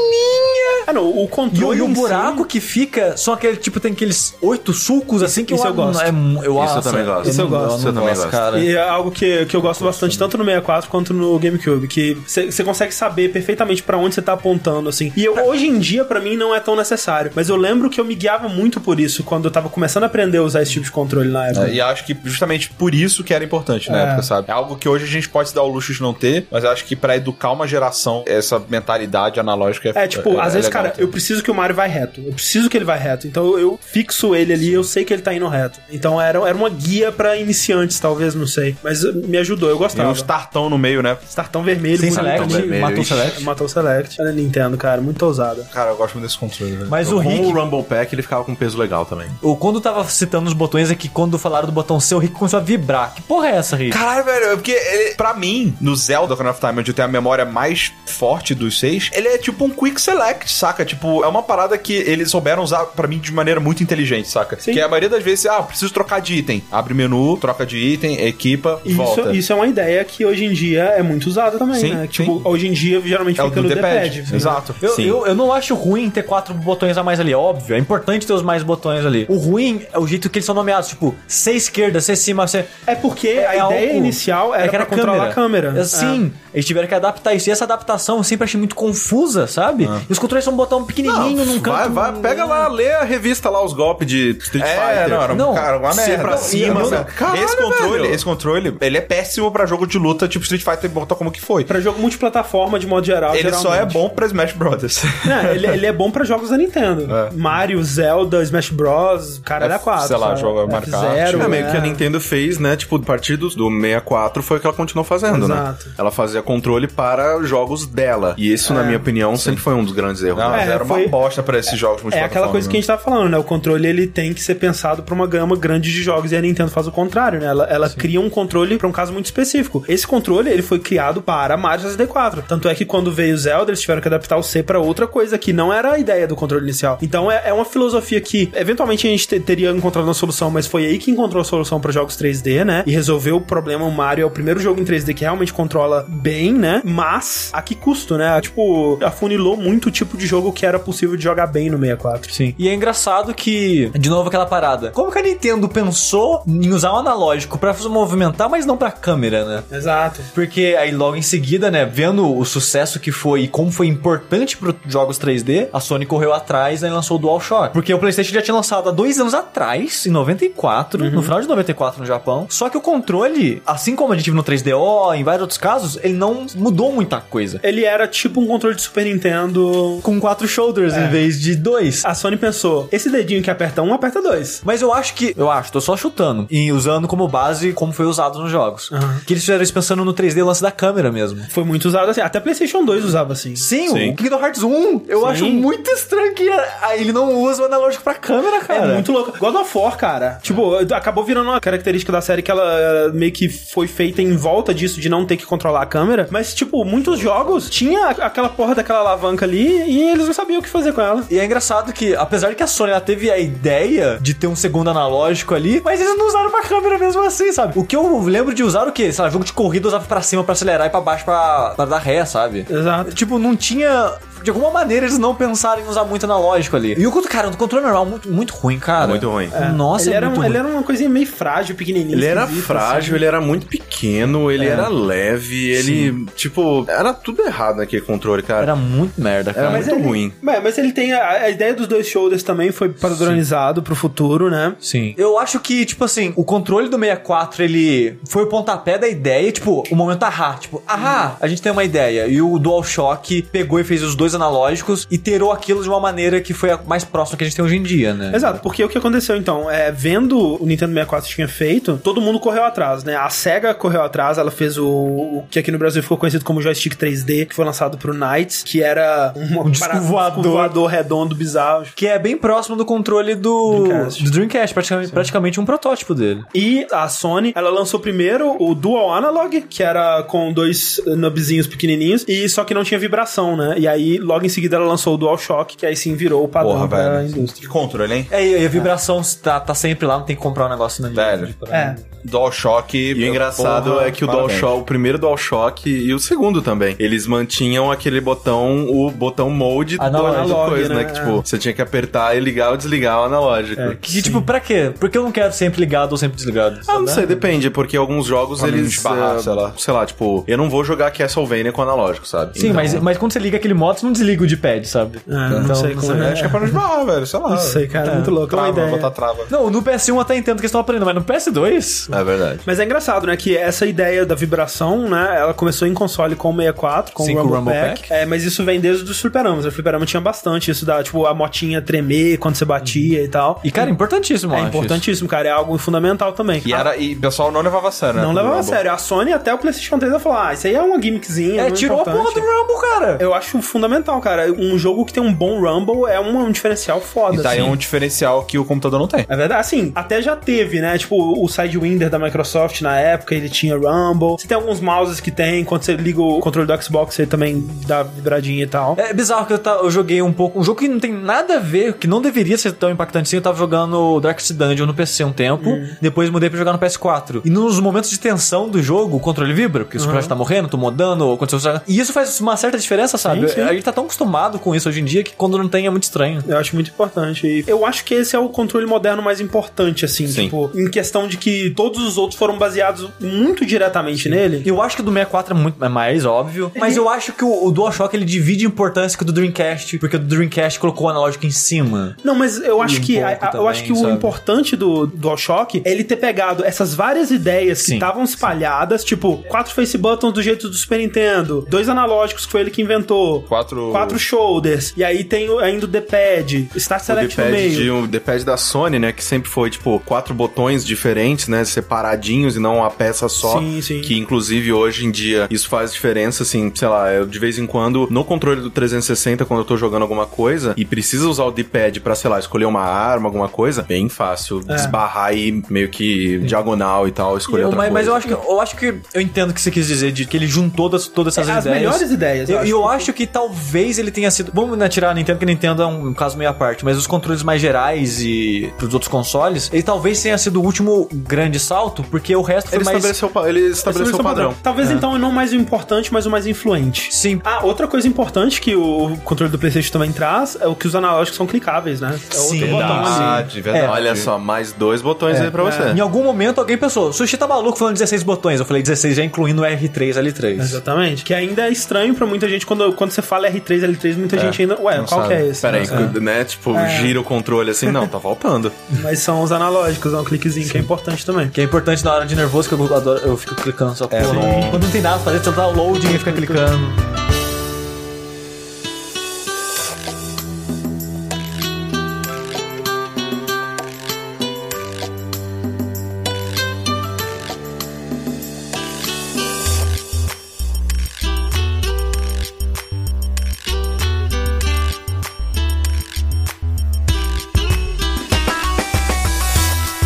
S3: fininha.
S1: Ah, não, o
S3: E o,
S1: controle.
S3: e o
S1: em si-
S3: buraco que fica, são aquele tipo, tem aqueles oito sulcos assim que
S1: isso eu gosto.
S3: É, mu- eu
S2: Isso eu
S3: acho,
S2: também gosto. Isso
S1: eu
S3: não-
S1: gosto.
S2: Isso eu
S3: não
S2: também gosto.
S3: cara.
S1: E é algo que, que eu gosto bastante, tanto no 64 quanto no GameCube, que você consegue saber perfeitamente pra onde você tá apontando, assim. E eu, hoje em dia, pra mim, não é tão necessário. Mas eu lembro que eu me guiava muito por isso quando eu tava começando a aprender a usar esse tipo de controle na época.
S4: É, E acho que justamente por isso que era importante na
S1: É.
S4: época, sabe? É algo que hoje a gente pode se dar o luxo de não ter, mas eu acho que pra educar uma geração, essa mentalidade analógica
S1: É, tipo, às vezes,
S4: legal
S1: cara,
S4: ter.
S1: eu preciso que o Mario vai reto. Eu preciso que ele vai reto. Então eu- eu fixo ele ali, eu sei que ele tá indo reto. Então era, era uma guia pra iniciantes, talvez, não sei. Mas eh, me ajudou, eu
S4: Tem
S1: gostava.
S4: um startão no meio, né?
S1: Startão vermelho,
S3: Sem
S1: muito
S3: select,
S1: vermelho.
S3: matou o select.
S1: Matou o Select. Olha a Nintendo, cara, muito ousada.
S4: Cara, eu gosto muito desse controle, velho.
S3: Mas o
S2: Com
S3: Rick,
S2: o Rumble Pack ele ficava com um peso legal também.
S3: o- quando eu tava citando os botões aqui, quando falaram do botão C, o Rick começou a vibrar. Que porra é essa, Rick?
S4: Caralho, velho, é porque ele, pra mim, no Zelda Ocarina of Time, onde eu tenho a memória mais forte dos seis, ele é tipo um quick select, saca? Tipo, é uma parada que eles souberam usar pra mim de maneira muito inteligente, saca?
S1: Sim.
S4: Que a maioria das vezes, ah, preciso trocar de item. Abre menu, troca de item, equipa,
S1: Isso,
S4: volta.
S1: isso é uma ideia que hoje em dia é muito usada também,
S4: Sim,
S1: né?
S4: sim.
S1: Tipo, hoje em dia geralmente
S4: É o
S1: fica
S4: do
S1: no né?
S4: D-pad.
S1: D-pad.
S4: Exato.
S3: Eu,
S4: Sim.
S3: eu, eu não acho ruim ter quatro botões a mais ali, é óbvio. É importante ter os mais botões ali. O ruim é o jeito que eles são nomeados, tipo, C esquerda, C cima, C.
S1: É porque a
S3: É
S1: ideia
S3: algo-
S1: inicial era,
S3: é que
S1: pra controlar a câmera.
S3: É, Sim, eles tiveram que adaptar isso. E essa adaptação eu sempre achei muito confusa, sabe? E os controles são um botão pequenininho num
S2: vai,
S3: canto.
S2: vai, pega lá, lê a revista lá, os golpes de Street
S4: É,
S2: Fighter.
S4: não, era um
S3: Não,
S4: cara, uma
S2: ser
S4: merda.
S2: pra
S4: Não,
S2: cima,
S4: não,
S2: né?
S4: não.
S2: Caralho,
S4: esse controle,
S2: velho.
S4: esse controle, ele é péssimo pra jogo de luta, tipo Street Fighter e Mortal como que foi.
S1: Ah, Pra jogo multiplataforma, de modo geral,
S4: Ele só é
S1: geralmente.
S4: bom pra Smash Brothers.
S1: Não, ele, ele é bom pra jogos da Nintendo.
S4: É.
S1: Mario, Zelda, Smash Bros, cara, era
S4: F-
S1: 4.
S4: sei lá,
S1: sabe?
S4: jogo
S1: F0,
S4: Minecraft.
S2: É meio
S1: né?
S2: que a Nintendo fez, né? Tipo, a partir do, do 64 foi o que ela continuou fazendo,
S1: Exato.
S2: né? Ela fazia controle para jogos dela. E isso, na minha opinião, sempre foi um dos grandes erros.
S4: Não,
S2: né?
S1: É,
S4: era
S1: foi-
S4: uma bosta pra esses jogos
S1: É aquela coisa que a gente tava falando, né? O controle ele tem que ser pensado pra uma gama grande de jogos e a Nintendo faz o contrário, né? Ela, ela cria um controle pra um caso muito específico. Esse controle ele foi criado para Mario 64. Tanto é que quando veio o Zelda, eles tiveram que adaptar o C pra outra coisa que não era a ideia do controle inicial. Então é, é uma filosofia que eventualmente a gente te- teria encontrado uma solução, mas foi aí que encontrou a solução pra jogos 3D, né? E resolveu o problema. O Mario é o primeiro jogo em 3D que realmente controla bem, né? Mas a que custo, né? Tipo, afunilou muito o tipo de jogo que era possível de jogar bem no 64.
S3: Sim. E é engraçado que, de novo aquela parada. Como que a Nintendo pensou em usar o analógico pra se movimentar, mas não pra câmera, né?
S1: Exato.
S3: Porque aí logo em seguida, né, vendo o sucesso que foi e como foi importante para jogos 3D, a Sony correu atrás né, e lançou o DualShock. Porque o PlayStation já tinha lançado há dois anos atrás, em 94, no final de 94 no Japão. Só que o controle, assim como a gente viu no 3DO, em vários outros casos, ele não mudou muita coisa.
S1: Ele era tipo um controle de Super Nintendo
S3: com quatro shoulders em vez de dois.
S1: A Sony pensou, esse dedinho que aperta um, aperta dois.
S3: Mas eu acho que. Eu acho, tô só chutando. E usando como base como foi usado nos jogos. Que eles fizeram isso pensando no 3D lance da câmera mesmo.
S1: Foi muito usado assim. Até PlayStation 2 usava assim.
S3: Sim, o Kingdom Hearts 1, eu acho muito estranho que ah, ele não usa o analógico pra câmera, cara.
S1: É muito louco. God of War, cara. Tipo, acabou virando uma característica da série que ela eh, meio que foi feita em volta disso, de não ter que controlar a câmera. Mas, tipo, muitos jogos tinha aquela porra daquela alavanca ali e eles não sabiam o que fazer com ela.
S3: E é engraçado que, apesar de que a Sony ela teve a ideia de ter um segundo analógico ali, mas eles não usaram uma câmera mesmo assim, sabe? O que eu lembro de usar o quê? Sei lá, jogo de corrida eu usava pra cima pra acelerar e pra baixo pra, pra dar ré, sabe?
S1: Exato.
S3: Tipo, não tinha. De alguma maneira eles não pensaram em usar muito analógico ali. E o controle, cara, o controle normal é muito, muito ruim, cara.
S2: Muito ruim. É.
S3: Nossa,
S1: ele,
S3: é
S1: era
S3: muito
S1: um-
S3: ruim.
S1: ele era uma coisinha meio frágil, pequenininha.
S2: Ele era
S1: esquisita, assim.
S2: frágil, ele era muito pequeno, ele era leve, ele, tipo, era tudo errado naquele controle, cara.
S3: Era Tá muito merda, cara.
S2: Era
S1: Mas
S2: muito
S1: ele-
S2: ruim.
S1: Mas, mas ele tem. A, a ideia dos dois shoulders também foi padronizado pro futuro, né?
S3: Sim. Eu acho que, tipo assim, o controle do 64, ele foi o pontapé da ideia, tipo, o momento ahá. Tipo, ahá, a gente tem uma ideia. E o DualShock pegou e fez os dois analógicos e terou aquilo de uma maneira que foi a mais próxima que a gente tem hoje em dia, né?
S1: Exato, porque o que aconteceu então, é, vendo o Nintendo 64 tinha feito, todo mundo correu atrás, né? A SEGA correu atrás, ela fez o, o que aqui no Brasil ficou conhecido como joystick 3D, que foi lançado pro Knights, que era uma-
S3: Um disco
S1: para-
S3: voador.
S1: voador redondo, bizarro.
S3: Que é bem próximo do controle do
S1: Dreamcast.
S3: do Dreamcast praticamente, praticamente um protótipo dele.
S1: E a Sony, ela lançou primeiro o Dual Analog, que era com dois eh, nubzinhos pequenininhos, e só que não tinha vibração, né? E aí, logo em seguida, ela lançou o Dual Shock, que aí sim virou o padrão
S4: Porra,
S1: da
S4: velho.
S1: indústria.
S4: Que controle, hein?
S3: É, e a vibração tá, tá sempre lá, não tem que comprar um negócio na
S4: Velho.
S1: É.
S4: DualShock.
S2: E o engraçado é que o DualShock, o primeiro DualShock e o segundo também, eles mantinham aquele botão, o botão mode
S3: Analógico,
S2: do coisa, né?
S1: né?
S2: Que tipo, você tinha que apertar e ligar ou desligar o analógico.
S3: Que, tipo, pra quê? Porque eu não quero sempre ligado ou sempre desligado.
S2: Ah, não
S3: sabe?
S2: sei, depende, porque alguns jogos
S4: Pra não
S2: eles.
S4: esbarrar,
S2: eh,
S4: sei lá.
S2: Sei lá, tipo, eu não vou jogar Castlevania com analógico, sabe?
S3: Sim,
S2: Então-
S3: mas, mas quando você liga aquele moto, você não desliga o de pad, sabe? Então,
S1: Ah, não sei como
S4: É,
S1: é.
S4: acho que é pra não esbarrar, velho. Sei lá.
S1: Não sei, cara, muito louco, é uma
S4: Trava,
S1: ideia.
S4: botar trava.
S3: Não, no PS1 eu até entendo que eles estão aprendendo, mas no PS2?
S2: É verdade.
S1: Mas é engraçado, né? Que essa ideia da vibração, né? Ela começou em console com o 64, com
S3: Sim,
S1: o
S3: com o
S1: Rumble,
S3: Rumble
S1: Pack.
S3: Pack.
S1: É, mas isso vem desde os fliperamas. O fliperama tinha bastante isso da, tipo, a motinha tremer quando você batia e tal.
S3: Uhum. E, cara, importantíssimo, eu
S1: é
S3: acho
S1: importantíssimo, cara. É algo fundamental também.
S4: E, era, e o pessoal não levava a sério, né?
S1: Ah. Não
S4: Tudo
S1: levava a
S4: bom.
S1: sério. A Sony até o PlayStation 3 ela falou: ah, isso aí é uma gimmickzinha.
S3: isso. É,
S1: não
S3: tirou a porra
S1: importante.
S3: do Rumble, cara.
S1: Eu acho fundamental, cara. Um jogo que tem um bom Rumble é um, um diferencial foda,
S4: E daí é
S1: assim.
S4: um diferencial que o computador não tem.
S1: É verdade, assim, até já teve, né? Tipo, o Sidewinder da Microsoft na época, ele tinha Rumble. Você tem alguns mouses que tem, quando você liga o controle do Xbox, ele também dá vibradinha e tal.
S3: É bizarro que eu, ta- eu joguei um pouco. Um jogo que não tem nada a ver, que não deveria ser tão impactante assim. Eu tava jogando Darkest Dungeon no PC um tempo, depois mudei pra jogar no PS4. E nos momentos de tensão do jogo, o controle vibra, porque o personagem tá morrendo, tomou dano, ou aconteceu. E isso faz uma certa diferença, sabe?
S1: Sim, sim.
S3: A gente tá tão acostumado com isso hoje em dia que quando não tem é muito estranho.
S1: Eu acho muito importante. E eu acho que esse é o controle moderno mais importante, assim,
S2: Sim.
S1: tipo, em questão de que todos os outros foram baseados muito diretamente nele.
S3: Eu acho que o do 64 é muito é mais óbvio, mas eu acho que o, o DualShock ele divide a importância com o do Dreamcast, porque o do Dreamcast colocou o analógico em cima.
S1: Não, mas eu acho
S3: um
S1: que a-
S3: pouco
S1: a- eu
S3: também,
S1: acho que o
S3: sabe?
S1: importante do DualShock é ele ter pegado essas várias ideias que
S3: Sim.
S1: estavam espalhadas, tipo, quatro face buttons do jeito do Super Nintendo, dois analógicos que foi ele que inventou,
S4: Quatro.
S1: quatro shoulders, e aí tem o- ainda o D-pad, Start
S2: O
S1: Select no
S2: D-pad
S1: é meio.
S2: de um- D-pad da Sony, né? Que sempre foi, tipo, quatro botões diferentes, né? Separadinhos e não uma peça só.
S1: Sim, sim.
S2: Que, inclusive, hoje em dia, isso faz diferença, assim, sei lá, eu de vez em quando, no controle do 360, quando eu tô jogando alguma coisa e precisa usar o D-pad pra, sei lá, escolher uma arma, alguma coisa, bem fácil. Desbarrar e meio que diagonal e tal, escolher
S3: Eu-
S2: outra
S3: mas,
S2: coisa.
S3: mas eu acho que eu acho que eu entendo o que você quis dizer de que ele juntou das- todas essas
S1: É, as
S3: ideias.
S1: melhores ideias, eu
S3: Eu,
S1: acho.
S3: eu acho que talvez ele tenha sido. Vamos né, tirar a Nintendo, que a Nintendo é um caso meio à parte, mas os controles mais gerais e pros outros consoles, ele talvez tenha sido o último grande salto, porque o resto foi
S2: Ele,
S3: é mais.
S2: estabeleceu, pa- ele estabeleceu o padrão.
S1: Talvez
S3: É.
S1: então não mais o importante, mas o mais influente.
S3: Sim.
S1: Ah, outra coisa importante que o controle do PlayStation também traz é o que os analógicos são clicáveis, né? É outro
S3: Sim,
S1: botão ali.
S4: Verdade, Ah,
S1: É.
S4: verdade.
S2: Olha só, mais dois botões aí pra você.
S3: Em algum momento alguém pensou, Sushi tá maluco falando 16 botões. Eu falei 16 já incluindo o R3, L3.
S1: Exatamente. Que ainda é estranho pra muita gente quando, quando você fala R3, L3, muita gente ainda. Ué, qual que é esse?
S2: Pera aí,
S1: É, Não sabe.
S2: né? Tipo, gira o controle assim. Não, tá faltando.
S1: Mas são os analógicos, é um cliquezinho que é importante também.
S3: Que é importante na hora de nervoso, que eu adoro, eu fico clicando só porra. Quando É, não tem nada pra fazer, você tá loading e fica clicando.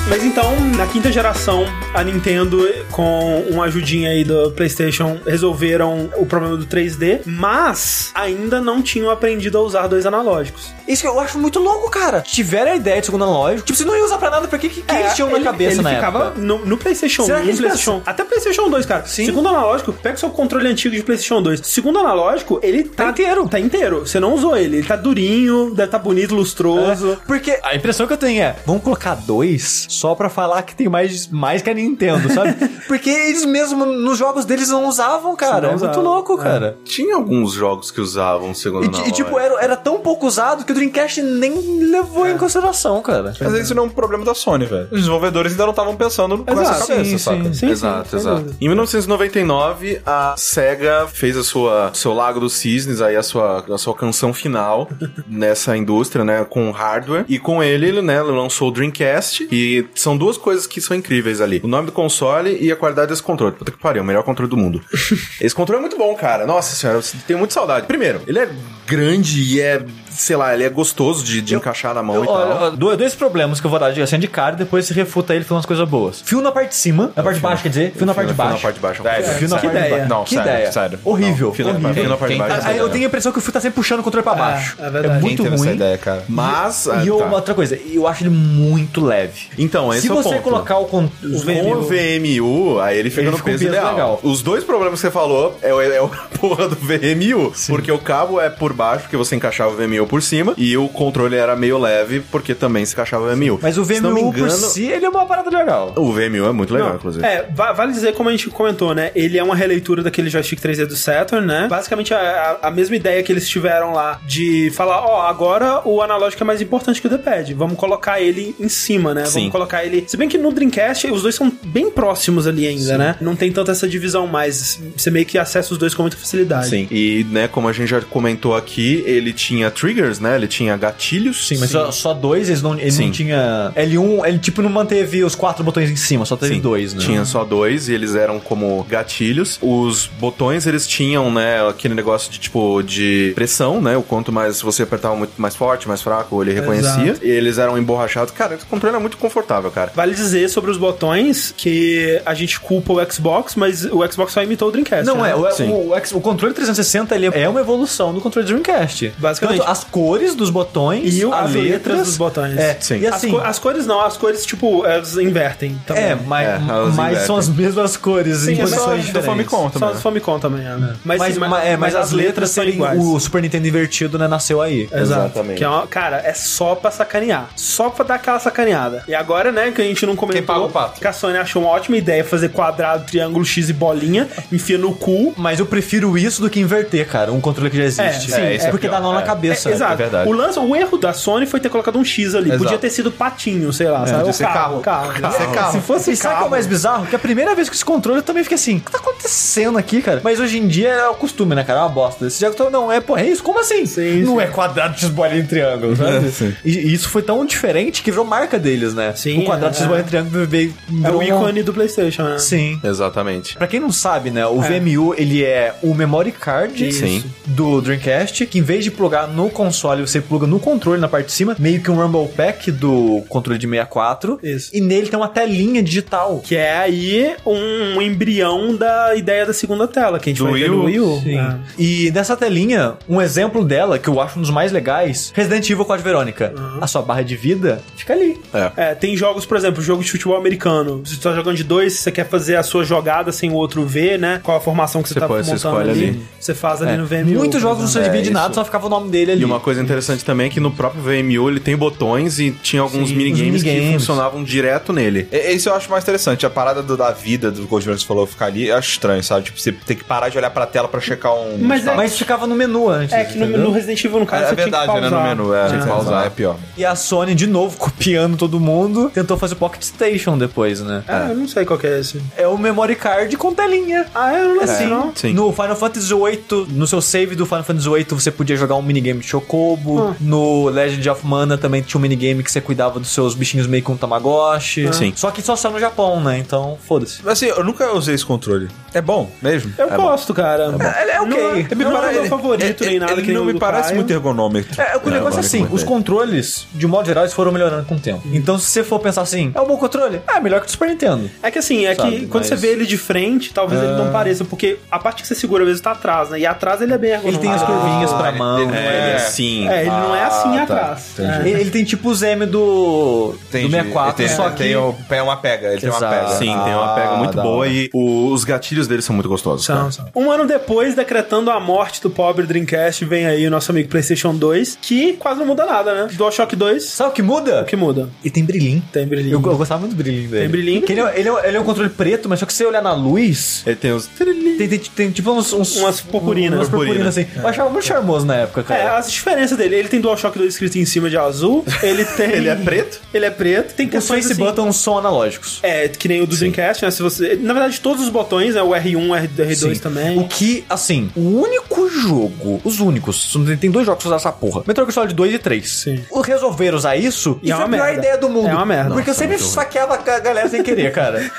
S1: Mas então, na quinta geração, a Nintendo, eh, com uma ajudinha aí do PlayStation, resolveram o problema do 3D, mas ainda não tinham aprendido a usar dois analógicos.
S3: Isso que eu acho muito louco, cara. Tiveram a ideia de segundo analógico. Tipo, você não ia usar pra nada, pra que, que, que eles tinham na
S1: É, Ele-
S3: cabeça
S1: ele
S3: na
S1: ficava
S3: época?
S1: No, no PlayStation
S3: Será
S1: 1,
S3: que eles assim?
S1: PlayStation, até PlayStation 2, cara.
S3: Sim.
S1: Segundo analógico, pega o seu controle antigo de PlayStation 2. Segundo analógico, ele tá, inteiro. Tá inteiro. Você não usou ele. Ele tá durinho, deve tá bonito, lustroso.
S3: Porque a impressão que eu tenho é, vamos colocar dois só pra falar que tem mais, mais que a Nintendo, sabe? Porque eles mesmo nos jogos deles não usavam, cara.
S1: Não
S3: é muito
S1: usavam,
S3: louco,
S1: é.
S3: cara.
S2: Tinha alguns jogos que usavam segundo é.
S3: E, e, tipo, era, era tão pouco usado que o Dreamcast nem levou
S1: É.
S3: em consideração, cara.
S5: Mas isso não é um problema da Sony, velho. Os desenvolvedores ainda não estavam pensando com
S1: Exato.
S5: essa cabeça,
S1: Sim,
S5: saca?
S1: sim.
S2: exato,
S1: sem
S2: exato.
S1: dúvida.
S2: Em 1999, a SEGA fez a sua seu Lago dos Cisnes, aí a sua, a sua canção final nessa indústria, né, com hardware. E com ele, ele, né, lançou o Dreamcast. E são duas coisas que são incríveis ali. O nome do console e a qualidade desse controle. Puta que pariu, o melhor controle do mundo. Esse controle é muito bom, cara. Nossa senhora, eu tenho muita saudade. Primeiro, ele é grande e é, sei lá, ele é gostoso de, de encaixar na mão e tal.
S3: Olha, ó, do- dois problemas que eu vou dar de assim de cara, depois se refuta ele falando umas coisas boas. Fio na parte de cima, na parte de baixo, quer dizer, fio na parte de
S2: Fio na
S3: baixo.
S2: parte de baixo.
S4: Sério,
S3: Fio na
S1: Que
S3: parte de
S1: ideia.
S3: baixo.
S4: Não,
S3: que
S4: sério,
S3: ideia.
S4: sério.
S3: Horrível.
S2: Fio na parte-
S3: horrível.
S2: fio na parte de
S5: Quem-
S2: baixo. Ah,
S3: Ah, eu tenho a impressão que o fio tá sempre puxando o controle pra baixo.
S1: é verdade.
S3: muito
S4: Quem teve
S3: ruim.
S4: essa ideia, cara?
S2: Mas. ah,
S3: E uma
S2: tá.
S3: outra coisa, eu acho ele muito leve.
S2: Então, esse
S3: Se
S2: é o
S3: você
S2: ponto.
S3: colocar o, con-
S2: Com
S3: o
S2: o
S3: vinil-
S2: VMU, aí ele fica
S3: Ele
S2: no
S3: fica um
S2: peso
S3: peso
S2: ideal.
S3: legal.
S2: Os dois problemas que você falou é, o- é o- a porra do VMU, porque o cabo é por baixo, porque você encaixava o VMU por cima, e o controle era meio leve, porque também se encaixava o VMU.
S3: Mas o
S2: Se não
S3: VMU
S2: me
S3: por
S2: engano,
S3: si, ele é uma parada legal.
S2: O VMU é muito legal,
S1: Não,
S2: inclusive.
S1: É, va- vale dizer, como a gente comentou, né? Ele é uma releitura daquele joystick 3D do Saturn, né? Basicamente a, a- a mesma ideia que eles tiveram lá de falar, ó, agora o analógico é mais importante que o D-pad. Vamos colocar ele em cima, né?
S2: Sim.
S1: Vamos colocar ele. Se bem que no Dreamcast os dois são bem próximos ali ainda, né? Não tem tanta essa divisão mais. Você meio que acessa os dois com muita facilidade.
S2: Sim. E, né, como a gente já comentou aqui, ele tinha triggers, né? Ele tinha gatilhos.
S3: Sim, mas Só, só dois, eles não, ele
S2: Sim.
S3: não tinha. L1, ele tipo não manteve os quatro botões em cima, só teve
S2: Sim,
S3: dois, né?
S2: Tinha só dois e eles eram como gatilhos. Os botões eles tinham, né, aquele negócio de tipo de pressão, né? O quanto mais você apertava muito mais forte, mais fraco, ele reconhecia. E eles eram emborrachados. Cara, esse controle é muito confortável, cara.
S1: Vale dizer sobre os botões que a gente culpa o Xbox, mas o Xbox só imitou o Dreamcast.
S3: Não,
S1: né?
S3: é, o,
S2: Sim.
S3: o, o, X- o controle 360 ele é uma evolução do controle Dreamcast.
S1: Basicamente.
S3: Tanto as cores dos botões
S1: E o-
S3: as
S1: as letras dos botões.
S3: É,
S2: Sim.
S3: E
S1: As
S3: assim.
S1: co- as cores não, as cores, tipo, elas invertem. Também.
S3: é, mas,
S2: É, elas
S3: mas
S2: invertem.
S3: são as mesmas cores em
S1: é só
S3: posições
S1: do
S3: diferentes.
S5: Famicom.
S1: Só
S4: né?
S1: os Famicom também, é. Mas,
S3: Mas,
S1: sim,
S3: ma- é, mas as letras
S1: são
S3: serem o Super Nintendo invertido, né? Nasceu aí.
S1: Exato.
S2: Exatamente.
S1: Que é uma- cara, é só pra sacanear. Só pra dar aquela sacaneada. E agora, né, que a gente não comentou.
S5: Quem paga o pato?
S1: Que a Sony achou uma ótima ideia fazer quadrado, triângulo, X e bolinha, enfia no cu.
S3: Mas eu prefiro isso do que inverter, cara. Um controle que já existe.
S1: É, sim,
S3: é, porque dá nó na cabeça.
S1: É, exato.
S5: verdade.
S1: O lance, o erro da Sony foi ter colocado um X ali. Podia ter sido patinho, sei lá. sabe?
S5: podia
S1: Ou
S5: ser
S1: carro,
S5: carro.
S1: carro.
S5: Podia ser carro.
S1: Se fosse
S3: E sabe o que é o
S1: carro,
S3: mais bizarro? Que a primeira vez que esse controle eu também fiquei assim, o que tá acontecendo aqui, cara? Mas hoje em dia é o costume, né, cara? É uma bosta. Esse jogo não é, porra, é isso? Como assim?
S1: Sim,
S3: não
S1: sim.
S3: é quadrado, x, bolinha e triângulo, sabe? e, e isso foi tão diferente que virou marca deles, né?
S1: Sim,
S3: o quadrado,
S1: é.
S3: x, bolinha e triângulo veio...
S1: é
S3: virou
S1: o
S3: um-
S1: ícone do PlayStation, né?
S3: Sim.
S2: Exatamente.
S3: Pra quem não sabe, né, o VMU, ele é o memory card
S2: Isso. Sim.
S3: do Dreamcast, que em vez de plugar no console, você pluga no controle na parte de cima, meio que um Rumble Pack do controle de 64.
S1: Isso.
S3: E nele tem uma telinha digital.
S1: Que é aí um embrião da ideia da segunda tela, que a gente
S2: Do
S1: vai ver no Wii
S2: Wii U.
S1: U. É.
S3: E nessa telinha, um exemplo dela, que eu acho um dos mais legais, Resident Evil Code Verônica.
S1: Uhum.
S3: A sua barra de vida fica ali.
S1: É, tem jogos, por exemplo, jogo de futebol americano. Você tá jogando de dois, você quer fazer a sua jogada sem o outro ver, né? Qual a formação que você,
S2: Você
S1: tá
S2: pode- você
S1: montando
S2: escolhe
S1: ali,
S2: ali.
S1: Você faz ali
S3: É.
S1: no VMU.
S3: Muitos jogos não
S1: por
S3: se
S1: exemplo.
S3: adivinha de
S2: É,
S3: nada,
S2: isso.
S3: só ficava o nome dele ali.
S2: E uma coisa interessante também é que no próprio VMU ele tem botões e tinha alguns
S3: Sim,
S2: minigames
S3: uns minigames.
S2: que funcionavam direto nele.
S4: E- Esse eu acho mais interessante. A parada do- da vida do Gold Versus falou ficar ali, eu acho estranho, sabe? Tipo, você tem que parar de olhar pra tela pra checar um.
S1: Mas
S4: status.
S3: Mas ficava no menu antes.
S1: É que no,
S3: entendeu?
S1: no Resident Evil, no caso,
S4: É,
S1: você
S4: é verdade,
S1: tinha que
S4: né?
S1: pausar.
S4: No menu, é. Tinha que pausar, é pior.
S3: E a Sony, de novo, copiando todo mundo, tentou fazer o Pocket Station depois, né?
S1: Ah, eu não sei qual que é esse.
S3: É o memory card com telinha.
S1: Ah, eu não
S3: Assim,
S1: sei, não.
S2: sim.
S3: no Final Fantasy VIII, no seu save do Final Fantasy VIII, você podia jogar um minigame de Chocobo. No Legend of Mana também tinha um minigame que você cuidava dos seus bichinhos meio que um
S4: Ah.
S3: Tamagotchi.
S2: Sim.
S3: Só que só saiu no Japão, né? Então, foda-se.
S4: Assim, eu nunca usei esse controle. É bom mesmo?
S1: Eu gosto, cara.
S3: Ele é ok.
S1: Não, não é meu favorito nem nada, que
S4: Ele
S1: nem
S4: não
S1: o
S4: me
S1: do
S4: parece
S1: Caio.
S4: muito ergonômetro.
S3: É, o
S4: Não,
S3: negócio é
S4: agora que eu
S3: assim, os
S4: comentei.
S3: controles, de modo geral, eles foram melhorando com o tempo. Então, se você for pensar assim, é um bom controle? Ah, É, melhor que o do Super Nintendo.
S1: É que assim, é
S3: Sabe,
S1: que quando
S3: mas-
S1: você vê ele de frente, talvez ele
S4: Ah.
S1: não pareça, porque a parte que você segura às vezes tá atrás, né? E atrás ele é bem
S3: Ele
S1: ergonômico.
S3: tem as curvinhas pra mão.
S4: ele não é-
S2: É,
S4: É.
S2: sim.
S1: É, ele não é assim
S4: Ah, tá.
S1: atrás.
S4: Entendi.
S1: É.
S3: Ele, ele tem tipo os M do, do
S4: Entendi.
S3: 64,
S4: Ele tem,
S3: só
S4: ele
S3: que...
S4: tem o- é uma pega, ele tem
S3: Exato.
S4: uma pega.
S2: Sim, tem uma pega
S4: Ah,
S2: muito
S4: da
S2: boa
S4: hora.
S2: e o- os gatilhos dele são muito gostosos. cara.
S1: Um ano depois, decretando a morte do pobre Dreamcast, vem aí o nosso amigo PlayStation 2, que quase não muda nada, né? DualShock 2,
S3: Sabe o que muda?
S1: o que muda?
S3: E tem brilhinho.
S1: Tem brilhinho.
S3: Eu, eu gostava muito do brilhinho dele.
S1: Tem brilhinho.
S3: Que Ele, é, ele, é, ele é um controle preto, mas só que se você olhar na luz,
S2: Ele tem os.
S3: tem, tem- tem tipo uns... uns
S1: Umas purpurinas.
S3: Umas purpurinas, assim. Eu achava muito charmoso na época,
S1: É,
S3: cara.
S1: as diferenças dele. Ele tem DualShock 2 escrito em cima de azul. Ele tem. ele é preto? Ele é preto. Tem
S3: Os
S1: funções
S3: face
S1: assim-
S3: buttons são analógicos.
S1: É, que nem o do Dreamcast, né? Se você... Na verdade, todos os botões, né? O R1, o R2
S3: Sim.
S1: também.
S3: O que, assim, o único jogo, os únicos, tem dois jogos que usaram essa porra. Metal Gear Solid 2 e 3.
S1: Sim.
S3: O- Resolveram usar isso e,
S1: E é
S3: foi a
S1: uma
S3: pior
S1: merda.
S3: ideia do mundo.
S1: É uma merda.
S3: Porque eu sempre saqueava a galera sem querer, cara.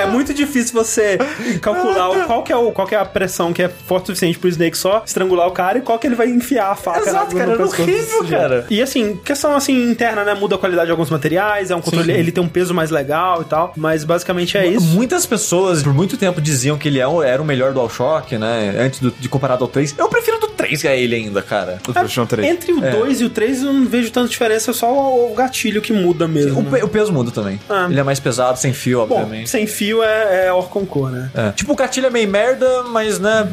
S1: É muito difícil você calcular o- qual que, é o, qual que é a pressão que é forte o suficiente pro Snake só estrangular o cara e qual que ele vai enfiar a faca. na-
S3: Exato,
S1: no
S3: cara, era
S1: pescoço desse
S3: horrível,
S1: sujeito.
S3: cara.
S1: E assim, questão assim interna, né? Muda a qualidade de alguns materiais, é um controle, ele tem um peso mais legal e tal, mas basicamente é isso.
S3: Muitas pessoas por muito tempo diziam que ele é o- era o melhor DualShock, né? Antes do- de comparado ao 3. Eu prefiro do 3 a ele ainda, cara.
S4: Do PlayStation 3.
S1: Entre
S3: É.
S1: o 2 e o 3 eu não vejo tanta diferença, é só o o gatilho que muda mesmo.
S3: O, pe- o peso muda também.
S1: Ah.
S3: Ele é mais pesado, sem fio,
S1: Bom,
S3: obviamente.
S1: sem fio é, é Orconcor, né?
S3: É. Tipo, o gatilho é meio merda, mas, né?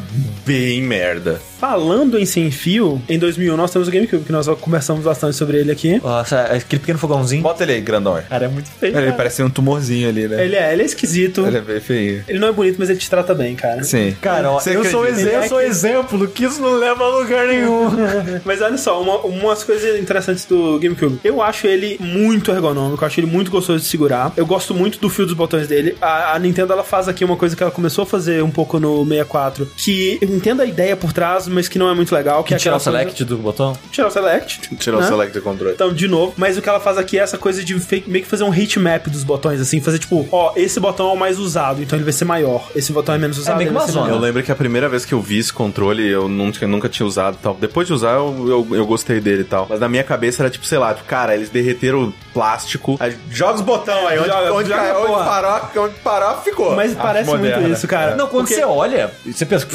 S2: Bem merda.
S1: Falando em sem fio, em 2001 nós temos o GameCube, que nós conversamos bastante sobre ele aqui.
S3: Nossa, é aquele pequeno fogãozinho.
S4: Bota ele aí, grandão. aí.
S1: Cara, é muito feio.
S4: Ele
S1: cara.
S4: parece um tumorzinho ali, né?
S1: Ele é, ele é esquisito.
S4: Ele é bem feio.
S1: Ele não é bonito, mas ele te trata bem, cara.
S4: Sim.
S3: Cara, ó,
S4: Você
S3: eu sou,
S4: acredita?
S3: exe- eu
S1: é
S3: sou exemplo que isso não leva a lugar nenhum.
S1: Mas olha só, uma- umas coisas interessantes do GameCube. Eu acho ele muito ergonômico, eu acho ele muito gostoso de segurar. Eu gosto muito do fio dos botões dele. A, a Nintendo ela faz aqui uma coisa que ela começou a fazer um pouco no 64, que eu entendo a ideia por trás, mas que não é muito legal. Que, é
S3: tirar o
S1: aquela coisa-
S3: select do botão?
S1: Tirar o select.
S2: Tirar
S1: né?
S2: o select do controle.
S1: Então, de novo, mas o que ela faz aqui é essa coisa de fe- meio que fazer um hitmap dos botões, assim, fazer tipo, ó, esse botão é o mais usado, então ele vai ser maior. Esse botão é menos usado,
S3: meio
S1: ele
S3: que
S1: vai
S3: uma
S1: ser
S3: zona.
S1: menor.
S2: Eu lembro que a primeira vez que eu vi esse controle, eu nunca, nunca tinha usado e tal. Depois de usar, eu, eu, eu gostei dele e tal. Mas na minha cabeça era tipo, sei lá, tipo, cara, eles derreteram o plástico. Aí, joga os botão aí, onde,
S1: Joga,
S2: onde,
S1: joga,
S2: onde
S1: porra.
S2: parar, onde parar ficou.
S1: Mas parece
S4: moderna.
S1: muito isso, cara.
S3: Não, quando
S1: Porque-
S3: você olha, você pensa...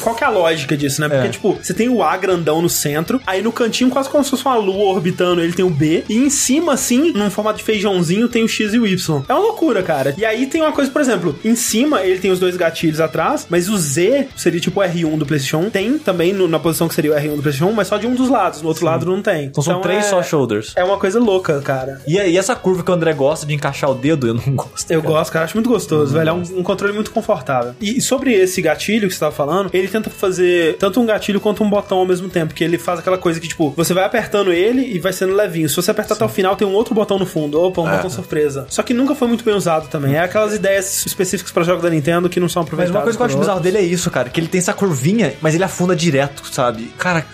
S1: Qual que é a lógica disso, né? Porque,
S3: É.
S1: tipo, você tem o A grandão no centro, aí no cantinho, quase como se fosse uma lua orbitando, ele tem o B, e em cima, assim, num formato de feijãozinho, tem o X e o Y. É uma loucura, cara. E aí tem uma coisa, por exemplo, em cima ele tem os dois gatilhos atrás, mas o Z seria tipo o R1 do PlayStation 1. Tem também no- na posição que seria o R1 do PlayStation 1, mas só de um dos lados, no outro lado não tem.
S3: Então são três
S1: é-
S3: só shoulders.
S1: É uma coisa louca, cara.
S3: E, e essa curva que o André gosta de encaixar o dedo, eu não gosto.
S1: Eu gosto, cara, acho muito
S4: Uhum.
S1: gostoso, velho. É um, um controle muito confortável. E sobre esse gatilho que você tava falando, ele tenta fazer tanto um gatilho quanto um botão ao mesmo tempo. Que ele faz aquela coisa que, tipo, você vai apertando ele e vai sendo levinho. Se você apertar até o final, tem um outro botão no fundo. Opa,
S4: É.
S1: um botão surpresa. Só que nunca foi muito bem usado também. É aquelas ideias específicas pra jogos da Nintendo que não são
S3: Mas
S1: aproveitadas.
S3: uma coisa que eu acho
S1: por
S3: bizarro
S1: outros.
S3: dele é isso, cara. Que ele tem essa curvinha, mas ele afunda direto, sabe? Cara,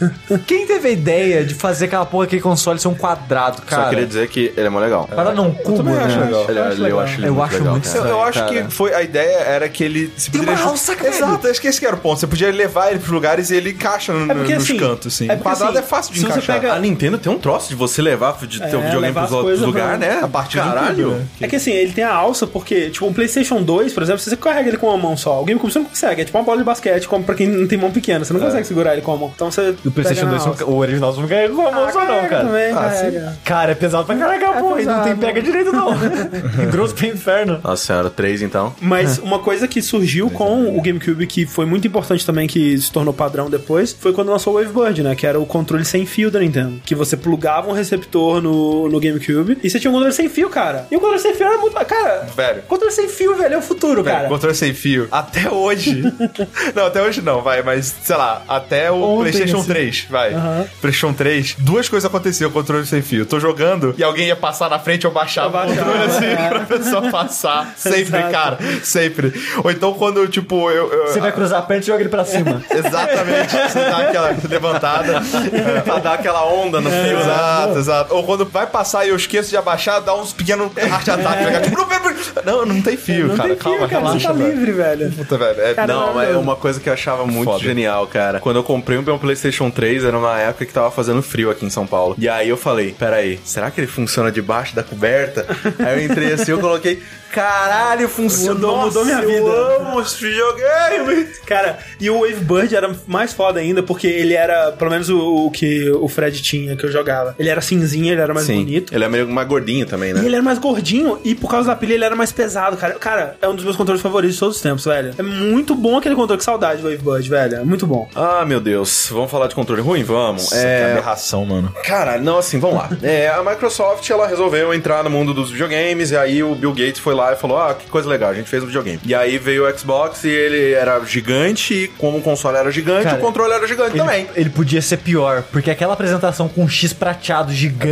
S3: quem teve a ideia de fazer aquela porra, aquele console ser um quadrado, cara?
S2: Só queria dizer que ele é mó legal.
S3: Para não, um cubo,
S4: também
S3: né?
S4: acho legal.
S2: Ele-
S1: acho
S2: ele-
S1: legal.
S2: eu acho ele
S3: Eu acho muito
S2: cara.
S4: Eu, eu acho
S3: Cara.
S4: que foi a ideia era que ele se
S3: Tem uma
S4: poderia jun-
S3: alça,
S4: É,
S3: velho.
S4: então, acho que esse que era o ponto. Você podia levar ele pros lugares e ele encaixa no,
S1: É porque,
S4: nos
S1: assim,
S4: cantos, sim.
S1: é
S4: O
S1: porque,
S4: quadrado
S1: assim,
S4: é fácil de
S1: se você
S4: encaixar.
S1: pega-
S2: A Nintendo tem um troço de você levar de teu
S1: É,
S2: videogame
S1: levar
S2: pros
S1: as
S2: outros
S1: coisas
S2: lugares,
S1: pra- um
S2: né?
S4: A partir do
S2: Caralho.
S4: tubo, né?
S1: É que assim, ele tem a alça, porque, tipo, um PlayStation 2, por exemplo, se você carrega ele com uma mão só, o GameCube você não consegue. É tipo uma bola de basquete, como pra quem não tem mão pequena.
S4: É.
S1: Você não consegue segurar ele com a mão. Então você.
S3: O PlayStation 2, não- o original, você não ganha com a mão só, não, cara.
S1: Também,
S4: Ah,
S1: carrega.
S3: Cara, é pesado pra carregar, a porra. E não
S1: pesado.
S3: tem pega direito, não. É Grosso pra inferno.
S2: Nossa senhora, três então.
S4: É.
S1: Mas uma coisa que surgiu com o GameCube, que foi muito importante também, que se tornou padrão depois, foi quando lançou o Wavebird, né? Que era o controle sem fio da Nintendo. Que você plugava um receptor no, no GameCube e você tinha um controle sem fio, cara. E o controle sem fio era muito. Cara,
S4: Velho.
S1: controle sem fio, velho, é o futuro,
S4: Velho,
S1: cara.
S4: Controle sem fio. Até hoje. não, até hoje não, vai, mas sei lá, até o
S1: Ontem,
S4: PlayStation
S1: assim.
S4: 3, vai.
S1: Aham.
S4: PlayStation 3, duas coisas aconteciam com o controle sem fio. Eu tô jogando e alguém ia passar na frente, eu baixava o controle assim pra pessoa passar. Sempre,
S1: é. Exato.
S4: cara. Sempre. Ou então quando, tipo, eu. eu-
S3: Você vai cruzar a perna e joga ele pra cima.
S4: Exatamente. Você dá aquela levantada é, pra dar aquela onda no
S1: É. né?
S4: fio. Exato, exato. Ou quando vai passar e eu esqueço de abaixar, dá uns pequenos heart attack. né, cara? Tipo, brum, brum, brum. Não, não tem fio,
S1: É. Não
S4: cara.
S1: tem
S4: calma,
S1: fio, cara.
S4: relaxa. né?"
S1: Você tá
S4: velho.
S1: livre, velho.
S4: Puta, velho. É,
S1: Cara,
S2: Não,
S1: Caralho.
S2: é uma coisa que eu achava muito
S4: Foda.
S2: genial, cara. Quando eu comprei um PlayStation 3, era uma época que tava fazendo frio aqui em São Paulo. E aí eu falei, peraí, será que ele funciona debaixo da coberta? aí eu entrei assim, eu coloquei, caralho, funcionou.
S1: Mudou- mudou minha vida.
S2: Eu amo esse videogame.
S1: Cara, e o Wavebird era mais foda ainda, porque ele era, pelo menos o, o que o Fred tinha, que eu jogava. Ele era cinzinho, ele era mais
S2: Sim,
S1: bonito.
S2: ele é meio mais gordinho também,
S1: E
S2: né?
S1: ele era mais gordinho e por causa da pilha ele era mais pesado, cara. Cara, é um dos meus controles favoritos de todos os tempos, velho. É muito bom aquele controle, que saudade do Wavebird, velho. É muito bom.
S2: Ah, meu Deus. Vamos falar de controle ruim? Vamos.
S4: Que
S2: é,
S4: aberração, mano.
S2: Cara, não, assim, vamos lá. É, a Microsoft, ela resolveu entrar no mundo dos videogames, e aí o Bill Gates foi lá e falou, ah, que coisa legal, a gente fez um videogame. E aí veio o Xbox, e ele era gigante, e como o console era gigante,
S3: Cara,
S2: o controle era gigante também.
S3: Ele, ele podia ser pior, porque aquela apresentação com um X prateado gigante,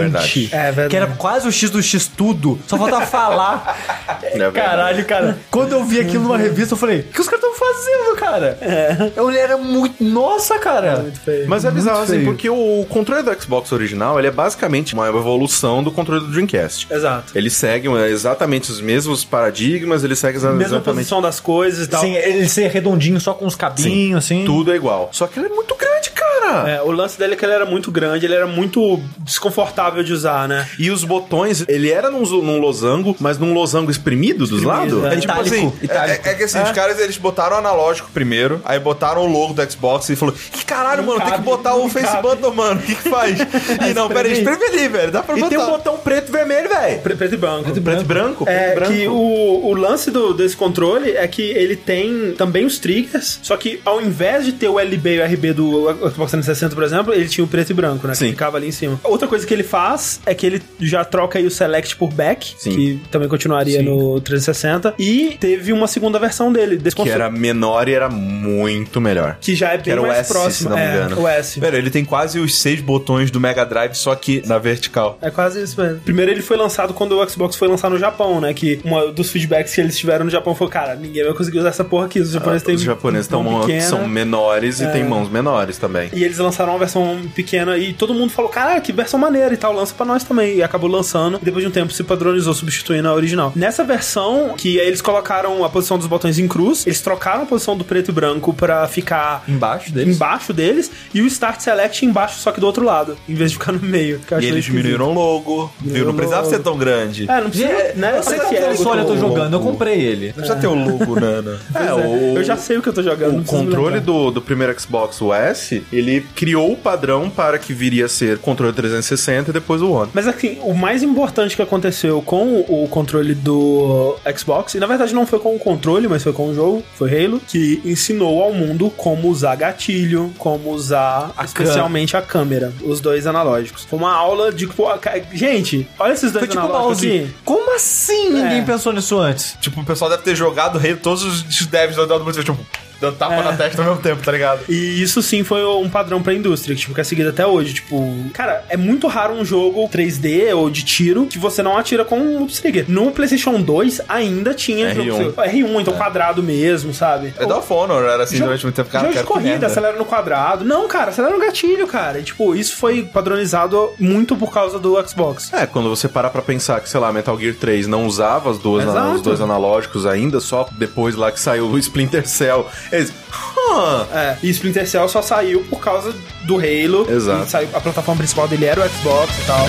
S2: verdade.
S1: É verdade.
S3: que era quase o X do X tudo, só faltava falar.
S2: É verdade.
S3: Caralho, cara. Quando eu vi aquilo numa revista, eu falei, o que os caras estão fazendo, cara?
S1: É.
S3: Eu olhei, era muito... Nossa, cara.
S1: feio.
S2: Mas é
S3: Muito
S2: bizarro, assim,
S3: feio.
S2: porque o controle do Xbox original, ele é basicamente uma evolução do controle do Dreamcast.
S1: Exato.
S2: Ele segue é, exatamente os mesmos paradigmas, ele segue exa-
S1: Mesma
S2: exatamente... é.
S1: posição das coisas e tal.
S3: Sim, ele ser redondinho só com os cabinhos, assim.
S2: Tudo é igual. Só que ele é muito grande, cara!
S1: É, o lance dele é que ele era muito grande, ele era muito desconfortável de usar, né?
S2: E os botões, ele era num, zo- num losango, mas num losango exprimido dos lados?
S1: né?
S2: É tipo
S3: Itálico.
S2: assim.
S4: É, é que
S1: Ah.
S4: assim, os caras eles botaram o analógico primeiro, aí botaram o logo do Xbox e falou: Que caralho, mano, tem
S1: cabe,
S4: que botar
S1: não
S4: o Face
S1: cabe."
S4: Button, mano, o que, que faz? Ih, não, pera aí, espreme ali, velho, dá pra botar.
S2: botão preto e vermelho, velho.
S1: Pre- Preto e branco.
S2: Preto e branco?
S1: É que o, o lance do- desse controle é que ele tem também os triggers, só que ao invés de ter o LB e o RB do Xbox 360, por exemplo, ele tinha o preto e branco, né? Que
S2: Sim.
S1: ficava ali em cima. Outra coisa que ele faz é que ele já troca aí o Select por Back,
S2: Sim.
S1: que também continuaria no 360. E teve uma segunda versão dele, desse
S2: Que
S1: console,
S2: era menor e era muito melhor.
S1: que já é bem
S2: era o
S1: mais
S2: S, se
S1: próximo.
S2: não me
S1: é,
S2: engano.
S1: o S.
S4: Velho, ele tem quase os seis botões do Mega Drive, só que na vertical.
S1: É quase isso mesmo. Primeiro ele foi lançado quando o Xbox foi lançado no Japão, né? Que um dos feedbacks que eles tiveram no Japão foi, cara, ninguém vai conseguir usar essa porra aqui. Os japoneses têm
S2: Ah, Os japoneses
S1: mão
S2: tão-
S1: pequena. É.
S2: são menores e têm mãos menores também.
S1: E eles lançaram uma versão pequena e todo mundo falou, caralho, que versão maneira e tal, lança pra nós também. E acabou lançando. E depois de um tempo se padronizou, substituindo a original. Nessa versão, que aí eles colocaram a posição dos botões em cruz, eles trocaram a posição do preto e branco pra ficar
S3: Embaixo deles.
S1: embaixo deles e o Start Select embaixo, só que do outro lado, em vez de ficar no meio. que eu
S4: E
S1: achei
S4: eles
S1: esquisito.
S4: diminuíram o logo, viu? Não precisava ser tão grande.
S1: É, não precisa, né?
S3: Eu sei que
S1: é
S3: ele
S1: algo
S3: só olha, eu tô
S1: tão-
S3: jogando, eu comprei ele.
S4: Não precisa ter o logo, Nana.
S2: É,
S1: Eu já sei o que eu tô jogando.
S2: O
S1: não preciso me
S2: controle
S1: lembrar.
S2: do, do primeiro Xbox, o S, ele criou o padrão para que viria a ser controle 360 e depois o One.
S1: Mas assim, o mais importante que aconteceu com o controle do Xbox, e na verdade não foi com o controle, mas foi com o jogo, foi Halo, que ensinou ao mundo como usar gatilho, como usar especialmente a câmera, os dois analógicos. Foi uma aula de. pô, ca- Gente, olha esses dois
S3: Foi tipo
S1: analógicos
S3: mouse.
S1: um aqui.
S3: Como assim ninguém
S1: É.
S3: pensou nisso antes?
S4: tipo, o pessoal deve ter jogado rei, todos os devs do mundo, tipo, dando tapa
S2: É.
S4: na testa ao mesmo tempo, tá ligado?
S1: E isso sim foi um padrão pra indústria, que, tipo, que é seguido até hoje. Tipo, cara, é muito raro um jogo 3D ou de tiro que você não atira com um trigger. No PlayStation 2 ainda tinha
S2: R1.
S1: jogo- R1, então quadrado mesmo, sabe?
S4: um. É da Honor, era assim
S1: Jogo-
S4: durante muito tempo. Cara,
S1: jogo de
S4: cara, que
S1: corrida,
S4: merda.
S1: acelera no quadrado. Não, cara, acelera no gatilho, cara. E, tipo, isso foi padronizado muito por causa do Xbox.
S2: É, quando você parar pra pensar que, sei lá, Metal Gear 3 não usava as duas
S1: Exato.
S2: os dois analógicos ainda, só depois lá que saiu o Splinter Cell. Eles, "Hã?"
S1: É, e Splinter Cell só saiu por causa do Halo.
S2: Exato.
S1: E saiu- a plataforma principal dele era o Xbox e tal.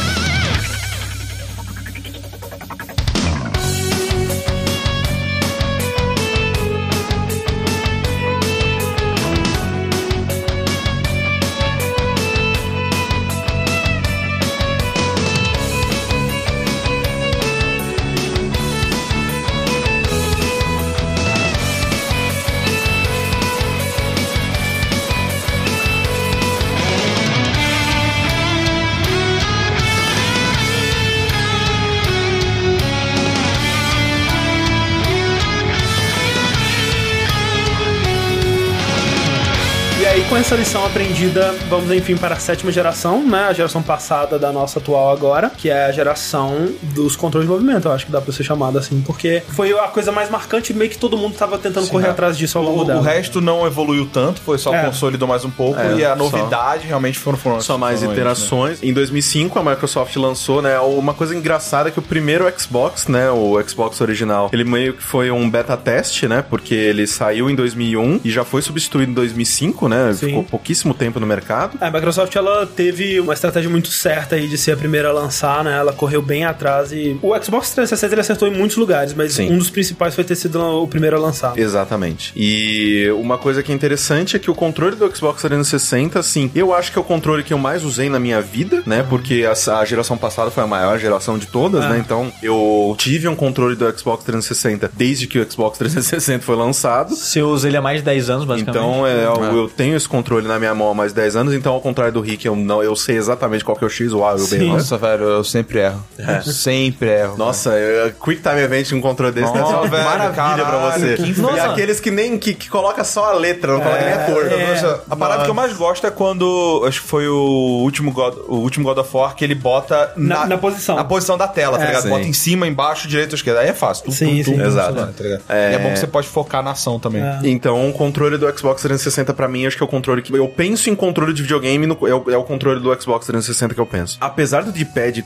S1: aí, com essa lição aprendida, vamos enfim para a sétima geração, né? A geração passada da nossa atual agora, que é a geração dos controles de movimento, eu acho que dá pra ser chamada assim, porque foi a coisa mais marcante, meio que todo mundo tava tentando correr
S2: né?
S4: é.
S1: atrás disso ao
S4: O,
S1: longo
S4: o
S1: dela.
S4: resto não evoluiu tanto, foi só
S1: É.
S4: consolidou mais um pouco
S2: É,
S4: e a
S2: só-
S4: novidade realmente foram, foram né?
S2: Só mais
S4: foram eles,
S2: interações. Em 2005, a Microsoft lançou, né, uma coisa engraçada é que o primeiro Xbox, né, o Xbox original, ele meio que foi um beta teste, né, porque ele saiu em 2001 e já foi substituído em 2005, né,
S1: Sim.
S2: ficou pouquíssimo tempo no mercado.
S1: É, A Microsoft ela teve uma estratégia muito certa aí de ser a primeira a lançar, né? Ela correu bem atrás e o Xbox 360 ele acertou em muitos lugares, mas
S2: Sim.
S1: um dos principais foi ter sido o primeiro a lançar.
S2: Exatamente. E uma coisa que é interessante é que o controle do Xbox 360, assim, eu acho que é o controle que eu mais usei na minha vida, né? Porque a, a geração passada foi a maior geração de todas, né? Então eu tive um controle do Xbox 360 desde que o Xbox 360 foi lançado.
S3: Se eu uso ele há mais de 10 anos, basicamente.
S2: Então é, eu, eu tenho esse controle na minha mão há mais de 10 anos, então ao contrário do Rick, eu não eu sei exatamente qual que é o X, o A e o B.
S1: Sim.
S2: né?
S4: Nossa, velho, eu sempre erro.
S2: É.
S4: Eu sempre erro.
S2: Nossa, eu- Quick Time Event um controle desse deve ser uma
S4: Nossa, velho,
S2: maravilha pra
S4: caralho,
S2: você.
S4: que
S2: E
S3: inferno.
S2: aqueles que nem que, que coloca só a letra, não
S1: É,
S2: coloca nem a cor.
S4: Eu- nossa, a parada que eu mais gosto é quando. Acho que foi o último God, o último God of War que ele bota
S1: Na- na posição. É.
S4: Na posição da tela, tá ligado?
S2: sim.
S4: Bota em cima, embaixo, direita, esquerda. Aí é fácil. Tum,
S1: Sim, sim.
S2: Exato.
S4: funciona, tá ligado? E é bom que você pode focar na ação também.
S1: É.
S2: Então, o controle do Xbox 360 pra mim, acho que é o controle que eu penso em controle de videogame, no- é, o, é o controle do Xbox 360 que eu penso. Apesar do D-pad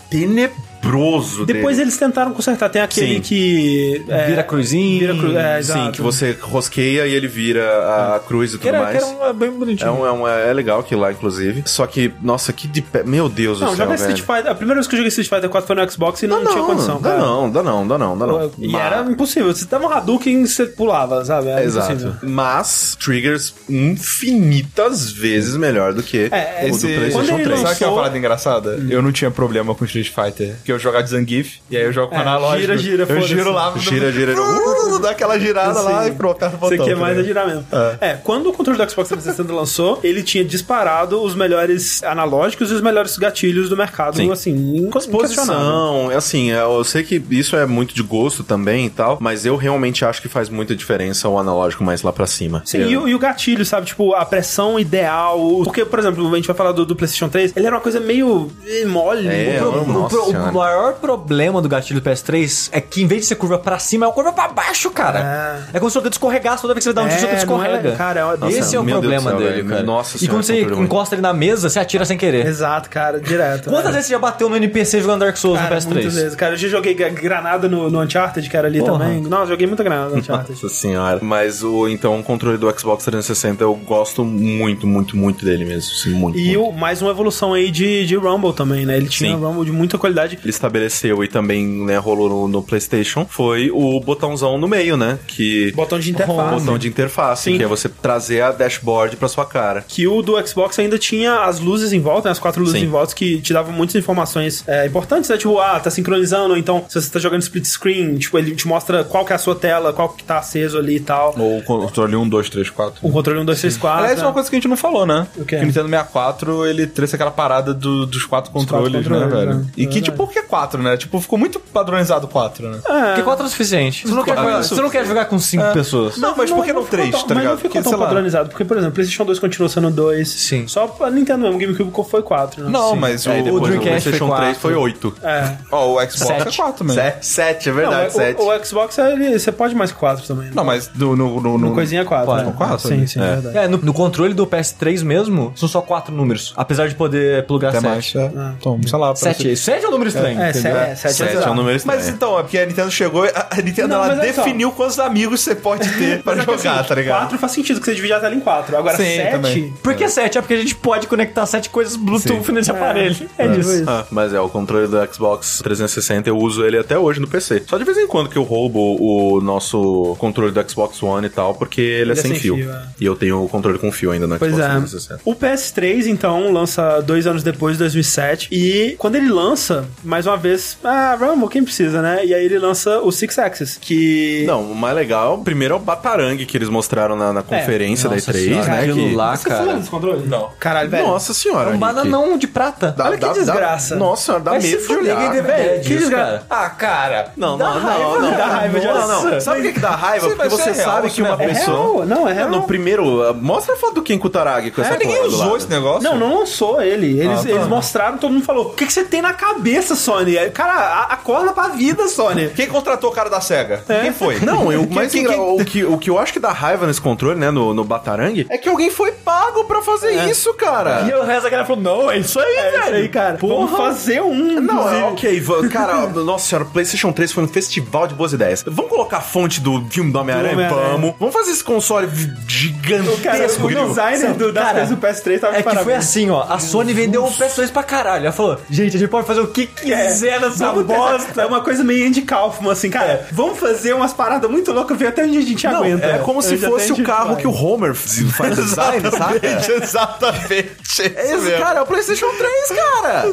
S2: tenebroso
S1: Depois
S2: dele,
S1: eles tentaram consertar. Tem aquele
S2: Sim.
S1: que. é,
S3: Vira cruzinho.
S1: Vira cru- é,
S2: sim,
S1: exato. Hum.
S2: que você rosqueia e ele vira a cruz e tudo
S3: Que era, que
S2: mais.
S3: era um- é bem
S2: É,
S3: bonitinho.
S2: um, é, um- é legal aquilo lá, inclusive. Só que, nossa, que de pé. Meu Deus do
S1: Não,
S2: céu.
S1: joguei
S2: velho.
S1: Street Fighter. A primeira vez que eu joguei Street Fighter 4 foi no Xbox e não, tinha condição.
S2: Dá
S1: cara.
S2: não, dá não, dá não, dá não.
S1: E
S2: Mas-
S1: era impossível. Você dava um Hadouken e você pulava, sabe? Era impossível.
S2: É Exato. Mas triggers infinitas vezes melhor do que
S1: É,
S2: o do
S1: esse-
S2: PlayStation
S1: quando ele
S2: 3.
S1: lançou-
S4: Sabe o que é uma parada engraçada?
S1: Hum.
S4: Eu não tinha problema com Street Fighter. Porque eu jogava de Zangief, e aí eu jogo com
S1: É,
S4: analógico.
S1: gira, gira,
S4: Eu
S1: foda-se.
S4: giro lá,
S2: Gira, gira, gira.
S4: uh, dá aquela girada lá e pronto, aperta o
S1: Você
S4: botão.
S1: quer
S4: tá
S1: mais
S4: ligado?
S1: girar mesmo. É. quando o controle do Xbox 360 lançou, ele tinha disparado os melhores analógicos e os melhores gatilhos do mercado,
S2: Sim.
S1: assim, incos- inquestionável.
S2: Posição, é assim, é, eu sei que isso é muito de gosto também e tal, mas eu realmente acho que faz muita diferença o analógico mais lá pra cima.
S1: Sim,
S2: Eu-
S1: e, o, e o gatilho, sabe? Tipo, a pressão ideal. o- Porque, por exemplo, a gente vai falar do, do PlayStation 3, ele era uma coisa meio eh, mole. um
S2: É, eu-
S1: pouco-
S3: O,
S2: Nossa
S3: pro- o
S2: Senhora.
S3: maior problema do gatilho do PS3 é que em vez de ser curva pra cima, é uma curva pra baixo, cara. É, como se o dedo escorregasse toda vez que você dá um tiro, o dedo
S1: É, não é-
S3: escorrega.
S1: cara, é uma-
S3: Esse é o
S2: meu Deus
S3: problema
S2: do céu,
S3: dele,
S2: velho.
S3: cara.
S2: Nossa
S3: E
S2: Senhora,
S3: quando você
S2: que problema.
S3: encosta ele na mesa, você atira sem querer.
S1: Exato, cara, direto.
S3: Quantas
S1: né?
S3: vezes você já bateu no NPC jogando Dark Souls
S1: Cara,
S3: no PS3?
S1: muitas vezes. Cara, eu já joguei gra- granada no, no Uncharted, cara, ali
S3: Porra.
S1: também. Nossa, joguei muita granada no Uncharted.
S2: Nossa senhora. Mas o então o controle do Xbox 360 eu gosto muito, muito, muito dele mesmo. Sim, muito.
S1: E
S2: muito.
S1: o, mais uma evolução aí de, de Rumble também, né? Ele tinha
S2: Sim.
S1: Rumble de muita qualidade.
S2: ele estabeleceu e também né, rolou no, no PlayStation foi o botãozão no meio, né? Que
S1: Botão de interface.
S2: botão de interface,
S1: Sim.
S2: que é você trazer a dashboard pra sua cara.
S1: que o do Xbox ainda tinha as luzes em volta, né, as quatro luzes
S2: Sim.
S1: em volta que te davam muitas informações é, importantes, né? Tipo, ah, tá sincronizando, ou então se você tá jogando split screen, tipo, ele te mostra qual que é a sua tela, qual que tá aceso ali e tal.
S4: Ou o controle 1, 2, 3, 4.
S1: O controle 1, 2, 3, 4.
S4: Aliás, é uma coisa que a gente não falou, né?
S1: Ah, tá. O quê?
S4: Que o Nintendo 64, ele trouxe aquela parada do- dos quatro controles, né,
S1: controles,
S4: velho?
S1: né?
S4: E que,
S1: Verdade. Ah,
S4: tipo, por que quatro, né? Tipo, ficou muito padronizado quatro, né?
S3: Porque 4 é o suficiente. Você não, quer
S4: Quatro é
S3: jogar,
S4: o
S3: você não quer jogar com 5
S1: É.
S3: pessoas.
S4: Não, mas por que não
S1: ficou
S4: três,
S1: tão-
S4: tá
S1: Mas
S4: ligado?
S1: não ficou
S4: Porque,
S1: tão
S4: sei lá.
S1: padronizado, porque, por exemplo, o PlayStation 2 continuou sendo 2.
S3: Sim.
S1: Só a Nintendo mesmo, o GameCube foi 4, né?
S4: Não, mas
S2: Aí
S4: o,
S2: É, depois
S4: o,
S2: no
S3: Dreamcast foi
S2: PlayStation
S3: quatro.
S2: 3 foi 8.
S1: É.
S4: ó, o Xbox
S3: Sete.
S4: é quatro mesmo.
S2: 7, é
S1: Não,
S2: verdade,
S1: mas
S2: 7.
S1: o, o Xbox, é ele, você pode mais 4 também. Né?
S4: Não, mas no... no, no,
S1: No
S4: no-
S1: coisinha 4.
S4: Pode, quatro,
S1: Sim,
S4: né?
S1: sim, é verdade.
S3: É, no, no controle do PS3 mesmo, são só 4 números. Apesar de poder plugar
S4: Até mais.
S3: 7.
S4: É. Então, sei lá. parece-
S3: 7 é um número estranho.
S1: É,
S3: entendeu?
S1: 7
S2: 7 Ah. é um número
S4: Mas
S2: estranho.
S4: então, é porque a Nintendo chegou, a a Nintendo
S1: Não,
S4: ela
S1: mas olha só. é
S4: definiu quantos amigos você pode ter pra jogar, tá ligado?
S1: 4 assim, faz sentido que você divide a tela em 4. Agora
S4: Sim,
S1: 7.
S4: também.
S3: Por que 7? É porque a gente pode conectar 7 coisas Bluetooth nesse aparelho. É, isso.
S2: Ah, mas é, o controle do Xbox 360 eu uso ele até hoje no PC. Só de vez em quando que eu roubo o nosso controle do Xbox One e tal, porque ele é, sem, fio.
S1: é.
S2: E eu tenho o controle com fio ainda no
S1: Pois
S2: Xbox
S1: é.
S2: 360.
S1: O PS3, então, lança dois anos depois, 2007. E quando ele lança, mais mais uma vez, ah, vamos, quem precisa, né? E aí ele lança o Six Axis, que.
S2: Não, o mais legal, primeiro é o Batarangue que eles mostraram na,
S1: É.
S2: na conferência da
S3: Nossa
S2: E3,
S3: senhora,
S2: né?
S3: Tá aquilo
S2: que-
S3: lá,
S1: Você falou
S3: cara.
S1: desse controle? Não. Caralho, velho.
S2: Nossa senhora.
S3: Um
S2: Henrique.
S3: bananão de prata.
S2: Dá-
S1: Olha que
S2: dá- dá-
S1: desgraça.
S2: nossa senhora, dá
S3: Vai se
S2: medo de
S3: fuder,
S2: olhar.
S3: ninguém deve- velho,
S1: que
S3: isso,
S1: desgraça.
S4: É
S3: cara. Ah, cara.
S2: Não, não, não, não,
S1: dá raiva de
S2: não, não,
S1: olhar.
S2: não. Sabe o que, que dá raiva?
S3: Isso
S2: Porque
S3: vai
S2: você
S3: ser real,
S2: sabe
S3: isso
S2: que uma
S3: não é
S1: É
S2: pessoa.
S1: real, não, é
S2: É,
S1: real.
S2: no primeiro, uh, mostra a foto do Ken Kutaragi com
S4: É,
S2: essa
S5: É, Ninguém
S2: porra do
S5: usou
S2: é? lado.
S5: esse negócio?
S1: Não, não lançou ele. Eles, eles mostraram, todo mundo falou: O que, que você tem na cabeça, Sony? Aí, Cara, a- acorda pra vida, Sony.
S5: Quem contratou o cara da SEGA? Quem foi?
S2: Não, eu, mas
S5: quem-
S2: engra-
S5: quem-
S2: o, que, o que eu acho que dá raiva nesse controle, né, no, no Batarangue, é que alguém foi pago pra fazer isso, cara.
S3: E o resto da galera falou, não, é isso aí,
S1: É isso
S3: velho.
S1: aí, cara. Vamos
S2: Porra.
S1: fazer um.
S2: Não, é,
S1: inclusive.
S2: ok, va- cara, nossa senhora, PlayStation 3 foi um festival de boas ideias. Vamos colocar a fonte do filme do Homem-Aranha?
S1: Homem-Aranha.
S2: Vamos. Vamos fazer esse console v- gigantesco,
S1: Cara, o
S2: grilo.
S1: designer do, das
S3: Cara,
S1: coisas do PS3 tava
S3: É
S1: de
S3: que foi
S1: parabéns.
S3: assim, ó. A Sony vendeu o PS2 pra caralho. Ela falou, gente, a gente pode fazer o que quiser nessa
S1: É. Vamos ter essa-
S3: bosta.
S1: É uma coisa meio Andy Kaufman, assim, cara. Vamos fazer umas paradas muito loucas, ver até onde a gente
S2: Não,
S1: aguenta.
S2: é como
S1: Eu
S2: se
S1: já
S2: fosse
S1: tenho
S2: o carro
S1: demais.
S2: que o Homer f- faz design, saca?
S5: Exatamente.
S2: É Esse, cara, é o PlayStation 3, cara!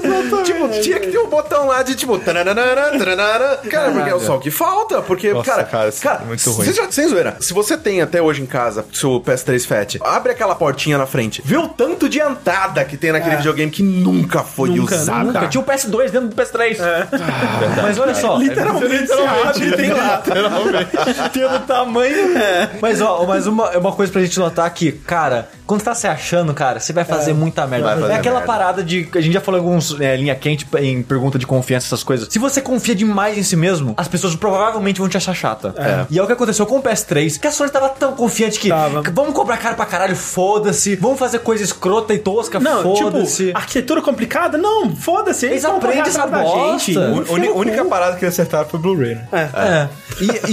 S2: Tipo, tinha que ter um botão lá de tipo. Taranana, taranana. Cara, porque é só o que falta. Porque,
S5: Nossa,
S2: cara.
S5: cara, isso é muito ruim.
S2: Você já, sem zoeira, se você tem até hoje em casa seu PS3 Fat, abre aquela portinha na frente, vê o tanto de entrada que tem naquele videogame que nunca foi
S1: Nunca,
S2: usada.
S3: É. Nunca tinha o PS2 dentro do PS3. Mas olha só.
S1: É Literalmente, literalmente, abre, tem lá.
S3: Pelo tamanho. Ah. Mas ó, mas uma, uma coisa pra gente notar aqui, cara, quando você tá se achando, cara, você vai fazer muita merda.
S2: Vai fazer
S3: é aquela
S2: merda.
S3: parada de. A gente já falou em alguns é, linha quente em pergunta de confiança, essas coisas. Se você confia demais em si mesmo, as pessoas provavelmente vão te achar chata. E é o que aconteceu com o PS3, que a Sony tava tão confiante que.
S1: Tava.
S3: que Vamos cobrar cara pra caralho, foda-se. Vamos fazer coisa escrota e tosca,
S1: Não,
S3: foda-se.
S1: tipo, arquitetura complicada? Não, foda-se.
S3: Eles
S1: vão
S3: aprendem
S1: atrás
S3: essa
S1: da
S3: bosta.
S1: gente.
S5: A uni- única parada que eles acertaram foi Blu-ray, né?
S3: É. E,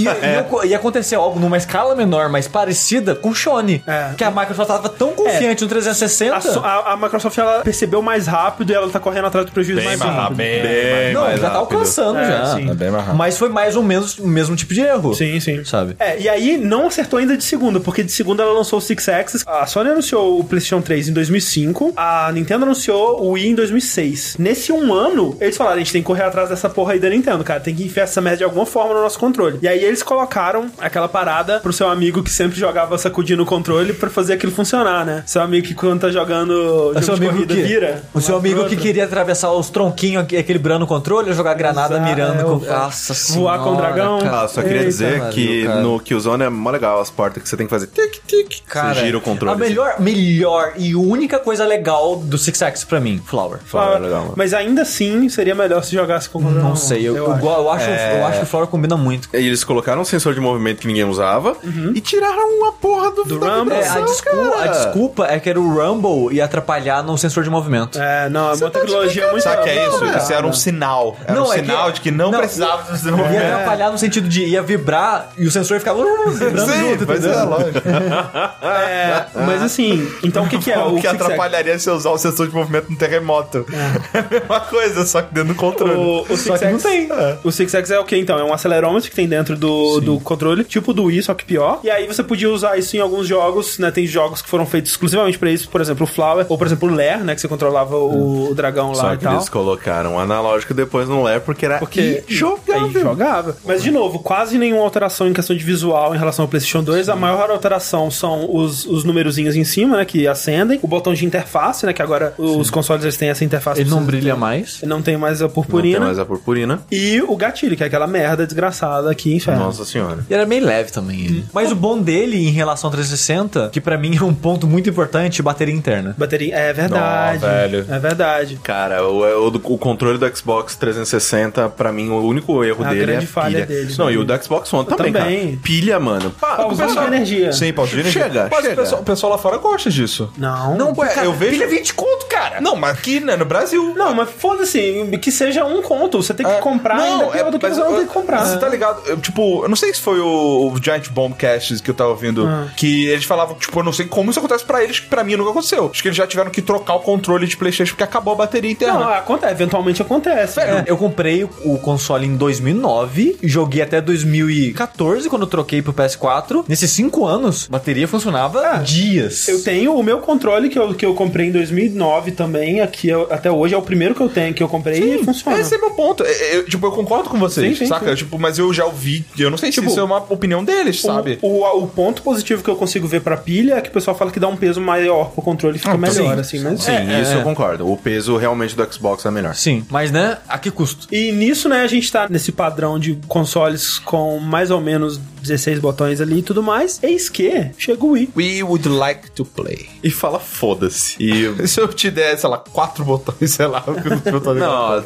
S3: e, e
S1: É.
S3: o- e aconteceu algo numa escala menor, mas parecida com o Sony.
S1: É.
S3: Que a Microsoft tava tão confiante no 360.
S1: A, so- a- a Microsoft ela percebeu mais rápido e ela tá correndo atrás do prejuízo mais rápido.
S5: bem
S3: Não,
S5: É mais
S3: já
S5: rápido.
S3: tá alcançando
S1: É,
S3: já.
S1: sim. Tá
S5: bem mais rápido.
S3: Mas foi mais ou menos o mesmo tipo de erro.
S1: Sim, sim.
S3: Sabe?
S1: É, e aí não acertou ainda de segunda, porque de segunda ela lançou o Six Axis, a Sony anunciou o PlayStation 3 em 2005, a Nintendo anunciou o Wii em 2006. Nesse um ano, eles falaram, a gente tem que correr atrás dessa porra aí da Nintendo, cara, tem que enfiar essa merda de alguma forma no nosso controle. E aí eles colocaram aquela parada pro seu amigo que sempre jogava sacudindo o controle pra fazer aquilo funcionar, né? Seu amigo que quando tá jogando
S3: O É seu
S1: jogo de
S3: amigo
S1: corrida
S3: que,
S1: vira.
S3: o seu
S1: um lado pro
S3: amigo que
S1: outro.
S3: queria atravessar os tronquinhos, aqui- aquele brando o controle, é jogar granada
S1: Exato,
S3: mirando
S1: é,
S3: com.
S1: o-
S3: Nossa
S1: voar com o dragão.
S3: cara.
S2: Ah, só queria
S1: Eita,
S2: dizer que
S3: cara.
S2: no Killzone é mó legal as portas que você tem que fazer tic-tic.
S3: Cara,
S2: Você gira o controle.
S5: assim.
S3: A melhor, melhor e única coisa legal do Six Axis pra mim, Flower.
S2: Fala, legal, mano.
S1: Mas ainda assim, seria melhor se jogasse com o controle.
S3: Não sei, eu, eu,
S1: acho.
S3: go- eu acho,
S5: É.
S3: eu acho que o Flower combina muito.
S2: E eles colocaram um sensor de movimento que ninguém usava e tiraram uma porra do,
S1: Do
S2: da
S1: Rumble.
S3: É, a,
S2: vibração,
S3: desculpa, a
S2: cara.
S3: desculpa é que era o Rumble e atrapalhar no sensor de movimento.
S1: É, não, é uma tecnologia muito
S5: Sabe o que é isso?
S1: cara.
S5: Isso era um sinal. Era
S3: Não,
S5: um
S3: é
S5: sinal
S3: que-
S5: de que não,
S3: não,
S5: precisava do
S3: Ia
S5: desenvolvimento.
S3: atrapalhar no sentido de ia vibrar e o sensor ia ficar vibrando junto,
S5: mas
S3: entendeu?
S5: é lógico.
S1: É, mas assim, então o que, que é
S5: o que
S1: Six Axis?
S5: atrapalharia se eu usar o sensor de movimento no terremoto. É. a mesma coisa, só que dentro do controle.
S1: O, o Six Axis-
S5: É.
S1: O Six Axis é o que então? É um acelerômetro que tem dentro do, do controle, tipo do Wii, só que pior. E aí você podia usar isso em alguns jogos, né? Tem jogos que foram feitos exclusivamente pra isso, por exemplo, o Flower, ou por exemplo o Lair, né? Que você controlava o, o dragão lá
S2: Só
S1: e
S2: que
S1: tal.
S2: eles colocaram um analógico depois no Lair porque era
S1: Porque é
S2: injogável.
S1: Aí jogava. Mas, de novo, quase nenhuma alteração em questão de visual em relação ao PlayStation 2. A maior alteração são os, os numerozinhos em cima, né? Que acendem. O botão de interface, né? Que agora os consoles eles têm essa interface.
S3: Ele não
S1: Precisa-
S3: brilha mais.
S1: Não tem mais a
S2: Não tem
S1: purpurina.
S2: mais a purpurina.
S1: E o gatilho, que é aquela merda desgraçada aqui, inferno.
S2: Nossa senhora.
S3: E era meio leve também ele. Hum. Mas o bom dele em relação ao 360, que pra mim é um ponto muito importante, bateria interna.
S1: Bateria. É verdade.
S5: Não, velho.
S1: É verdade.
S2: Cara, o, o, do- o controle do Xbox 360, pra mim, o único erro
S1: A
S2: dele é
S1: grande
S2: a
S1: falha
S2: pilha.
S1: dele,
S2: Não,
S1: né?
S2: e o do Xbox One também,
S1: também.
S2: cara. Pilha, mano.
S5: Ah,
S2: Pá,
S1: Tá usando de energia.
S5: Sim, Paulo Gini.
S2: Chega,
S5: Mas
S2: chega.
S5: O, pessoal, o pessoal lá fora gosta disso.
S1: Não.
S5: Não, ué, eu vejo.
S3: Pilha é 20 conto, cara!
S5: Não, mas aqui, né, no Brasil.
S1: Não, mas foda-se, que seja um conto. Você tem que
S5: É,
S1: comprar ainda pior do que
S5: mas
S1: você não
S5: eu-
S1: tem que comprar.
S5: Você tá ligado? Eu, tipo, eu não sei se foi o, o Giant Bombcast que eu tava ouvindo,
S1: Ah.
S5: que eles falavam, tipo, eu não sei como isso acontece pra eles, que pra mim nunca aconteceu. Acho que eles já tiveram que trocar o controle de Playstation porque acabou a bateria interna.
S1: Não, acontece, eventualmente acontece. né?
S3: É, Eu comprei o console em 2009, joguei até 2014 quando eu troquei pro PS4. Nesses 5 anos, a bateria funcionava dias.
S1: Eu tenho o meu controle é que eu, que eu comprei em 2009 também, aqui eu- até hoje é o primeiro que eu tenho que eu comprei e e funciona.
S5: Esse é meu ponto. Eu- eu, tipo, eu concordo com vocês,
S1: Sim, sim,
S5: saca?
S1: sim.
S5: Tipo, mas eu já ouvi, eu não sei
S1: Tipo,
S5: se isso é uma opinião deles,
S1: O-
S5: sabe?
S1: O, o ponto positivo que eu consigo ver pra pilha é que o pessoal fala que dá um peso maior pro controle e
S5: Ah, tá.
S1: fica melhor, assim, mas.
S2: Sim,
S1: É,
S2: isso eu concordo. O peso realmente do Xbox é melhor.
S3: Sim, mas né, a que custo?
S1: E nisso, né, a gente tá nesse padrão de consoles com mais ou menos 16 botões ali e tudo mais. Eis que chega o Wii.
S5: We would like to play.
S2: E fala foda-se. E.
S5: E se eu te der, sei lá, quatro botões, sei lá, o que eu tô ligado?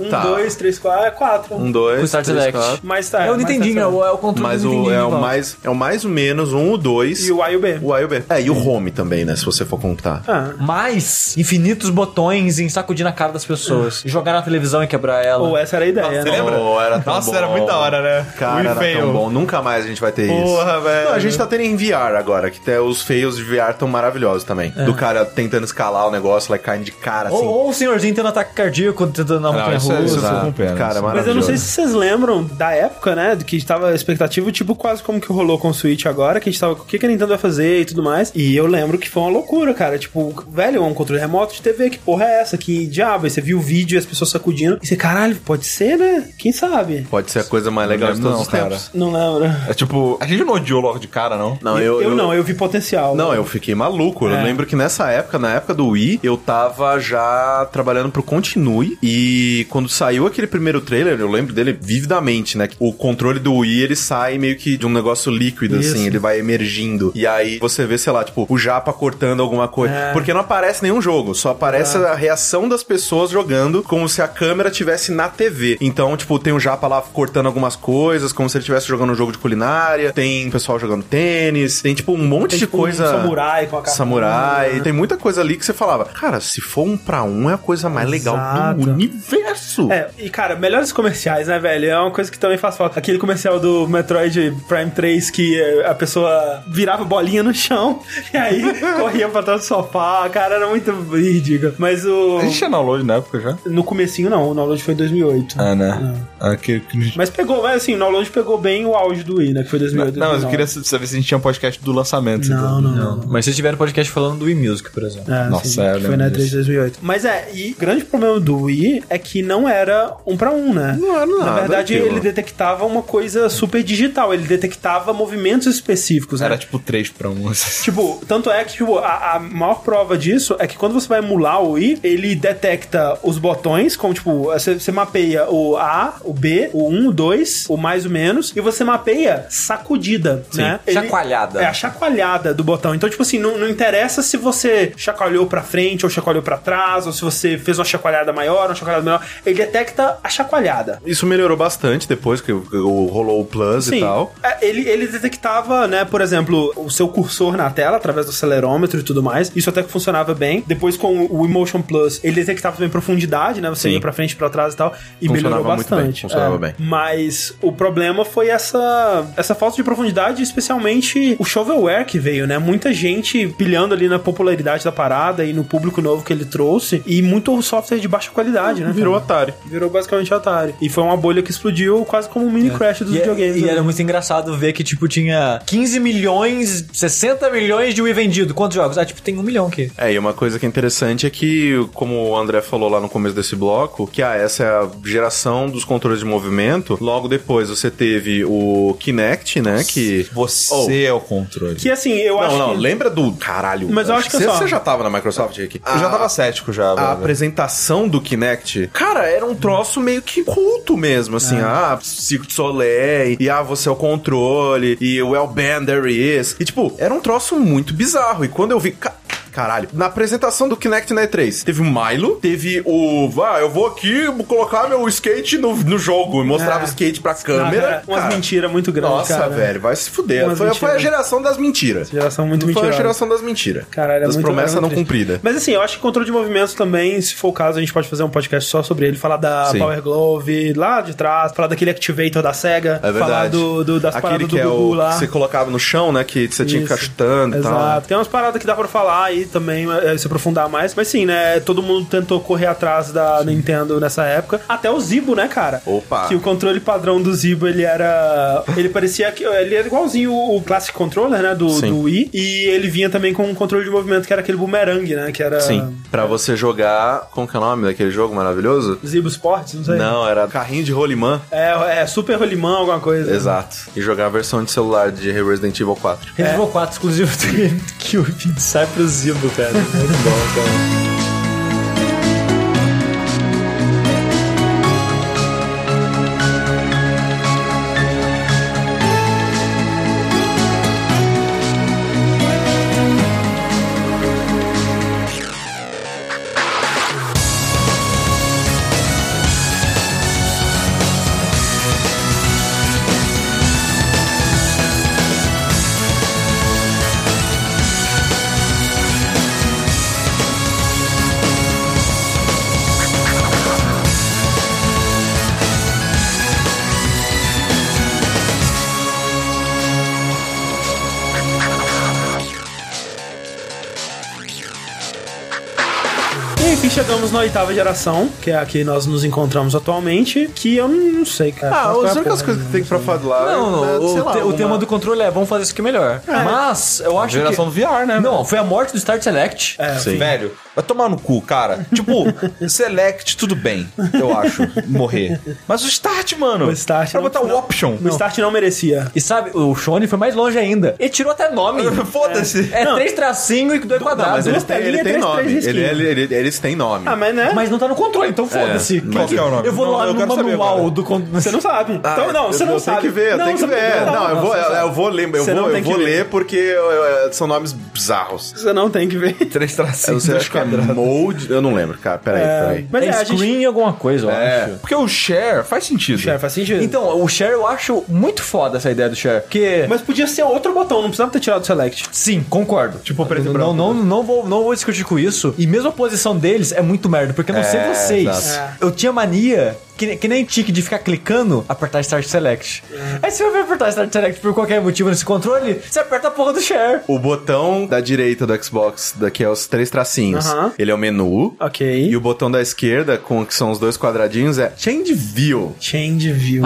S2: Não,
S1: Um,
S2: tá.
S1: dois, três, quatro. É quatro.
S2: Um, dois.
S3: Com Start
S2: três,
S3: Select.
S2: quatro.
S1: Mas tá.
S3: é o
S1: mas tá,
S3: Nintendinho, é
S1: sei lá.
S3: o, é o controle
S2: Mas
S3: do
S2: o,
S3: Nintendinho.
S2: é, o
S3: Paulo.
S2: mais, é o mais ou menos um, o dois.
S1: E o A e o B.
S2: o A e o B. É, e o Home também, né? Se você for contar.
S1: Ah.
S3: Mais infinitos botões em sacudir na cara das pessoas. Jogar na televisão e quebrar ela.
S1: Ou essa era a ideia, né?
S2: lembra? Oh, era tão
S5: Nossa,
S2: bom.
S5: era muito da hora, né?
S2: Cara,
S5: We
S2: era
S5: fail.
S2: tão bom. Nunca mais a gente vai ter isso.
S5: Porra, velho.
S2: Não, a gente tá tendo em VR agora, que até os feios de VR tão maravilhosos também.
S1: É.
S2: Do cara tentando escalar o negócio, lá e caindo de cara assim.
S3: Ou, ou o senhorzinho tendo ataque cardíaco, tentando na montanha
S5: Oh, isso é-
S3: russa.
S5: isso eu fico com pena.
S2: Cara,
S1: Mas eu
S2: maravilhoso.
S1: não sei se vocês lembram da época, né? do Que tava a expectativa, tipo, quase como que rolou com o Switch agora, que a gente tava, o que, que a Nintendo vai fazer e tudo mais. E eu lembro que foi uma loucura, cara. Tipo, velho, é um controle remoto de TV, que porra é essa? Que diabo? Aí você viu o vídeo e as pessoas sacudindo. E você, caralho, pode ser, né? Quem sabe?
S2: Pode ser a coisa mais legal de
S5: lembro
S2: todos
S5: não,
S2: os
S5: cara.
S2: tempos.
S1: Não lembro.
S5: É tipo, a gente não odiou logo de cara, não?
S2: Não,
S1: eu, não, eu vi potencial.
S2: Não, eu fiquei maluco. Eu
S1: É.
S2: lembro que nessa época, na época do Wii, eu tava já trabalhando pro Continue. E quando saiu aquele primeiro trailer, eu lembro dele vividamente, né? O controle do Wii, ele sai meio que de um negócio líquido,
S1: Isso.
S2: assim. Ele vai emergindo. E aí você vê, sei lá, tipo, o japa cortando alguma coisa.
S1: É.
S2: Porque não aparece nenhum jogo. Só aparece a reação das pessoas jogando como se a câmera tivesse na TV. Então, tipo, tem o japa lá cortando algumas coisas, como se ele estivesse jogando um jogo de culinária. Tem o pessoal jogando tênis. Tem, tipo, um monte
S1: Tem,
S2: de
S1: tipo, um
S2: coisa.
S1: samurai com a katana. né?
S2: Samurai. tipo- Tem muita coisa ali que você falava, cara, se for um pra um é a coisa mais legal
S1: Exato.
S2: do universo.
S1: É, e cara, melhores comerciais, né, velho? É uma coisa que também faz falta. Aquele comercial do Metroid Prime 3 que eh, a pessoa virava bolinha no chão e aí corria pra trás do sofá. Cara, era muito ridículo. Mas o.
S5: A gente tinha download na época já?
S1: No comecinho, não. O download foi em 2008.
S5: Ah, né? Ah, que- que-
S1: Mas pegou, mas assim, o download pegou bem o auge do Wii, né? Que foi 2008.
S5: Não, mas eu
S1: 2009.
S5: queria saber se a gente tinha um podcast do lançamento. então.
S1: Não, não, não.
S3: Não, Mas vocês tiveram podcast falando do e-music, por exemplo.
S1: É,
S5: Nossa,
S1: sim,
S5: é, eu
S1: que foi
S5: lembro
S1: na E3
S5: disso.
S1: de 2008. Mas é, e o grande problema do Wii é que não era um pra um, né?
S2: Não era
S1: Na
S2: nada
S1: verdade,
S2: aquilo.
S1: ele detectava uma coisa super digital, ele detectava movimentos específicos, né?
S5: Era tipo 3 pra 1.
S1: Tipo, tanto é que tipo, a, a maior prova disso é que quando você vai emular o I, ele detecta os botões, como tipo, você, você mapeia o A, o B, o 1, o 2, o mais o menos, e você mapeia sacudida, né?
S3: Chacoalhada.
S1: É, a chacoalhada do botão. Então, tipo assim, não, não interessa se você chacoalhou pra frente ou chacoalhou pra trás, ou se você fez uma chacoalhada maior, uma chacoalhada menor. Ele detecta a chacoalhada.
S2: Isso melhorou bastante depois que o- o- rolou o Plus e tal.
S1: é, ele, ele detectava, né, por exemplo, o seu cursor na tela através do acelerômetro e tudo mais. Isso até que funcionava bem. Depois com o Emotion Plus, ele detectava também profundidade, né? Você
S2: Sim.
S1: ia pra frente, pra trás e tal. E
S2: Funcionava
S1: melhorou
S2: muito bem,
S1: bastante. É.
S2: funcionava bem.
S1: Mas o problema foi essa, essa falta de profundidade, especialmente o shovelware que veio, né? Muita gente pilhando ali na popularidade da parada e no público novo que ele trouxe. E muito software de baixa qualidade, né? cara?
S2: Virou Atari.
S1: Virou basicamente Atari. E foi uma bolha que explodiu quase como um mini crash dos
S3: E, é-
S1: videogames.
S3: e
S1: né?
S3: era muito engraçado ver que, tipo, tinha 15 milhões, 60 milhões de Wii vendido. Quantos jogos? Ah, tipo, tem um milhão aqui.
S2: É, e uma coisa que é interessante é que, como o André falou lá no começo desse bloco, que ah, essa é a geração dos controles de movimento. Logo depois você teve o Kinect, né? Que.
S5: Você
S2: Oh.
S5: é o controle.
S1: Que assim, eu acho
S2: não, não,
S1: que.
S2: lembra do. Caralho.
S1: Mas eu acho que é
S2: você,
S1: só- Ah,
S2: você já tava na Microsoft aqui.
S5: Eu já tava cético já,
S1: Né?
S2: a
S5: velho.
S2: apresentação do Kinect, cara, era um troço meio que culto mesmo, assim,
S1: É.
S2: ah, Circo de Soleil, e ah, você é o controle, e well band there is. E tipo, era um troço muito bizarro. E quando eu vi. ca- Caralho, na apresentação do Kinect na E3, teve o Milo, teve o. Ah, eu vou aqui colocar meu skate no, no jogo. E mostrava o skate pra câmera.
S1: É. Ah, cara, umas
S2: Cara,
S1: mentiras muito grandes,
S2: Nossa,
S1: cara.
S2: velho, vai se fuder.
S1: Umas
S2: Foi, foi a
S1: mentiras.
S2: geração das mentiras.
S1: Geração muito
S2: Foi a
S1: mentirosa.
S2: geração das mentiras.
S1: Caralho, é
S2: das
S1: muito-
S2: promessas
S1: é muito
S2: não
S1: triste.
S2: cumpridas.
S1: Mas assim, eu acho que controle de movimento também, se for o caso, a gente pode fazer um podcast só sobre ele, falar da
S2: Sim.
S1: Power Glove lá de trás, falar daquele Activator da SEGA,
S2: É verdade.
S1: falar do, do- das
S2: Aquele
S1: paradas do
S2: que é
S1: Gugu
S2: o
S1: lá.
S2: que você colocava no chão, né? Que você tinha que
S1: Isso.
S2: ficar chutando e
S1: Exato.
S2: tal.
S1: Tem umas paradas que dá pra falar e aí também é, se aprofundar mais. Mas sim, né? Todo mundo tentou correr atrás da Nintendo nessa época. Até o Zibo, né, cara?
S2: Opa.
S1: Que o controle padrão do Zibo, ele era. Ele parecia que. Ele era igualzinho o, o Classic Controller, né? Do,
S2: Sim.
S1: do Wii. E ele vinha também com um controle de movimento que era aquele boomerang, né? Que era.
S2: Sim. Pra você jogar. Como que é o nome daquele jogo maravilhoso?
S1: Zibo Sports, não sei.
S2: Não, era carrinho de rolimã.
S1: É, é Super Rolimão, alguma coisa.
S2: Exato. E jogar a versão de celular de Resident Evil 4.
S3: Resident Evil 4 exclusivo do GameCube. Sai pro Zibo, velho. Muito bom, cara.
S1: E enfim, chegamos na oitava geração, que é a que nós nos encontramos atualmente, que eu não não sei, cara.
S2: Ah,
S1: Qual é a
S2: as únicas
S1: porra,
S2: coisas
S1: né?
S2: que tem pra falar.
S3: Não, não,
S2: é,
S3: o,
S2: sei lá,
S3: te- o
S2: uma-
S3: tema do controle é vamos fazer isso aqui melhor. Mas eu acho
S4: geração do
S3: que.
S4: VR, né?
S3: Não, foi a morte do Start Select.
S1: É,
S2: Sim.
S4: Velho, vai tomar no cu, cara. Tipo, Select, tudo bem, eu acho, morrer. Mas o Start, mano.
S1: O Start
S4: Pra
S1: não-
S4: botar o
S1: não-
S4: Option.
S1: O Start não merecia.
S3: E sabe, o Shone foi mais longe ainda. Ele tirou até nome.
S4: Foda-se.
S3: É três tracinhos e dois
S2: Não, mas
S3: quadrados. Mas,
S2: eles têm,
S1: telinhas,
S2: ele tem
S1: é três,
S2: nome.
S1: três
S2: Ele, ele, ele- eles têm nome.
S1: Ah, mas né?
S3: não tá no controle, então foda-se.
S2: É,
S3: Que-
S2: mas-
S4: Qual que é o nome?
S3: Eu vou
S4: Não,
S3: lá
S4: eu
S3: no
S4: quero saber
S3: manual
S4: agora.
S3: do. con-
S1: Você não sabe.
S2: Ah,
S1: então, não,
S2: eu-
S1: você não
S2: eu
S1: sabe.
S2: Tem que ver, eu
S1: não,
S2: tenho que
S1: você
S2: ver. Não, eu vou, é,
S1: você
S2: eu,
S1: sabe.
S2: eu vou ler, eu
S1: Você
S2: vou,
S1: não
S2: eu
S1: tem
S2: vou
S1: que ler.
S2: ler porque eu- eu- são nomes bizarros.
S1: Você não tem que ver.
S4: Três
S2: Eu não
S4: tracinhos.
S2: sei, acho que é Mode. Eu não lembro, cara. Peraí, peraí.
S1: Mas é,
S3: é
S1: a
S3: screen
S1: gente...
S3: alguma coisa, eu acho.
S4: É. Porque o share faz sentido.
S1: Share, faz sentido.
S3: Então, o share eu acho muito foda essa ideia do share. Porque.
S1: É. Mas podia ser outro botão, não precisava ter tirado o Select.
S3: Sim, concordo. Tipo,
S4: preto e
S3: não,
S4: branco.
S3: Não, não, vou, não vou discutir com isso. E mesmo a posição deles é muito merda, porque eu não sei vocês.
S1: exato.
S3: Eu tinha mania, que, ne- que nem tique de ficar clicando, apertar Start Select. Aí você vai apertar Start Select por qualquer motivo nesse controle, você aperta a porra do share.
S2: O botão da direita do Xbox, daqui é os três tracinhos,
S1: Aham.
S2: ele é o menu.
S1: Ok.
S2: E o botão da esquerda, com que são os dois quadradinhos, é Change View.
S1: Change View.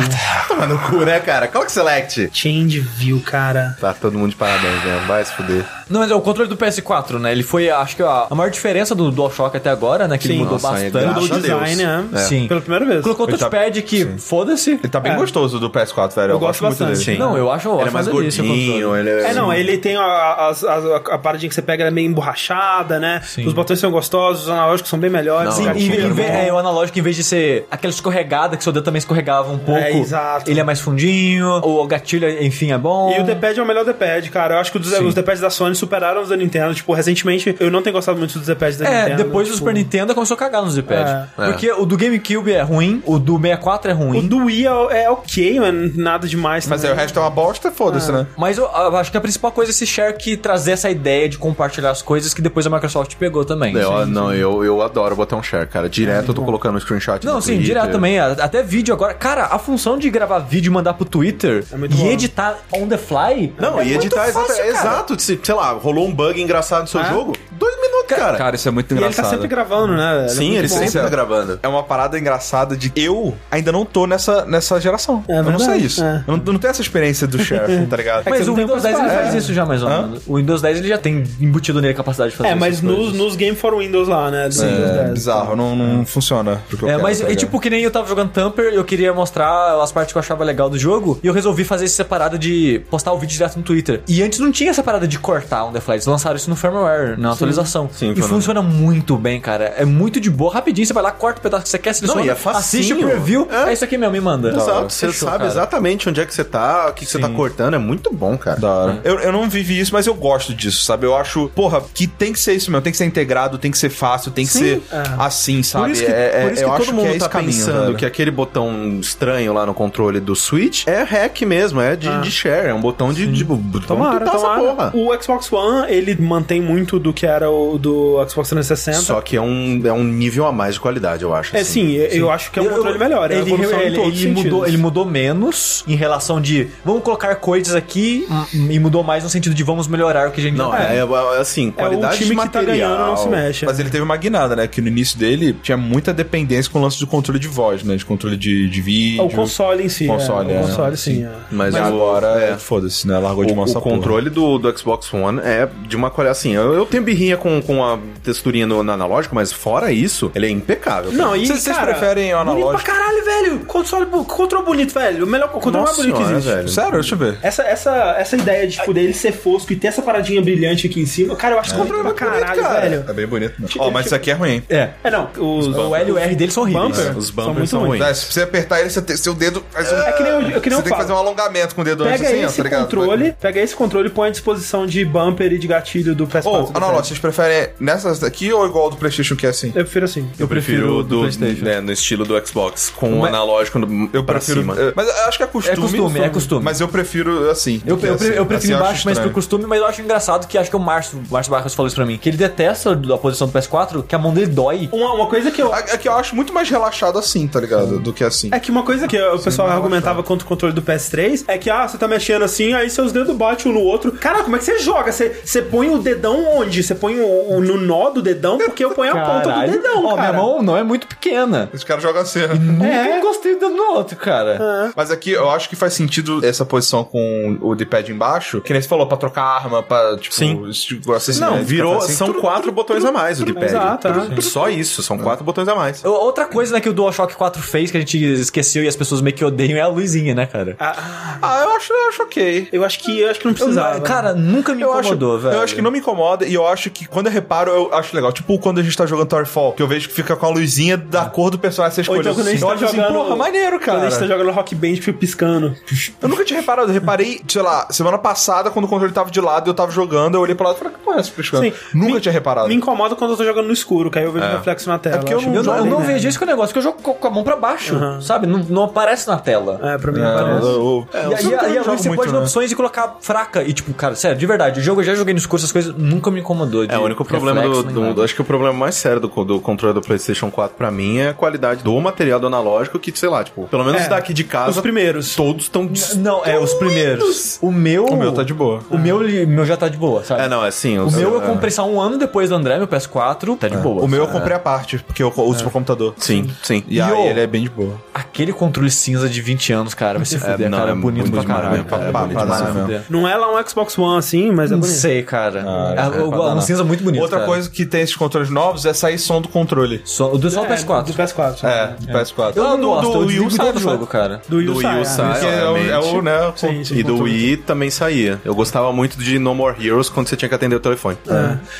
S2: Toma no cu, né, cara? Qual que select?
S1: Change View, cara.
S2: Tá todo mundo de parabéns, né? Vai se fuder.
S3: Não, mas é o controle do PS4, né? Ele foi, acho que, a, a maior diferença do DualShock até agora, né? Que ele
S1: Sim.
S3: mudou
S2: Nossa, é
S3: bastante.
S1: Mudou o
S2: Graças a Deus.
S1: design, né?
S3: É. Sim.
S1: Pela primeira vez.
S3: Colocou o
S4: Ele tá-
S3: touchpad que, foda-se.
S4: Ele tá bem
S1: É.
S4: gostoso do PS4, velho. Eu,
S1: Eu gosto
S4: gosto muito
S1: bastante.
S4: dele.
S1: Sim.
S3: Não, eu acho ótimo.
S2: Ele é mais gordinho, ele é...
S1: É, não, ele tem a, a, as- as- a, paradinha que você pega, ela é meio emborrachada, né? Os botões são gostosos, os analógicos são bem melhores.
S2: Não,
S3: Sim,
S2: cara,
S3: em,
S2: super
S3: em vez-
S2: bom.
S3: é, o analógico, em vez de ser aquela escorregada que seu dedo também escorregava um pouco,
S1: exato.
S3: ele é mais fundinho, o gatilho, enfim, é bom.
S1: E o D-pad é o melhor D-pad, cara. Eu acho que os, os D-pads da Sony superaram os da Nintendo. Tipo, recentemente eu não tenho gostado muito dos D-pads da
S3: É,
S1: Nintendo.
S3: depois do
S1: tipo,
S3: Super Nintendo começou a cagar nos D-pad.
S2: É.
S3: Porque o do GameCube é ruim, o do 64 é
S1: O
S3: ruim.
S1: do Wii é, é ok, mano. Nada demais.
S4: Mas aí o
S1: também.
S4: resto é uma bosta, foda-se, né?
S3: Mas eu, eu acho que a principal coisa é esse share que trazer essa ideia de compartilhar as coisas que depois a Microsoft pegou também.
S2: Eu- não, eu, eu adoro botar um share, cara. Direto eu tô colocando um screenshot
S3: Não,
S2: no
S3: sim,
S2: Twitter.
S3: direto também. a- Até vídeo agora. Cara, a função de gravar vídeo e mandar pro Twitter
S1: É muito
S3: e
S1: bom.
S3: editar on the fly.
S2: Não,
S3: é
S2: e
S3: muito
S2: editar
S3: fácil,
S2: exata-
S3: cara.
S2: exato. se- Sei lá, rolou um bug engraçado no seu jogo? Dois minutos, cara.
S4: Cara, isso é muito
S1: E ele tá
S4: engraçado.
S1: sempre gravando, né? velho?
S2: sim,
S1: É
S2: ele
S1: muito bom.
S2: sempre tá gravando.
S4: É uma parada engraçada de eu ainda não tô nessa, nessa geração.
S1: É
S4: eu não sei
S1: verdade,
S4: isso.
S1: é.
S4: Eu, não, eu não tenho essa experiência do share, tá ligado?
S1: É que
S3: Mas
S1: você
S3: o
S1: não tem como
S3: Windows 10 ele
S1: separar,
S3: faz
S1: né?
S3: isso já, mais ou
S4: Hã?
S3: menos. O Windows 10 ele já tem embutido nele a capacidade de fazer
S1: É,
S3: essas
S1: mas
S3: coisas.
S1: nos, nos Game for Windows lá, né? do Windows
S4: É
S1: 10.
S4: bizarro, não, não funciona. pro que eu
S3: É,
S4: quero,
S3: mas
S4: tá
S3: é
S4: ligado?
S3: tipo que nem eu tava jogando Tamper, eu queria mostrar as partes que eu achava legal do jogo, e eu resolvi fazer isso separado de postar o vídeo direto no Twitter. E antes não tinha essa parada de cortar um The Flight, eles lançaram isso no firmware, na atualização.
S2: Sim,
S3: e
S2: foi no-
S3: funciona muito bem, cara. É muito de boa, rapidinho, você vai lá, corta o pedaço que você quer, seleciona,
S2: Não, e é facinho.
S3: assiste o preview,
S2: É.
S3: é isso aqui mesmo, me manda.
S2: Exato, você
S3: Fechou,
S2: sabe
S3: cara.
S2: exatamente onde é que você tá, o que, que você tá cortando, é muito bom, cara.
S4: Da hora. Eu, eu não vivi isso, mas eu gosto disso, sabe? Eu acho, porra, que tem que ser isso mesmo. Tem que ser integrado, tem que ser fácil, tem que ser assim, sabe?
S2: Por isso que,
S4: É- é-
S2: por isso que
S4: eu acho
S2: todo mundo
S4: que é
S2: tá
S4: esse caminho,
S2: pensando
S4: velho.
S2: que aquele botão estranho lá no controle do Switch é hack mesmo, é de, de share, é um botão de, tipo, vamos
S1: Ah. Tomara,
S2: tentar essa
S1: tomara.
S2: porra.
S1: O Xbox One, ele mantém muito do que era o do Xbox 360.
S2: Só que é um, é um nível a mais de qualidade, eu acho. assim.
S1: é sim, eu eu acho que é um controle melhor. é uma
S3: Ele,
S1: evolução em
S3: ele-
S1: todos os
S3: ele mudou,
S1: sentidos.
S3: ele mudou menos em relação de vamos colocar coisas aqui hum, e mudou mais no sentido de vamos melhorar o que a gente
S2: Não,
S3: já
S2: é,
S3: tem.
S2: é, assim,
S1: É o
S2: qualidade de
S1: time que tá
S2: material.
S1: ganhando não se mexe.
S4: Mas ele teve uma guinada, né? Que no início dele tinha muita dependência com o lance do controle de voz, né? De controle de, de
S1: É
S4: vídeo.
S1: o console em si.
S4: Console,
S1: é. O
S4: é.
S1: console, sim.
S4: Sim.
S1: é.
S2: Mas,
S4: Mas
S2: o-
S4: agora,
S2: é.
S4: foda-se, né? Largou de mão
S2: O,
S4: essa
S2: o
S4: porra.
S2: controle do, do Xbox One é de uma qualidade assim. Eu, eu tenho birrinha com, com a texturinha no, no analógico, mas fora isso, ele é impecável.
S1: Não, e
S4: Vocês- vocês
S1: cara,
S4: preferem o
S1: Bonito
S4: analógico?
S1: pra caralho, velho. Console, bu- controle bonito, velho. O melhor o controle mais
S2: Nossa
S1: bonito é que
S2: senhora,
S1: existe.
S2: velho.
S4: Sério? Deixa eu ver.
S1: Essa, essa, essa ideia de poder ele ser fosco e ter essa paradinha brilhante aqui em cima, cara, eu acho que é um controle pra caralho, velho.
S4: É bem bonito, né? Ó, mas isso aqui é ruim. hein?
S3: É.
S1: É, não, os,
S3: O L e o R dele são horríveis.
S1: bumper,
S2: É, os
S1: são muito
S2: bumpers são ruins.
S4: Né, Se você apertar ele, você tem, seu dedo. Faz um,
S1: É que nem eu- é que nem eu
S4: você tem que
S1: falo.
S4: fazer um alongamento com o dedo
S1: Pega
S4: antes assim, ó,
S1: esse
S4: tá ligado?
S1: controle, pega esse controle e põe à disposição de bumper e de gatilho do PS4.
S4: Ou,
S1: do
S4: oh,
S1: PS4.
S4: vocês preferem nessas daqui ou igual ao do PlayStation que é assim?
S1: Eu prefiro assim.
S2: Eu prefiro
S3: prefiro do
S2: do,
S3: PlayStation.
S2: né, no estilo do Xbox, com o analógico no, eu pra cima.
S4: é, Mas eu acho que é costume.
S3: É costume, é costume.
S4: Mas eu prefiro assim.
S3: Eu,
S4: que
S3: eu,
S4: assim.
S3: pre- eu prefiro
S4: Assim, acho
S3: embaixo, mas
S4: estranho.
S3: por costume, mas eu acho engraçado que acho que o Márcio, o Márcio Barros falou isso pra mim, que ele detesta do- a posição do PS4, que a mão dele dói.
S1: Uma, uma coisa que eu.
S4: A- É que eu acho muito mais relaxado assim, tá ligado? Do que assim.
S1: É que uma coisa que o pessoal argumentava contra o controle do PS3 é que, ah, você tá mexendo assim, aí seus dedos batem um no outro. Cara, como é que você joga? Você, você põe o dedão onde? Você põe o, o- no nó do dedão? Porque eu ponho a ponta é do dedão,
S3: Ó,
S1: cara. É.
S3: minha mão não é muito pequena.
S4: Os caras jogam assim. né?
S3: Nunca encostei o dedo no outro, cara.
S4: Mas aqui eu acho que faz sentido essa posição com o D-pad embaixo. Que nem você falou, pra trocar arma, pra, tipo,
S2: Sim.
S4: esti- acessível,
S2: Não,
S4: né?
S2: virou.
S4: Assim,
S2: são
S4: tudo-
S2: quatro botões a mais o D-pad.
S1: Exato,
S2: Tudo- É. Só isso, são quatro botões a mais.
S3: Eu- Outra coisa, né, que o DualShock 4 fez, que a gente esqueceu e as pessoas meio que odeiam, é a luzinha, né, cara?
S1: Ah,
S4: Ah, eu acho, eu acho ok.
S1: eu acho que eu acho que não
S3: Eu-
S1: precisava. né?
S3: cara, nunca me
S4: Eu acho,
S3: incomodou, velho.
S4: eu acho que não me incomoda e eu acho que quando eu reparo, eu acho legal. Tipo quando a gente tá jogando Towerfall, que eu vejo que fica com a luzinha da cor do personagem que você
S1: Ou
S4: escolheu.
S1: então quando a gente
S4: eu
S1: tá
S4: acho assim,
S1: jogando.
S4: porra, maneiro,
S1: Quando a
S4: cara.
S1: gente tá jogando Rock Band, fica piscando.
S4: Eu nunca tinha reparado, eu reparei, sei lá, semana passada, quando o controle tava de lado e eu tava jogando, eu olhei pro lado e falei, que porra é essa piscando?
S1: Sim.
S4: Nunca
S1: Me-
S4: tinha reparado.
S1: Me incomoda quando eu tô jogando no escuro, que aí eu vejo o reflexo na tela.
S4: porque eu
S1: acho
S4: não-
S3: É Eu não, eu
S1: bem,
S3: não
S1: né?
S3: vejo isso com o negócio, que eu jogo co- com a mão pra baixo, sabe? Não, não aparece na tela.
S1: É, pra mim
S4: É,
S1: aparece.
S4: eu- eu-
S3: E aí, e aí, a luz, você pode dar
S4: né?
S3: opções e colocar fraca. E tipo, cara, sério, de verdade, o jogo eu já joguei nos cursos, essas coisas nunca me incomodou. de
S2: É, o único problema do, é
S3: reflexo, né? nem
S2: do-
S3: nada.
S2: Acho que o problema mais sério do, do controle do PlayStation 4 pra mim é a qualidade do material do analógico, que sei lá, tipo, pelo menos
S1: É.
S2: daqui de
S1: Os
S2: casa,
S1: primeiros.
S2: todos estão.
S3: Não, é, os primeiros. O meu.
S4: O meu tá de boa.
S3: O meu, li- meu já tá de boa, sabe?
S2: É, não, é assim.
S3: O meu eu comprei só um ano depois do André, meu PS4. Tá de boa.
S4: O meu eu comprei a parte, porque eu uso pro computador.
S2: é. Sim, sim.
S4: E aí
S3: Yo.
S4: ele é bem de boa.
S3: Aquele controle cinza de 20 anos, cara, vai se fuder,
S2: não,
S3: cara.
S2: é
S3: É bonito
S2: bonito
S3: pra
S2: demais,
S3: caralho,
S2: né,
S3: cara.
S2: cara?
S3: É
S4: Pá,
S3: bonito
S4: pra
S3: demais,
S4: dar,
S3: se
S4: né?
S3: fuder.
S1: Não é lá um Xbox One assim, mas é
S3: Não
S1: bonito.
S3: sei, cara.
S4: Ah,
S3: É,
S4: é pra
S3: o-
S4: dar,
S3: um
S4: não.
S3: cinza muito bonito.
S4: Outra
S2: é.
S3: cara.
S4: coisa que tem esses controles novos é sair som do controle.
S3: Só, o do só o
S1: É, Do
S3: PS4.
S1: PS4. só.
S4: É, do PS4.
S3: Eu não
S2: Ah, do-
S3: gosto,
S2: do Wii
S3: eu
S2: U
S3: desligo
S2: sai
S3: todo
S2: do
S3: jogo, cara.
S1: Do Yu
S2: Do Wii U sai,
S4: Porque é o, é o,
S2: obviamente.
S4: né? o
S1: Sim, sim.
S2: E do Wii também saía. Eu gostava muito de No More Heroes quando você tinha que atender o telefone.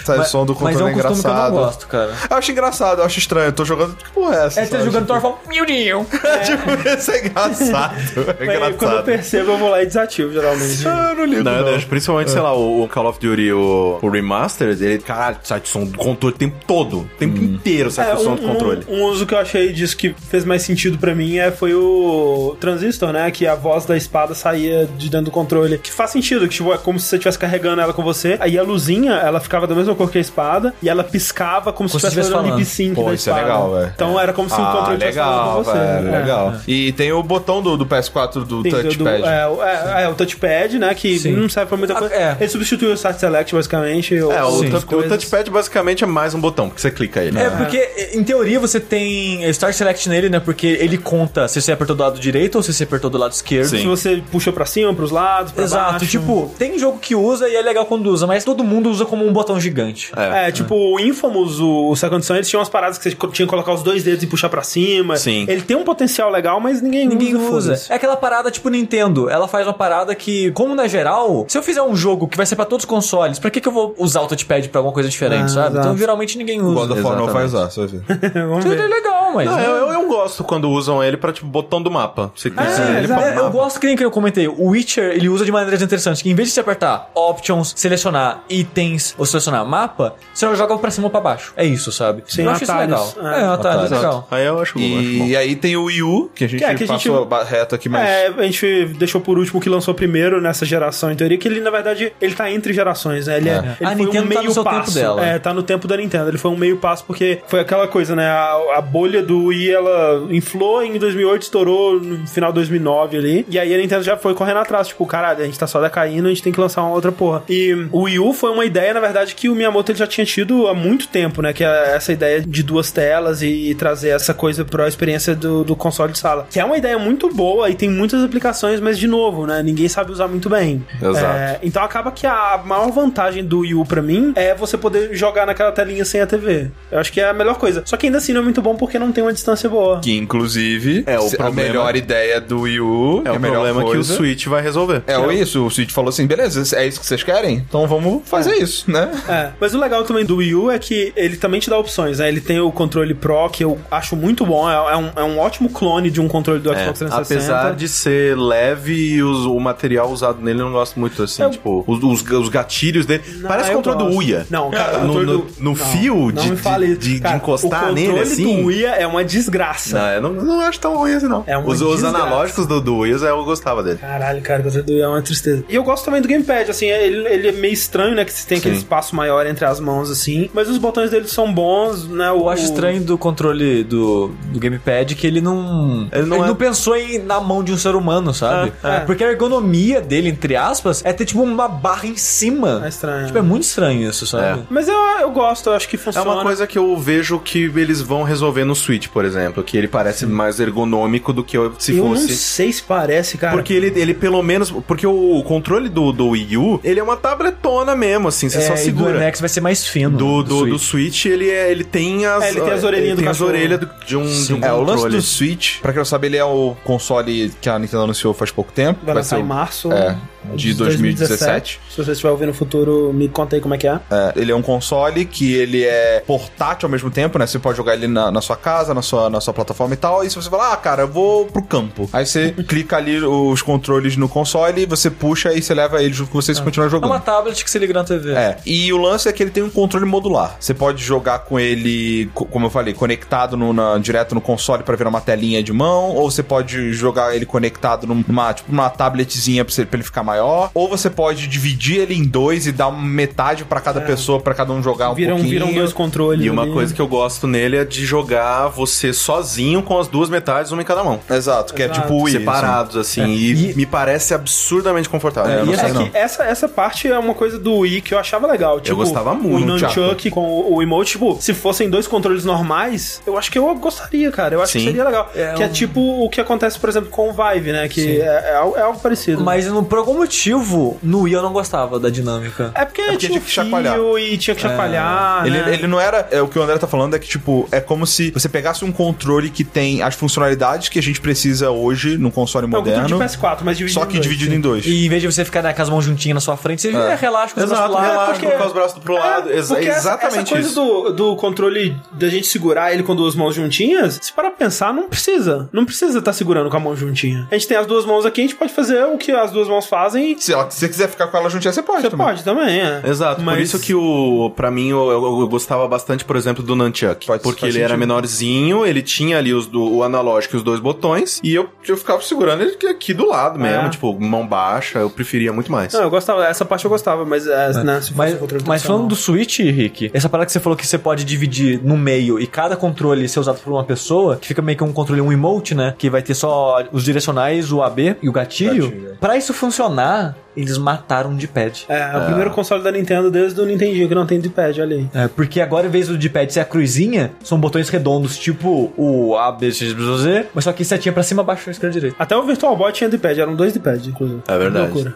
S4: Sai o som do
S3: Mas
S4: controle
S3: é um
S4: é
S3: costume que eu não
S4: engraçado. Eu,
S3: gosto, cara.
S4: acho engraçado, eu acho estranho. Eu tô jogando. Que porra é essa?
S3: É, você
S4: sabe?
S3: jogando Thor fala, meu Deus.
S4: tipo, isso é engraçado. É
S1: Mas aí, quando eu
S4: engraçado.
S1: percebo, eu vou lá e desativo, geralmente.
S4: Ah, eu não ligo.
S2: Não, eu
S4: não.
S2: deixo,
S4: É.
S2: principalmente, sei lá, o o Call of Duty, o, o Remastered, ele, caralho, sai de som do controle o tempo todo. O tempo
S4: Hum.
S2: inteiro sai
S1: É,
S2: do som do controle.
S1: um uso que eu achei disso que fez mais sentido pra mim é, foi o Transistor, né? Que a voz da espada saía de dentro do controle. Que faz sentido, que tipo, é como se você estivesse carregando ela com você. Aí a luzinha, ela ficava da mesma cor que a espada e ela piscava como se
S3: Como se
S1: estivesse fazendo um
S3: estivesse
S1: lip sync
S4: Pô,
S1: da
S4: isso é
S1: espada.
S4: legal, velho.
S1: Então era como se o
S4: Ah,
S1: controle estivesse falando
S4: legal,
S1: com você.
S4: velho,
S1: É.
S4: legal. E tem o botão do, do PS4 do
S1: Tem do-
S4: touchpad.
S1: do- é, o- é, é, o touchpad, né? Que
S3: Sim.
S1: não serve pra muita
S3: Ah,
S1: coisa.
S3: é.
S1: Ele substitui o Start Select, basicamente. ou-
S2: É, o,
S3: Sim.
S2: tou-
S3: As coisas.
S2: o touchpad basicamente é mais um botão, porque você clica ele.
S3: É, porque, em teoria, você tem Start Select nele, né? Porque ele conta se você apertou do lado direito ou se você apertou do lado esquerdo.
S1: Se você puxa pra cima, pros lados, pra
S3: Exato,
S1: baixo.
S3: tipo, tem jogo que usa e é legal quando usa, mas todo mundo usa como um botão gigante.
S1: É, tipo, o Infamous, o o Second Son, eles tinham umas paradas que você co- tinha que colocar os dois dedos e puxar pra cima.
S2: Sim.
S1: Ele tem um potencial legal, mas ninguém,
S3: Ninguém usa.
S1: foda-se.
S3: É aquela parada tipo Nintendo. Ela faz uma parada que, como na geral, se eu fizer um jogo que vai ser pra todos os consoles, pra que, que eu vou usar o touchpad pra alguma coisa diferente,
S1: Ah,
S3: sabe?
S1: exato.
S3: Então geralmente ninguém
S4: God
S3: usa.
S4: of War não
S2: Exatamente.
S4: um vai usar, você vai ver.
S1: Vamos
S3: Ele é
S1: ver.
S3: legal, mas.
S2: Ah, eu, eu, eu gosto quando quando usam ele pra, tipo, botão do mapa. Você cozinha
S3: É,
S2: ele
S3: exato.
S2: pra
S3: eu gosto que nem que eu comentei. O Witcher ele usa de maneiras interessantes. Que em vez de você apertar options, selecionar itens ou selecionar mapa, você joga pra cima ou pra baixo. É isso, sabe?
S1: Sim,
S3: eu acho isso legal.
S1: atalhos.
S3: É, é um atalho
S4: Atalhos.
S3: legal.
S2: Aí eu acho bom. acho bom.
S4: E aí tem o Wii U, que a gente
S1: Que é, que a gente-
S4: passou ba- reto aqui, mas...
S1: É, a gente deixou por último o que lançou primeiro nessa geração, em teoria, que ele, na verdade, ele tá entre gerações, né? Ele, é. ele
S3: A
S1: foi
S3: Nintendo
S1: um
S3: tá
S1: meio
S3: no seu tempo
S1: passo.
S3: dela.
S1: É, tá no tempo da Nintendo. Ele foi um meio passo porque foi aquela coisa, né? A, a bolha do Wii, ela inflou em 2008, estourou no final de 2009 ali. E aí a Nintendo já foi correndo atrás, tipo, caralho, a gente tá só decaindo, a gente tem que lançar uma outra porra. E o Wii U foi uma ideia, na verdade, que o Miyamoto ele já tinha tido há muito tempo, né? Que é essa ideia de duas telas e trazer essa coisa pra experiência do, do console de sala. Que é uma ideia muito boa e tem muitas aplicações, mas de novo, né? Ninguém sabe usar muito bem.
S4: Exato.
S1: É, então acaba que a maior vantagem do Wii U pra mim é você poder jogar naquela telinha sem a TV. Eu acho que é a melhor coisa. Só que ainda assim não é muito bom porque não tem uma distância boa.
S4: Que, inclusive,
S2: É, o
S4: se-
S2: problema-
S4: a melhor ideia do Wii U...
S2: É
S4: a
S2: o
S4: melhor
S2: problema que o
S4: coisa-
S2: Switch vai resolver.
S4: É o isso, o Switch falou assim, beleza, é isso que vocês querem? Então vamos fazer isso, né?
S1: É, mas o legal também do Wii U é que ele também te dá opções, né? Ele tem o controle Pro, que eu acho muito bom, é, é um, é um ótimo clone de um controle do Xbox 360.
S2: É, Apesar de ser leve e os- o material usado nele eu não gosto muito, assim,
S1: Eu-
S2: tipo, os, os ga- os gatilhos dele.
S1: É Não,
S2: Parece o
S1: eu
S2: controle do
S1: gosto.
S2: Uia.
S1: Não, cara, o
S2: no,
S1: controle
S2: no,
S1: do-
S2: no
S1: não,
S2: fio
S1: não
S2: de,
S1: me fala
S2: de,
S1: isso.
S2: de- de
S1: Cara,
S2: encostar
S1: o
S2: nele,
S1: controle
S2: assim.
S1: do Uia é uma desgraça.
S2: Não, eu não, não acho tão ruim assim, não.
S1: É uma
S2: os, os
S1: desgraça.
S2: analógicos do, do Uia eu gostava dele.
S1: Caralho, cara, o controle do Wii é uma tristeza. E eu gosto também do gamepad, assim, ele, ele é meio estranho, né? Que você tem aquele
S2: Sim.
S1: espaço maior entre as mãos, assim. Mas os botões dele são bons, né?
S3: Eu acho estranho do controle do, do gamepad que ele não.
S2: Ele não é-
S3: pensou em, na mão de um ser humano, sabe?
S1: É, é.
S3: Porque a ergonomia dele, entre aspas, é ter tipo uma barra em cima.
S1: É estranho. É.
S3: Tipo, é muito estranho isso, sabe?
S1: Mas eu, eu gosto, eu acho que
S2: É
S1: funciona.
S2: uma coisa que eu vejo que eles vão resolver no Switch, por exemplo, que ele parece mais ergonômico do que eu- se
S1: eu
S2: fosse.
S1: não sei se parece, cara.
S2: Porque ele, ele pelo menos. Porque o controle do, do Wii U, ele é uma tabletona mesmo, assim, você
S3: É,
S2: só
S3: e
S2: segura.
S3: do NX vai ser mais fino.
S2: do, do, do
S3: Switch.
S2: Switch, ele, é, ele tem as.
S1: É, ele tem as orelhinhas do
S2: ele tem as
S1: cachorro.
S2: orelhas do- de um, de um
S4: É, o lance
S2: controle.
S4: do Switch, pra quem não sabe, ele é o console que a Nintendo anunciou faz pouco tempo.
S1: Vai lançar
S4: ser
S1: em
S4: o-
S1: março
S4: é, de 2017.
S1: Se você estiver ouvindo no futuro, me conta aí como é que é.
S4: É, ele é um console que ele é portátil ao mesmo tempo, né? Você pode jogar ele na, na sua casa, na sua, na sua plataforma e tal. E se você falar, ah, cara, eu vou pro campo. Aí você clica ali os controles no console, você puxa e você leva ele junto com vocês e continua
S3: É uma
S4: jogando.
S3: tablet que você liga na TV.
S4: É, e o lance é que ele tem um controle modular. Você pode jogar com ele, co- como eu falei, conectado no, na- direto no console pra virar uma telinha de mão, ou você pode jogar ele conectado numa, tipo, numa tabletzinha pra, você- pra ele ficar maior, ou você pode dividir ele em dois e dar uma metade pra cada pessoa, pra cada um jogar um
S1: É. viram,
S4: pouquinho.
S1: viram dois controles.
S2: E uma
S1: ali.
S2: coisa que eu gosto nele é de jogar você sozinho com as duas metades, uma em cada mão.
S4: Exato, que é
S1: Exato.
S4: tipo o Wii,
S2: separados, assim. E, me parece absurdamente confortável.
S4: É,
S2: Eu
S4: e
S2: não
S1: E
S2: sei
S1: essa,
S4: não.
S1: aqui- essa, essa parte é uma coisa do Wii que eu achava legal. Tipo,
S2: gostava muito,
S1: O Nunchuck com o, o emote, tipo, se fossem dois controles normais, eu acho que eu gostaria, cara. Eu acho
S2: Sim.
S1: que seria legal.
S3: É
S1: que é
S3: um-
S1: tipo o que acontece, por exemplo, com o Vive, né? Que é, é algo, é algo parecido.
S3: Mas não- por algum motivo, no Wii eu não gostava da dinâmica.
S1: É porque,
S4: porque
S1: tinha
S4: tinha
S1: um
S4: que chacoalhar.
S1: fio e tinha que
S3: É.
S1: chacoalhar.
S4: Ele,
S1: né?
S4: ele não era. É, o que o André tá falando é que, tipo, é como se você pegasse um controle que tem as funcionalidades que a gente precisa hoje num console
S1: é um controle de
S4: moderno,
S1: PS4, mas dividido.
S4: só
S1: em
S4: que
S1: dois,
S4: dividido
S1: sim.
S4: em dois.
S3: E em vez de você ficar né, com as mãos juntinhas na sua frente, você é. relaxa com os braços
S2: Exato,
S3: pro lado.
S2: relaxa,
S1: porque-
S2: colocar os braços pro lado.
S1: É,
S2: Exa-
S1: porque essa- essa
S2: exatamente
S1: coisa
S2: isso.
S1: Do, do controle da gente segurar ele com duas mãos juntinhas, se para pensar, não precisa. Não precisa estar segurando com a mão juntinha. A gente tem as duas mãos aqui, a gente pode fazer o que as duas mãos fazem e
S4: Se, ela, se você quiser ficar com ela juntinha, você pode
S1: você
S4: também.
S1: pode também, é.
S2: Exato, por isso que o para mim eu, eu- eu gostava bastante, por exemplo, do Nunchuck,
S4: Faz-
S2: porque
S4: faz
S2: ele era
S4: sentido.
S2: menorzinho, ele tinha ali os do, o analógico e os dois botões, e eu, eu ficava segurando ele aqui- aqui do lado mesmo,
S1: É.
S2: tipo, mão baixa, eu preferia muito mais.
S1: Não, eu gostava, essa parte eu gostava, mas é, né, se fosse
S3: Mas,
S1: o controle
S3: mas falando do
S1: tradicional.
S3: Switch, Rick, essa parada que você falou que você pode dividir no meio e cada controle ser usado por uma pessoa, que fica meio que um controle, um emote, né? Que vai ter só os direcionais, o AB e o gatilho. Pra isso funcionar, eles mataram de pad.
S1: É, é o primeiro console da Nintendo desde o Nintendinho, que não tem D-pad, olha aí.
S3: É, porque agora, em vez do D-pad ser a cruzinha, são botões redondos, tipo o A, B, C, D, Z, mas só que setinha pra cima, baixo, esquerda, direita.
S1: Até o Virtual Boy tinha D-pad, eram dois D-pad, inclusive.
S2: É verdade.
S1: Loucura.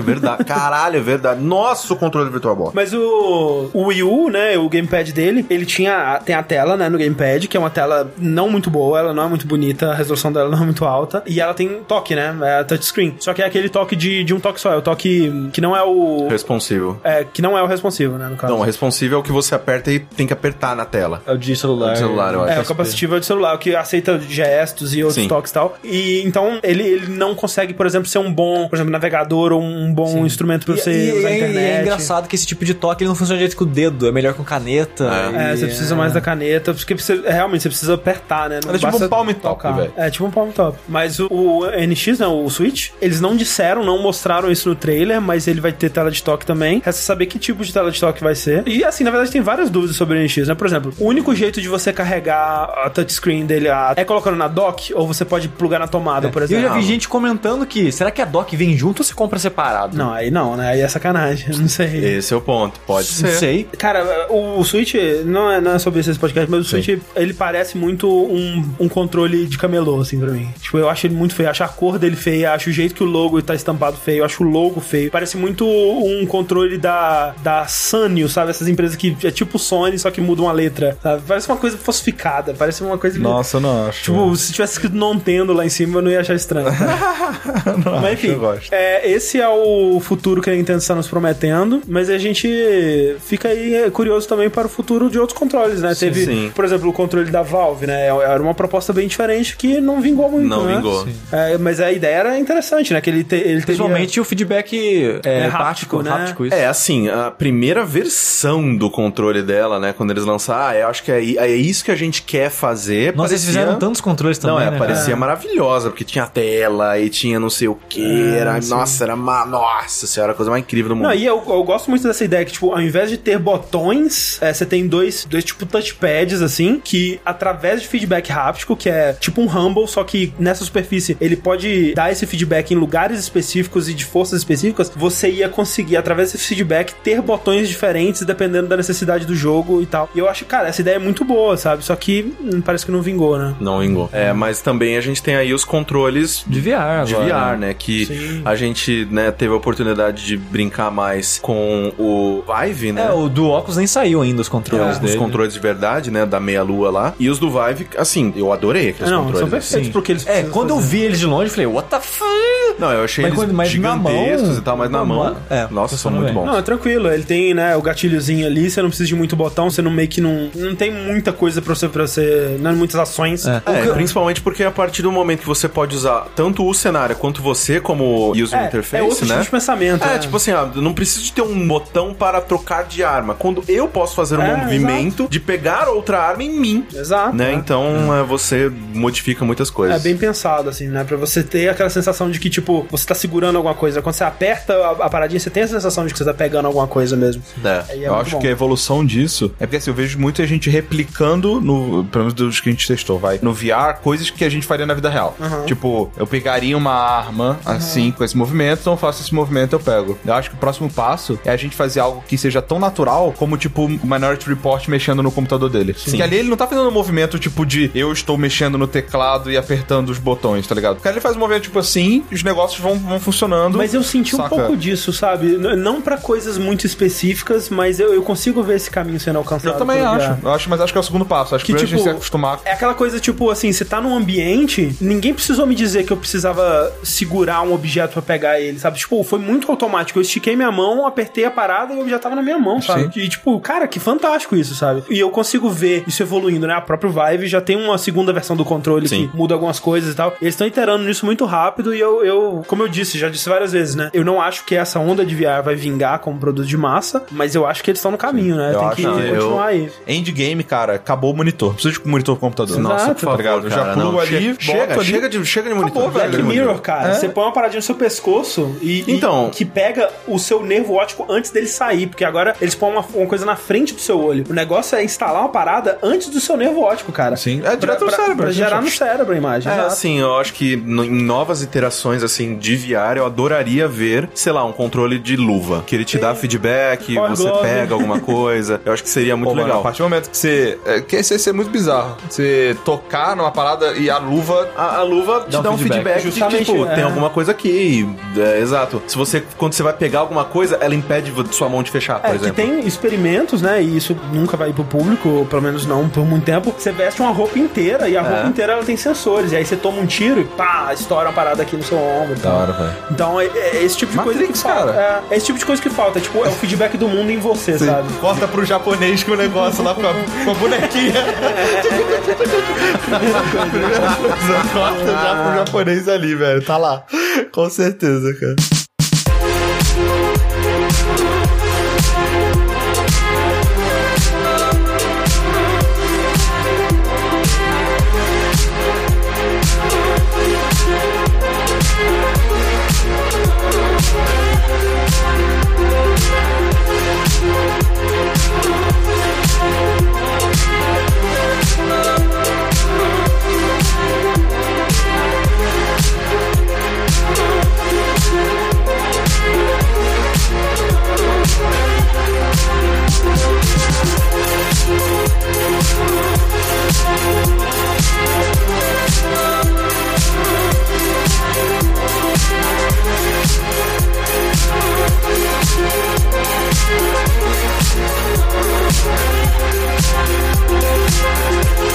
S2: verdade. Caralho, é verdade. Nossa, o controle virtual bola.
S1: Mas o, o Wii U, né, o gamepad dele, ele tinha tem a tela, né, no gamepad, que é uma tela não muito boa, ela não é muito bonita, a resolução dela não é muito alta, e ela tem toque, né, é touchscreen. Só que é aquele toque de, de um toque só, é o toque que não é o.
S2: Responsivo.
S1: É, que não é o responsivo, né? No caso.
S2: Não, o responsivo é o que você aperta e tem que apertar na tela.
S3: É o de celular.
S2: O de celular, eu acho.
S1: É, o capacitivo é de celular, o que aceita gestos e outros
S2: Sim.
S1: toques e tal. E então ele, ele não consegue, por exemplo, ser um bom, por exemplo, navegador ou um bom instrumento pra
S3: E-
S1: você
S3: e,
S1: usar a
S3: e- e
S1: internet.
S3: é engraçado que esse tipo de toque ele não funciona direito com o dedo, é melhor com caneta.
S1: É,
S3: e-
S1: você precisa mais da caneta, porque você, realmente você precisa apertar, né? Não
S4: Era tipo
S1: basta
S4: um palm top,
S1: tocar.
S4: velho.
S1: É tipo um palm top. Mas o, o NX, né, o Switch, eles não disseram, não mostraram isso no trailer, mas ele vai ter tela de toque também. Resta saber que tipo de tela de toque vai ser. E assim, na verdade, tem várias dúvidas sobre o NX, né? Por exemplo, o único jeito de você carregar a touchscreen dele a- é colocando na dock, ou você pode plugar na tomada,
S4: É.
S1: por
S3: E eu
S1: exemplo.
S3: já vi gente comentando que será que a dock vem junto ou se compra separado?
S1: Não, aí não, né? Aí é sacanagem. Não sei.
S2: Esse é o ponto. Pode
S3: Não
S2: ser.
S3: sei.
S1: Cara, o Switch, não é, não é sobre esse podcast, mas o Switch, ele parece muito um, um controle de camelô, assim, pra mim. Tipo, eu acho ele muito feio, acho a cor dele feia, acho o jeito que o logo tá estampado feio, acho o logo feio. Parece muito um controle da, da Sanyo, sabe? Essas empresas que é tipo Sony, só que muda uma letra, sabe? Parece uma coisa falsificada, parece uma coisa... que-
S4: Nossa, eu não acho.
S2: né?
S1: Tipo, se tivesse escrito Nintendo lá em cima, eu não ia achar estranho. né? Mas enfim,
S4: eu gosto.
S1: é, esse é o futuro que a Nintendo está nos prometendo, mas a gente fica aí é, curioso também para o futuro de outros controles, né? Teve,
S2: sim.
S1: por exemplo, o controle da Valve, né? Era uma proposta bem diferente que não vingou muito,
S2: Não
S1: né?
S2: vingou.
S1: É, mas a ideia era interessante, né? Que ele, te, ele teria-
S3: Principalmente o feedback é,
S1: É
S3: tático,
S1: rápido, né?
S3: rápido, isso.
S2: É, assim, a primeira versão do controle dela, né? Quando eles lançaram, ah, eu acho que é, i- é isso que a gente quer fazer.
S3: Nossa, eles
S2: parecia-
S3: fizeram tantos controles também,
S2: Não, é,
S3: né?
S2: parecia maravilhosa, porque tinha tela e tinha não sei o
S3: Ah,
S2: que. era, nossa, era uma. Nossa senhora, a coisa mais incrível do mundo.
S1: Não, e eu, eu gosto muito dessa ideia que, tipo, ao invés de ter botões, é, você tem dois, dois, tipo, touchpads, assim, que através de feedback háptico, que é tipo um Humble, só que nessa superfície ele pode dar esse feedback em lugares específicos e de forças específicas, você ia conseguir, através desse feedback, ter botões diferentes dependendo da necessidade do jogo e tal. E eu acho, cara, essa ideia é muito boa, sabe? Só que hum, parece que não vingou, né?
S2: Não vingou. É, mas também a gente tem aí os controles
S3: De VR agora.
S2: de VR, né? Que
S1: Sim.
S2: a gente né, teve a oportunidade de brincar mais com o Vive, né?
S3: É, o do óculos nem saiu ainda os controles
S2: É, os
S3: dele.
S2: controles de verdade, né? Da meia-lua lá. E os do Vive, assim, eu adorei
S3: Ah,
S2: aqueles
S1: É, não,
S2: controles. assim.
S1: são perfeitos
S3: sim.
S1: porque eles
S3: É,
S1: precisam
S3: quando eu
S1: fazer.
S3: vi eles de longe, eu falei, what the fuck?
S2: Não, eu achei
S3: Mas
S2: eles
S3: quando- mas na
S2: gigantescos
S3: mão-
S2: e tal, mas na
S3: na
S2: mão.
S3: mão- é,
S2: nossa, são
S3: funciona
S2: muito
S3: bem.
S2: bons.
S1: Não, é tranquilo. Ele tem, né, o gatilhozinho ali, você não precisa de muito botão, você não meio que não. Não tem muita coisa pra você. Pra você não é muitas ações.
S3: É.
S2: É, principalmente porque a partir do momento que você pode usar tanto o cenário quanto você como user interface,
S1: é outro
S2: né?
S1: tipo de pensamento.
S2: É,
S1: né?
S2: tipo assim, ah, eu não preciso de ter um botão para trocar de arma. Quando eu posso fazer um
S1: É,
S2: movimento de pegar outra arma em mim.
S1: Exato.
S2: Né?
S1: é.
S2: Então é, você modifica muitas coisas.
S1: É bem pensado, assim, né? Pra você ter aquela sensação de que, tipo, você tá segurando alguma coisa. Quando você aperta a, a paradinha, você tem a sensação de que você tá pegando alguma coisa mesmo.
S2: É.
S1: Aí é
S4: Eu
S1: muito
S4: acho
S1: bom.
S4: que a evolução disso é porque assim, eu vejo muita gente replicando, no, pelo menos dos que a gente testou, vai, no VR, coisas que a gente faria na vida real. Tipo, eu pegaria uma arma assim, com esse movimento, então eu faço esse movimento, eu pego. Eu acho que o próximo passo é a gente fazer algo que seja tão natural como, tipo, o Minority Report mexendo no computador dele. Porque ali ele não tá fazendo um movimento, tipo, de eu estou mexendo no teclado e apertando os botões, tá ligado? Porque ele faz um movimento, tipo assim, e os negócios vão, vão funcionando.
S1: Mas eu senti um
S4: Saca?
S1: pouco disso, sabe? N- Não pra coisas muito específicas, mas eu, eu consigo ver esse caminho sendo alcançado.
S4: Eu também
S1: pelo
S4: acho.
S1: VR.
S4: Eu acho, mas acho que é o segundo passo. Acho que,
S1: Que,
S4: primeiro a gente
S1: tipo,
S4: se acostumar
S1: É aquela coisa, tipo, assim, você tá num ambiente, ninguém precisou me dizer que eu precisava segurar um objeto pra pegar ele, sabe? Tipo, foi muito automático. Eu estiquei minha mão, apertei a parada e o objeto tava na minha mão, sabe? E, tipo, cara, que fantástico isso, sabe? E eu consigo ver isso evoluindo, né? A própria Vive já tem uma segunda versão do controle
S2: Sim.
S1: que muda algumas coisas e tal. E eles estão iterando nisso muito rápido e eu, eu, como eu disse, já disse várias vezes, né? Eu não acho que essa onda de VR vai vingar como produto de massa, mas eu acho que eles estão no caminho, né?
S4: Eu
S1: tem
S4: acho,
S1: que
S4: não,
S2: eu-
S1: continuar aí.
S4: Endgame, cara, acabou o monitor. Precisa de monitor pro computador.
S1: Nossa,
S2: Nossa,
S1: Exato.
S2: por favor,
S4: Obrigado.
S2: cara,
S4: Já plugo
S2: não.
S4: ali,
S2: Chega-
S4: boto
S2: chega,
S4: ali.
S2: chega de, chega de monitor.
S4: Acabou,
S2: chega de
S1: Black
S2: monitor. É.
S1: Mirror, cara, você põe uma paradinha no seu pescoço e, e-
S2: Então.
S1: que pega o seu nervo óptico antes dele sair, porque agora eles põem uma, uma coisa na frente do seu olho. O negócio é instalar uma parada antes do seu nervo óptico, cara.
S4: Sim, é direto no
S1: pra,
S4: cérebro,
S1: Pra
S4: assim,
S1: gerar
S4: só-
S1: no cérebro a imagem.
S2: É,
S1: exato.
S2: assim, eu acho que no- em novas iterações, assim, de VR, eu adoraria ver, sei lá, um controle de luva. Que ele te dá feedback,
S1: Power
S2: você
S1: glove.
S2: pega alguma coisa. Eu acho que seria muito
S4: Pô, mano,
S2: legal.
S4: a partir do momento que você. É, que isso ia ser muito bizarro. Você tocar numa parada e a luva.
S2: A, a luva te
S3: Dá
S2: dá,
S3: um
S2: um feedback,
S3: feedback.
S2: de,
S1: Justamente,
S2: tipo,
S1: é.
S2: tem alguma coisa aqui. É, exato. Se você, quando você vai pegar alguma coisa, ela impede vo- sua mão de fechar, por
S1: É, que
S2: exemplo.
S1: tem experimentos, né? E isso nunca vai pro público, ou pelo menos não por muito tempo. Você
S4: É.
S1: veste uma roupa inteira e a roupa inteira ela tem sensores. E aí você toma um tiro e pá, estoura uma parada aqui no seu longo. e
S4: Da
S1: tal.
S4: hora, velho.
S1: Então, é, é esse tipo de coisa que
S4: Matrix,
S1: falta.
S4: cara.
S1: É, é esse tipo de coisa que falta. Tipo, é o feedback do mundo em você, sabe?
S4: Corta pro japonês que o negócio lá com a, com a bonequinha. Primeira coisa, corta já pro japonês ali, velho. Tá lá. Com certeza, cara.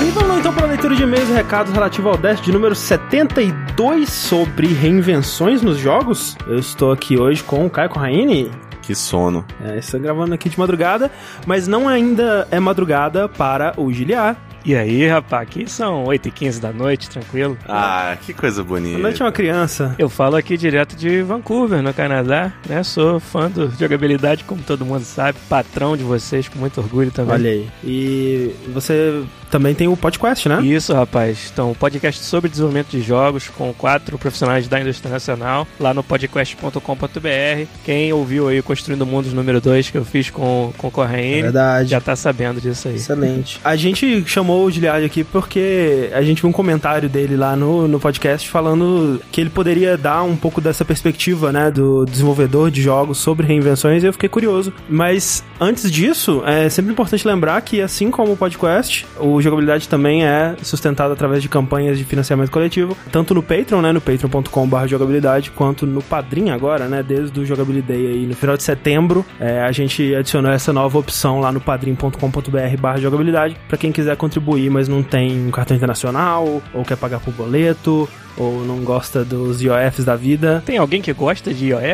S1: E vamos lá então para a leitura de e-mails e recados relativo ao Dash de número 72 sobre reinvenções nos jogos. Eu estou aqui hoje com o Caio Corraine.
S2: Que sono.
S1: É, estou gravando aqui de madrugada, mas não ainda é madrugada para o Giliar.
S6: E aí, rapaz, aqui são 8h15 da noite, tranquilo.
S2: Ah, que coisa bonita.
S1: Quando eu tinha uma criança,
S6: Eu falo aqui direto de Vancouver, no Canadá, né? Sou fã do jogabilidade, como todo mundo sabe, patrão de vocês, com muito orgulho também.
S1: olha aí. E você também tem o podcast, né?
S6: Isso, rapaz. Então, um podcast sobre desenvolvimento de jogos com quatro profissionais da indústria nacional, lá no podcast.com.br. Quem ouviu aí Construindo Mundos número 2 que eu fiz com, com o Corraine,
S1: É Verdade.
S6: já tá sabendo disso aí.
S1: Excelente. A gente chamou o Giliard aqui porque a gente viu um comentário dele lá no, no podcast falando que ele poderia dar um pouco dessa perspectiva, né, do desenvolvedor de jogos sobre reinvenções e eu fiquei curioso. Mas antes disso, é sempre importante lembrar que, assim como o podcast, o Jogabilidade também é sustentado através de campanhas de financiamento coletivo, tanto no Patreon, né, no patreon.com.br jogabilidade, quanto no Padrim agora, né, desde o Jogabilidade aí no final de setembro, é, a gente adicionou essa nova opção lá no padrim.com.br barra jogabilidade, pra quem quiser contribuir, mas não tem um cartão internacional, ou quer pagar por boleto, ou não gosta dos IOFs da vida.
S6: Tem alguém que gosta de IOF?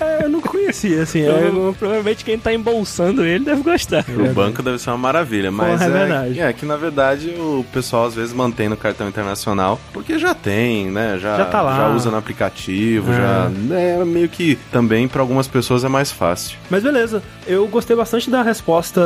S1: É, eu não conheci, assim, eu...
S6: Eu- Provavelmente quem tá embolsando ele deve gostar.
S2: O banco deve ser uma maravilha, mas
S1: Porra, é
S2: é,
S1: verdade.
S2: é que na verdade o pessoal às vezes mantém no cartão internacional, porque já tem, né? Já,
S1: Já tá lá.
S2: já usa no aplicativo,
S1: É.
S2: já né, meio que também pra algumas pessoas é mais fácil.
S1: Mas beleza, eu gostei bastante da resposta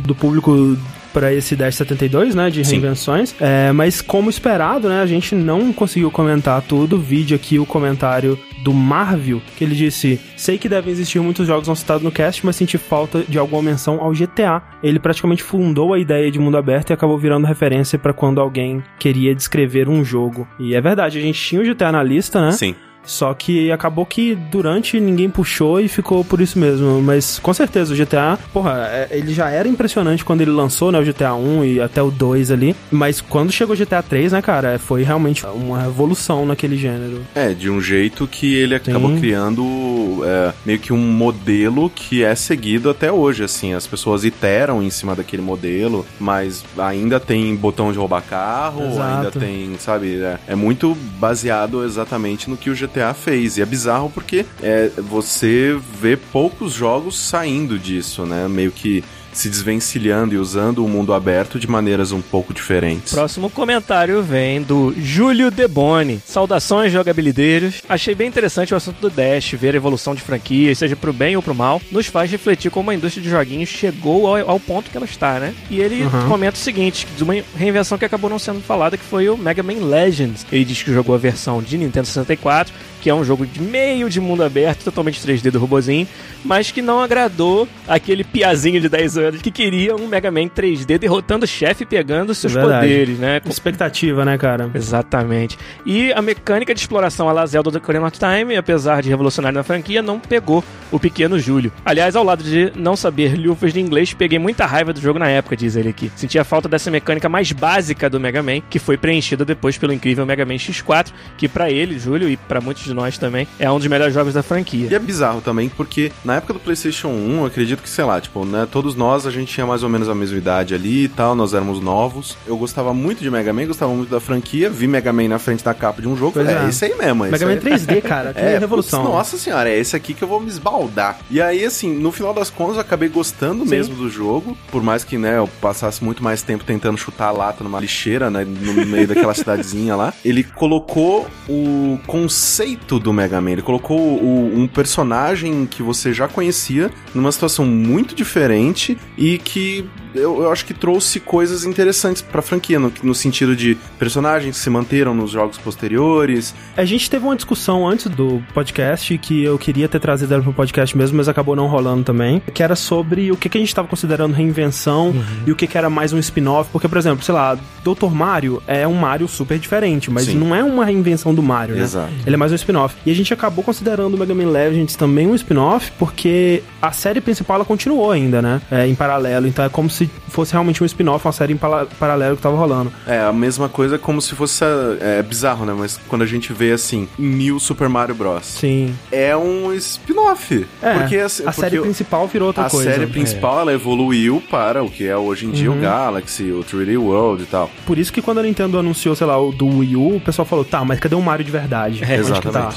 S1: do público para esse 1072, né, de
S2: Sim.
S1: reinvenções. É, mas como esperado, né, a gente não conseguiu comentar tudo. Vídeo aqui o comentário do Marvel, que ele disse: "Sei que devem existir muitos jogos não citados no cast, mas senti falta de alguma menção ao GTA. Ele praticamente fundou a ideia de mundo aberto e acabou virando referência para quando alguém queria descrever um jogo. E é verdade, a gente tinha o GTA na lista, né?
S2: Sim.
S1: Só que acabou que durante ninguém puxou e ficou por isso mesmo. Mas com certeza o GTA, porra, é- ele já era impressionante quando ele lançou, né? O GTA 1 e até o 2 ali. Mas quando chegou o GTA 3, né, cara, foi realmente uma revolução naquele gênero.
S2: É, de um jeito que ele acabou
S1: Sim.
S2: criando é, meio que um modelo que é seguido até hoje, assim. As pessoas iteram em cima daquele modelo, mas ainda tem botão de roubar carro,
S1: Exato.
S2: ainda tem, sabe? É, é muito baseado exatamente no que o GTA fez. E é bizarro porque é, você vê poucos jogos saindo disso, né? Meio que se desvencilhando e usando o mundo aberto de maneiras um pouco diferentes.
S6: Próximo comentário vem do Júlio Deboni. Saudações, jogabilideiros. Achei bem interessante o assunto do Dash, ver a evolução de franquias, seja pro bem ou pro mal, nos faz refletir como a indústria de joguinhos chegou ao, ao ponto que ela está, né? E ele comenta o seguinte, de uma reinvenção que acabou não sendo falada, que foi o Mega Man Legends. Ele diz que jogou a versão de Nintendo 64, que é um jogo de meio de mundo aberto, totalmente 3D do robozinho, mas que não agradou aquele piazinho de 10 anos que queria um Mega Man 3D derrotando o chefe e pegando seus
S1: Verdade.
S6: poderes, né? Com-
S1: Expectativa, né, cara?
S6: Exatamente. E a mecânica de exploração à la Zelda do Ocarina of Time, apesar de revolucionária na franquia, não pegou o pequeno Júlio. Aliás, ao lado de não saber lufas de inglês, peguei muita raiva do jogo na época, diz ele aqui. Sentia falta dessa mecânica mais básica do Mega Man, que foi preenchida depois pelo incrível Mega Man X4, que pra ele, Júlio, e pra muitos de nós também, é um dos melhores jogos da franquia.
S2: E é bizarro também, porque na época do PlayStation 1, eu acredito que, sei lá, tipo, né, todos nós a gente tinha mais ou menos a mesma idade ali e tal, nós éramos novos. Eu gostava muito de Mega Man, gostava muito da franquia, vi Mega Man na frente da capa de um jogo,
S1: Pois
S2: falei, é,
S1: é.
S2: esse aí mesmo, é esse
S1: Mega
S2: aí.
S1: Man 3D, cara, que
S2: É,
S1: revolução.
S2: putz, nossa senhora, é esse aqui que eu vou me esbaldar. E aí, assim, no final das contas, eu acabei gostando mesmo do jogo. Por mais que, né, eu passasse muito mais tempo tentando chutar a lata numa lixeira, né, no meio daquela cidadezinha lá. Ele colocou o conceito do Mega Man. Ele colocou o- um personagem que você já conhecia numa situação muito diferente e que eu, eu acho que trouxe coisas interessantes pra franquia, no, no sentido de personagens que se manteram nos jogos posteriores,
S1: A gente teve uma discussão antes do podcast que eu queria ter trazido ela pro podcast mesmo, mas acabou não rolando também, que era sobre o que, que a gente tava considerando reinvenção
S2: Uhum.
S1: e o que, que era mais um spin-off, porque, por exemplo, sei lá, Dr. Mario é um Mario super diferente, mas
S2: Sim.
S1: não é uma reinvenção do Mario, né?
S2: Exato.
S1: Ele é mais um spin-off. E a gente acabou considerando o Mega Man Legends também um spin-off, porque a série principal ela continuou ainda, né? É, em paralelo. Então é como se fosse realmente um spin-off, uma série em pala- paralelo que tava rolando.
S2: É, a mesma coisa como se fosse. a- É bizarro, né? Mas quando a gente vê assim, New Super Mario Bros.
S1: Sim.
S2: É um spin-off.
S1: É,
S2: porque
S1: a
S2: assim, porque
S1: série principal virou outra
S2: a
S1: coisa. né? Uhum.
S2: série principal ela evoluiu para o que é hoje em dia o Galaxy, o 3D World e tal.
S1: Por isso que quando a Nintendo anunciou, sei lá, o do Wii U, o pessoal falou, tá, mas cadê o Mario de verdade?
S6: É,
S1: Onde que tá?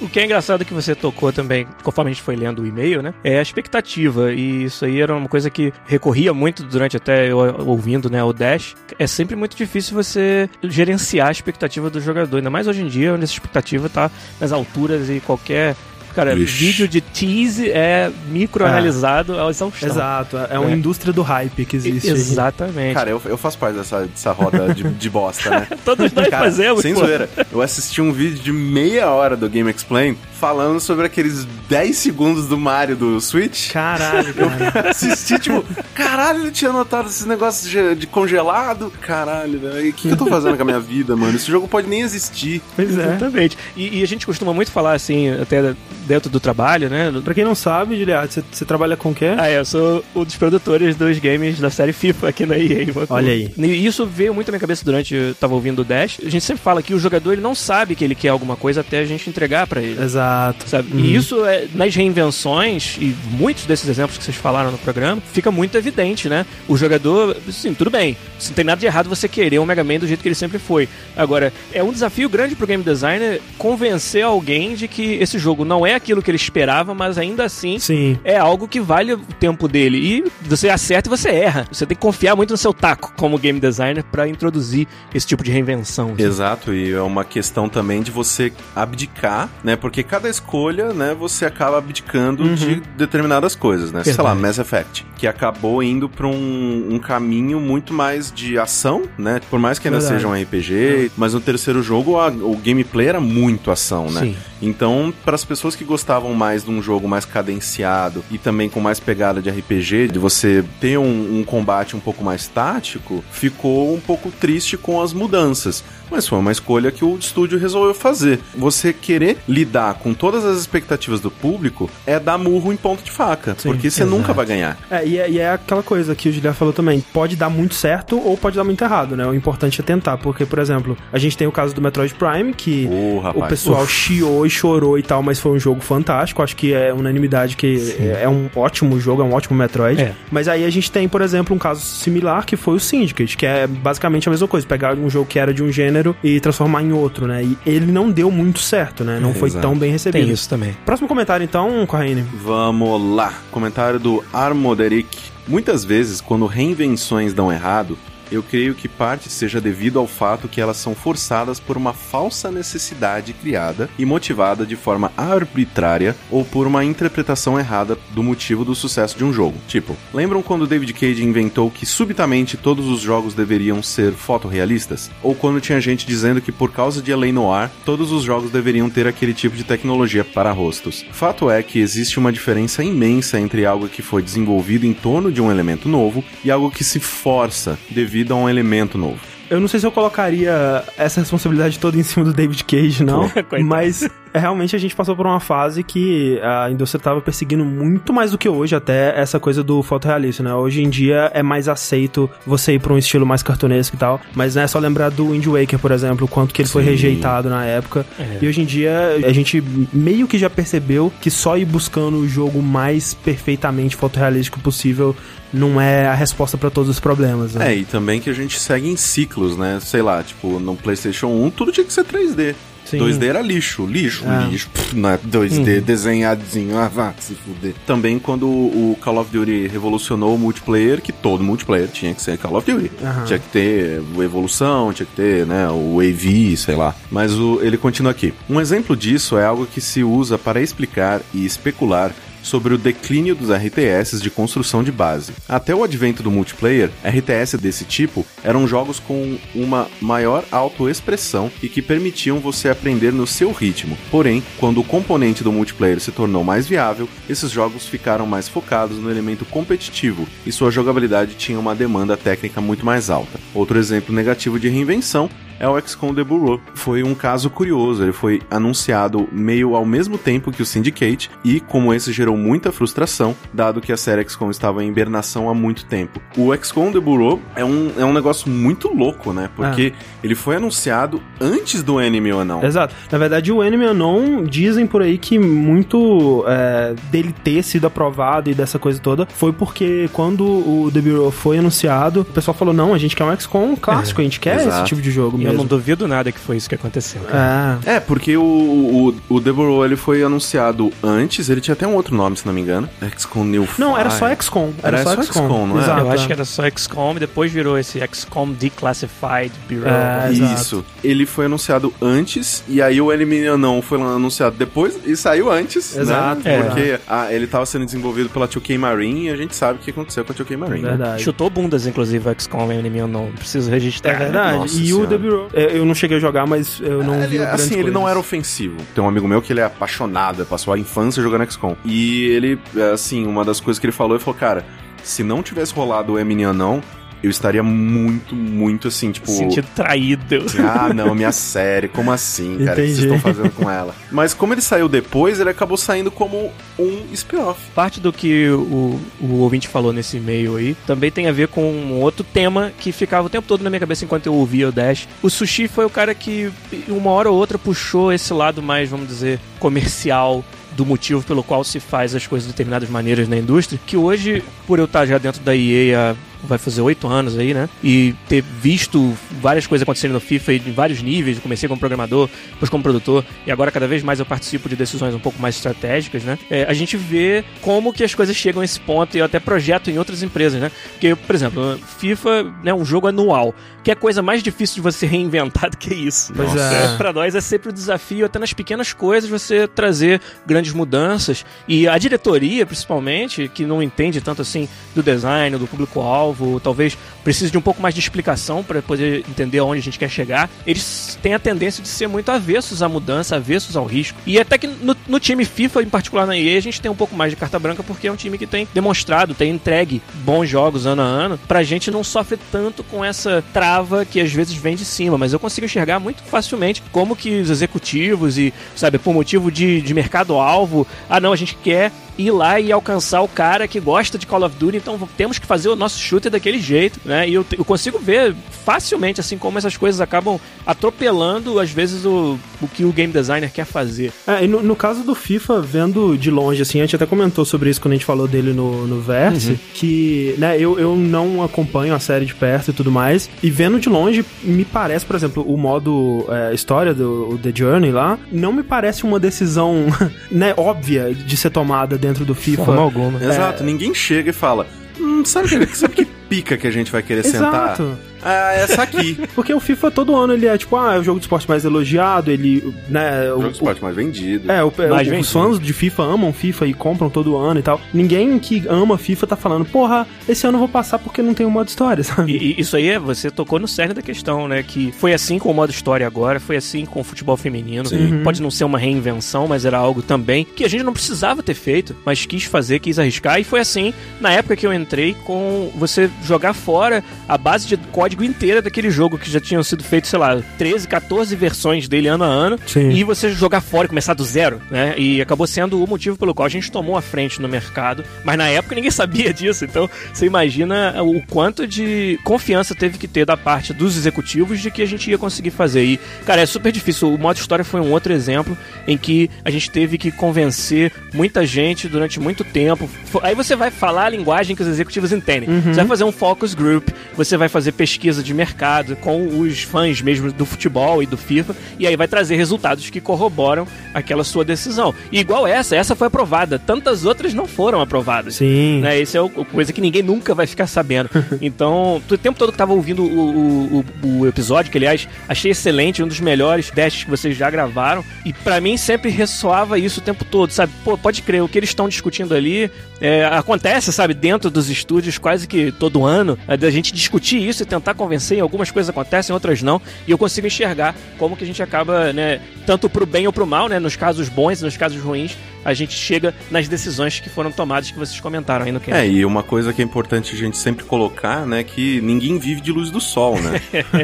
S6: O que é engraçado que você tocou também, conforme a gente foi lendo o e-mail, né? É a expectativa. E isso aí era uma coisa que recorria muito durante até eu ouvindo, né? O Dash. É sempre muito difícil você gerenciar a expectativa do jogador. Ainda mais hoje em dia, onde essa expectativa tá nas alturas e qualquer. Cara,
S2: Ixi.
S6: vídeo de tease é microanalisado
S2: Ah,
S6: ao exaustão.
S1: Exato, é uma
S6: É.
S1: indústria do hype que
S6: E-
S1: existe.
S6: Exatamente.
S2: Cara, eu, eu faço parte dessa, dessa roda de, de bosta, né?
S6: Todos nós
S2: Cara,
S6: fazemos.
S2: sem
S6: pô.
S2: zoeira. Eu assisti um vídeo de meia hora do Game Explain falando sobre aqueles 10 segundos do Mario do Switch.
S1: Caralho, cara.
S2: assisti, tipo, caralho, eu tinha notado esses negócios de, de congelado. Caralho, velho, o que, que eu tô fazendo com a minha vida, mano? Esse jogo pode nem existir.
S1: pois é.
S6: Exatamente. E, e a gente costuma muito falar assim, até dentro do trabalho, né?
S1: Pra quem não sabe, Gilead, você- você trabalha com o quê?
S6: Ah, eu sou um dos produtores dos games da série FIFA aqui na EA. mano.
S1: Olha aí.
S6: E isso veio muito na minha cabeça durante eu tava ouvindo o Dash. A gente sempre fala que o jogador ele não sabe que ele quer alguma coisa até a gente entregar pra ele.
S1: Exato.
S6: Sabe? E isso é, nas reinvenções, e muitos desses exemplos que vocês falaram no programa, fica muito evidente, né? O jogador, sim, tudo bem. Não tem nada de errado você querer um Mega Man do jeito que ele sempre foi. Agora, é um desafio grande pro game designer convencer alguém de que esse jogo não é aquilo que ele esperava, mas ainda assim
S1: Sim.
S6: é algo que vale o tempo dele. E você acerta e você erra. Você tem que confiar muito no seu taco como game designer pra introduzir esse tipo de reinvenção. assim.
S2: Exato, e é uma questão também de você abdicar, né? Porque cada escolha, né, você acaba abdicando de determinadas coisas, né? Sei lá, Mass Effect, que acabou indo pra um, um caminho muito mais de ação, né? Por mais que ainda
S1: Verdade.
S2: seja um RPG, mas no terceiro jogo a- o gameplay era muito ação, né?
S6: Sim.
S2: Então, para as pessoas que gostavam mais de um jogo mais cadenciado e também com mais pegada de RPG, de você ter um, um combate um pouco mais tático, ficou um pouco triste com as mudanças. Mas foi uma escolha que o estúdio resolveu fazer. Você querer lidar com todas as expectativas do público é dar murro em ponto de faca,
S1: Sim,
S2: porque você nunca vai ganhar.
S1: É, e, é, e é aquela coisa que o Gilhar falou também. Pode dar muito certo ou pode dar muito errado, né? O importante é tentar, porque, por exemplo, a gente tem o caso do Metroid Prime, que
S2: Ô,
S1: o
S2: rapaz.
S1: pessoal chiou e chorou e tal, mas foi um jogo fantástico. Acho que é unanimidade que é, é um ótimo jogo, é um ótimo Metroid.
S6: É.
S1: Mas aí a gente tem, por exemplo, um caso similar que foi o Syndicate, que é basicamente a mesma coisa, pegar um jogo que era de um gênero e transformar em outro, né? E ele não deu muito certo, né? Não foi
S2: exato.
S1: tão bem recebido.
S6: Tem isso também.
S1: Próximo comentário, então, Corrine.
S2: Vamos lá. Comentário do Armoderic. Muitas vezes, quando reinvenções dão errado, eu creio que parte seja devido ao fato que elas são forçadas por uma falsa necessidade criada e motivada de forma arbitrária ou por uma interpretação errada do motivo do sucesso de um jogo. Tipo, lembram quando David Cage inventou que subitamente todos os jogos deveriam ser fotorrealistas? Ou quando tinha gente dizendo que por causa de Elaine Noir, todos os jogos deveriam ter aquele tipo de tecnologia para rostos. Fato é que existe uma diferença imensa entre algo que foi desenvolvido em torno de um elemento novo e algo que se força devido a um elemento novo.
S1: Eu não sei se eu colocaria essa responsabilidade toda em cima do David Cage, não.
S6: Coitado.
S1: mas é, realmente a gente passou por uma fase que a indústria estava perseguindo muito mais do que hoje até essa coisa do fotorrealismo, né? Hoje em dia é mais aceito você ir para um estilo mais cartunesco e tal. Mas né, é só lembrar do Wind Waker, por exemplo, o quanto que ele foi
S2: Sim.
S1: rejeitado na época. E hoje em dia a gente meio que já percebeu que só ir buscando o jogo mais perfeitamente fotorrealístico possível não é a resposta para todos os problemas, né?
S2: É, e também que a gente segue em ciclos, né? Sei lá, tipo, no PlayStation 1 tudo tinha que ser 3D.
S1: Sim. Uhum.
S2: 2D era lixo, lixo,
S1: Ah.
S2: lixo. Pff, não é 2D desenhadinho, ah, vá se fuder. Também quando o Call of Duty revolucionou o multiplayer, que todo multiplayer tinha que ser Call of Duty.
S1: Aham.
S2: Tinha que ter o evolução, tinha que ter, né, o AV, sei lá. Mas o- ele continua aqui. Um exemplo disso é algo que se usa para explicar e especular sobre o declínio dos RTS de construção de base. Até o advento do multiplayer, RTS desse tipo eram jogos com uma maior autoexpressão e que permitiam você aprender no seu ritmo. Porém, quando o componente do multiplayer se tornou mais viável, esses jogos ficaram mais focados no elemento competitivo e sua jogabilidade tinha uma demanda técnica muito mais alta. Outro exemplo negativo de reinvenção é o XCOM The Bureau. Foi um caso curioso, ele foi anunciado meio ao mesmo tempo que o Syndicate, e como esse gerou muita frustração, dado que a série XCOM estava em hibernação há muito tempo. O XCOM The Bureau é um, é um negócio muito louco, né? Porque
S1: Ah.
S2: ele foi anunciado antes do Enemy ou não.
S1: Exato. Na verdade, o Enemy Unknown dizem por aí que muito é, dele ter sido aprovado e dessa coisa toda foi porque quando o The Bureau foi anunciado, o pessoal falou: não, a gente quer um XCOM clássico, a gente quer
S2: É, Exato.
S1: esse tipo de jogo
S6: E eu
S1: mesmo.
S6: não duvido nada que foi isso que aconteceu. cara.
S1: É.
S2: É, porque o, o, o The Bureau, ele foi anunciado antes, ele tinha até um outro nome, se não me engano. XCOM New
S1: Não, era só
S2: Fire.
S1: XCOM. Era,
S2: Era
S1: só
S2: só
S1: XCOM.
S2: XCOM, não é?
S1: Exato.
S6: Eu acho que era só XCOM e depois virou esse XCOM Declassified Bureau.
S1: É, exato.
S2: Isso. Ele foi anunciado antes, e aí o Eliminion não foi anunciado depois e saiu antes. né?
S1: Exato, é.
S2: Porque ah, ele tava sendo desenvolvido pela 2K Marine e a gente sabe o que aconteceu com a 2K Marine. né?
S1: Verdade.
S6: assim. Chutou bundas, inclusive, o XCOM em mim ou não. Preciso registrar.
S1: É verdade.
S2: Nossa
S1: e o
S2: Senhora.
S1: The Bureau. é, Eu não cheguei a jogar, mas eu não vi
S2: Ele,
S1: o
S2: assim, ele não era ofensivo. Tem um amigo meu que ele é apaixonado, passou a infância jogando XCOM. E ele, assim, uma das coisas que ele falou, ele falou, cara, se não tivesse rolado o Eminem não, eu estaria muito, muito assim, tipo...
S6: Sentido traído.
S2: Ah, não, minha série, como assim, cara? O que vocês
S1: Entendi.
S2: estão fazendo com ela? Mas como ele saiu depois, ele acabou saindo como um spin-off.
S6: Parte do que o, o ouvinte falou nesse e-mail aí também tem a ver com um outro tema que ficava o tempo todo na minha cabeça enquanto eu ouvia o Dash. O Sushi foi o cara que, uma hora ou outra, puxou esse lado mais, vamos dizer, comercial do motivo pelo qual se faz as coisas de determinadas maneiras na indústria, que hoje, por eu estar já dentro da EA há vai fazer oito anos aí, né? E ter visto várias coisas acontecendo no FIFA em vários níveis. Comecei como programador, depois como produtor, e agora cada vez mais eu participo de decisões um pouco mais estratégicas, né? É, a gente vê como que as coisas chegam a esse ponto e eu até projeto em outras empresas, né? Porque, por exemplo, FIFA né, é um jogo anual, que é a coisa mais difícil de você reinventar do que isso.
S1: Pois
S6: É,
S1: é.
S6: Pra nós é sempre o desafio, até nas pequenas coisas, você trazer grandes mudanças. E a diretoria, principalmente, que não entende tanto assim do design, do público-alvo, talvez precise de um pouco mais de explicação para poder entender aonde a gente quer chegar, eles têm a tendência de ser muito avessos à mudança, avessos ao risco. E até que no, no time FIFA, em particular na EA, a gente tem um pouco mais de carta branca porque é um time que tem demonstrado, tem entregue bons jogos ano a ano, pra gente não sofre tanto com essa trava que às vezes vem de cima, mas eu consigo enxergar muito facilmente como que os executivos e, sabe, por motivo de, de mercado-alvo, ah não, a gente quer ir lá e alcançar o cara que gosta de Call of Duty, então v- temos que fazer o nosso shooter daquele jeito, né? E eu, te- eu consigo ver facilmente, assim, como essas coisas acabam atropelando, às vezes, o, o que o game designer quer fazer.
S1: É, e no, no caso do FIFA, vendo de longe, assim, a gente até comentou sobre isso quando a gente falou dele no, no Verse,
S2: Uhum.
S1: que, né, eu, eu não acompanho a série de perto e tudo mais, e vendo de longe, me parece, por exemplo, o modo é, história do o The Journey lá, não me parece uma decisão, né, óbvia de ser tomada dentro do FIFA.
S6: Forma
S1: É.
S6: alguma.
S2: Exato, ninguém chega e fala. Hum, sabe, que, sabe que pica que a gente vai querer
S1: Exato.
S2: sentar? Ah, essa aqui.
S1: Porque o FIFA todo ano ele é tipo, ah, é o jogo de esporte mais elogiado, ele, né, o,
S2: o jogo de esporte mais né? vendido.
S1: É, o, é,
S6: Mais
S1: o-
S6: vendido.
S1: os fãs de FIFA amam FIFA e compram todo ano e tal. Ninguém que ama FIFA tá falando, porra, esse ano eu vou passar porque não tem o modo história, sabe?
S6: E, e isso aí é, você tocou no cerne da questão, né? Que foi assim com o modo história agora, foi assim com o futebol feminino. Pode não ser uma reinvenção, mas era algo também que a gente não precisava ter feito, mas quis fazer, quis arriscar. E foi assim na época que eu entrei com você jogar fora a base de código inteira daquele jogo que já tinham sido feitos, sei lá, 13, 14 versões dele ano a ano.
S1: Sim.
S6: E você jogar fora e começar do zero, né? E acabou sendo o motivo pelo qual a gente tomou a frente no mercado. Mas na época ninguém sabia disso, então você imagina o quanto de confiança teve que ter da parte dos executivos de que a gente ia conseguir fazer. E, cara, é super difícil. O modo história foi um outro exemplo em que a gente teve que convencer muita gente durante muito tempo. Fo- Aí você vai falar a linguagem que os executivos entendem. Você vai fazer um focus group, você vai fazer pesquisa de mercado com os fãs mesmo do futebol e do FIFA, e aí vai trazer resultados que corroboram aquela sua decisão. E igual essa, essa foi aprovada, tantas outras não foram aprovadas.
S1: Sim.
S6: Né? Esse é o, o coisa que ninguém nunca vai ficar sabendo. Então, o tempo todo que tava ouvindo o, o- o- o episódio, que aliás, achei excelente, um dos melhores testes que vocês já gravaram. E pra mim sempre ressoava isso o tempo todo, sabe? Pô, pode crer, o que eles estão discutindo ali é, acontece, sabe, dentro dos estúdios quase que todo ano, é, da gente discutir isso e tentar convencer, e algumas coisas acontecem, outras não, e eu consigo enxergar como que a gente acaba, né, tanto pro bem ou pro mal, né, nos casos bons e nos casos ruins, a gente chega nas decisões que foram tomadas que vocês comentaram aí no que
S2: É, e uma coisa que é importante a gente sempre colocar, né, que ninguém vive de luz do sol, né?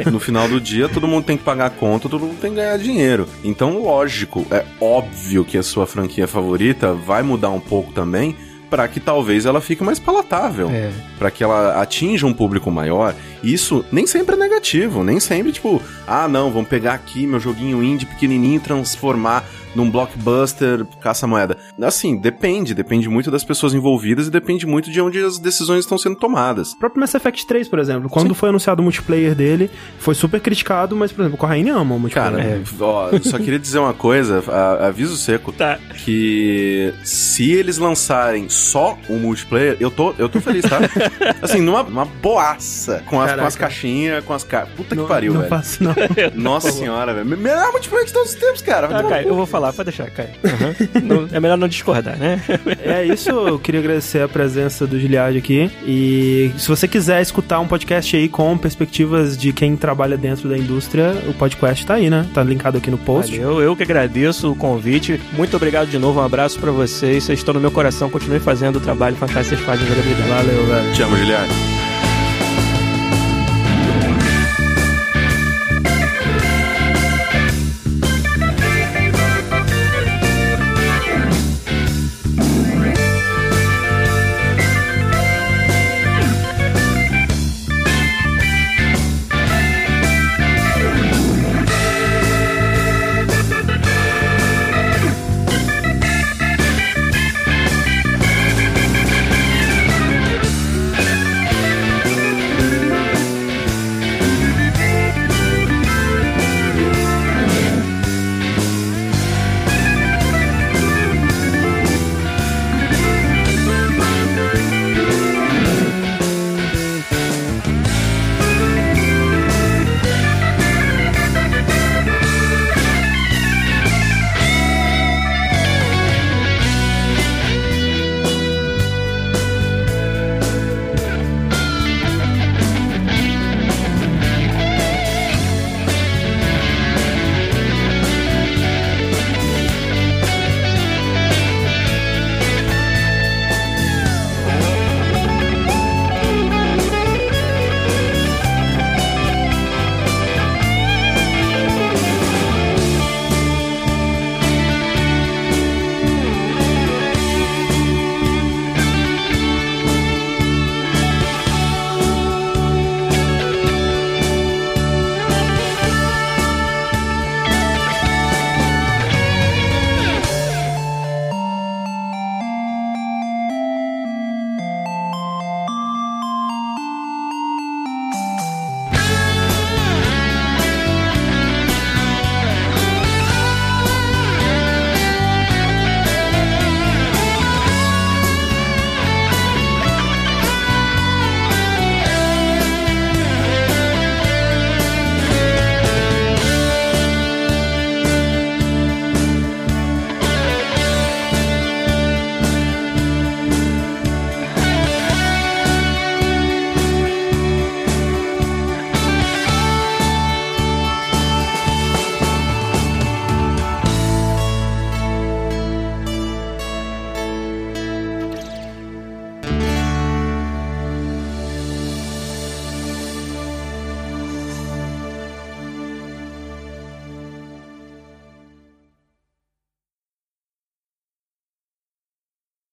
S2: no final do dia, todo mundo tem que pagar a conta, todo mundo tem que ganhar dinheiro. Então, lógico, é óbvio que a sua franquia favorita vai mudar um pouco também, pra que talvez ela fique mais palatável, Pra que ela atinja um público maior. Isso nem sempre é negativo, nem sempre tipo, ah, não, vamos pegar aqui meu joguinho indie pequenininho e transformar num blockbuster caça-moeda. Assim, depende, depende muito das pessoas envolvidas e depende muito de onde as decisões estão sendo tomadas.
S1: O próprio Mass Effect 3, por exemplo, quando foi anunciado o multiplayer dele, foi super criticado, mas, por exemplo, o Corraine ama o multiplayer.
S2: Cara, é, ó, eu só queria dizer uma coisa, a- aviso seco,
S6: Tá.
S2: que se eles lançarem só o multiplayer, eu tô, eu tô feliz, tá? Assim, numa, numa boaça, com as, com as
S1: Caraca.
S2: caixinhas, com as caras. Puta
S1: não,
S2: que pariu,
S1: não
S2: velho.
S1: faço, não.
S2: Nossa senhora, velho. Melhor multiplayer de todos os tempos, cara. Vai
S6: Ah,
S2: tomar
S1: Tá,
S6: Caio, eu vou falar, pode deixar, Caio. Não- é melhor não discordar, né?
S1: É isso, eu queria agradecer a presença do Giliad aqui. E se você quiser escutar um podcast aí com perspectivas de quem trabalha dentro da indústria, o podcast tá aí, né? Tá linkado aqui no post.
S6: Valeu, eu que agradeço o convite. Muito obrigado de novo, um abraço pra vocês. Vocês estão no meu coração, continuem fazendo o trabalho fantástico que vocês fazem em jogabilidade.
S1: Valeu velho.
S2: Te amo, Juliano.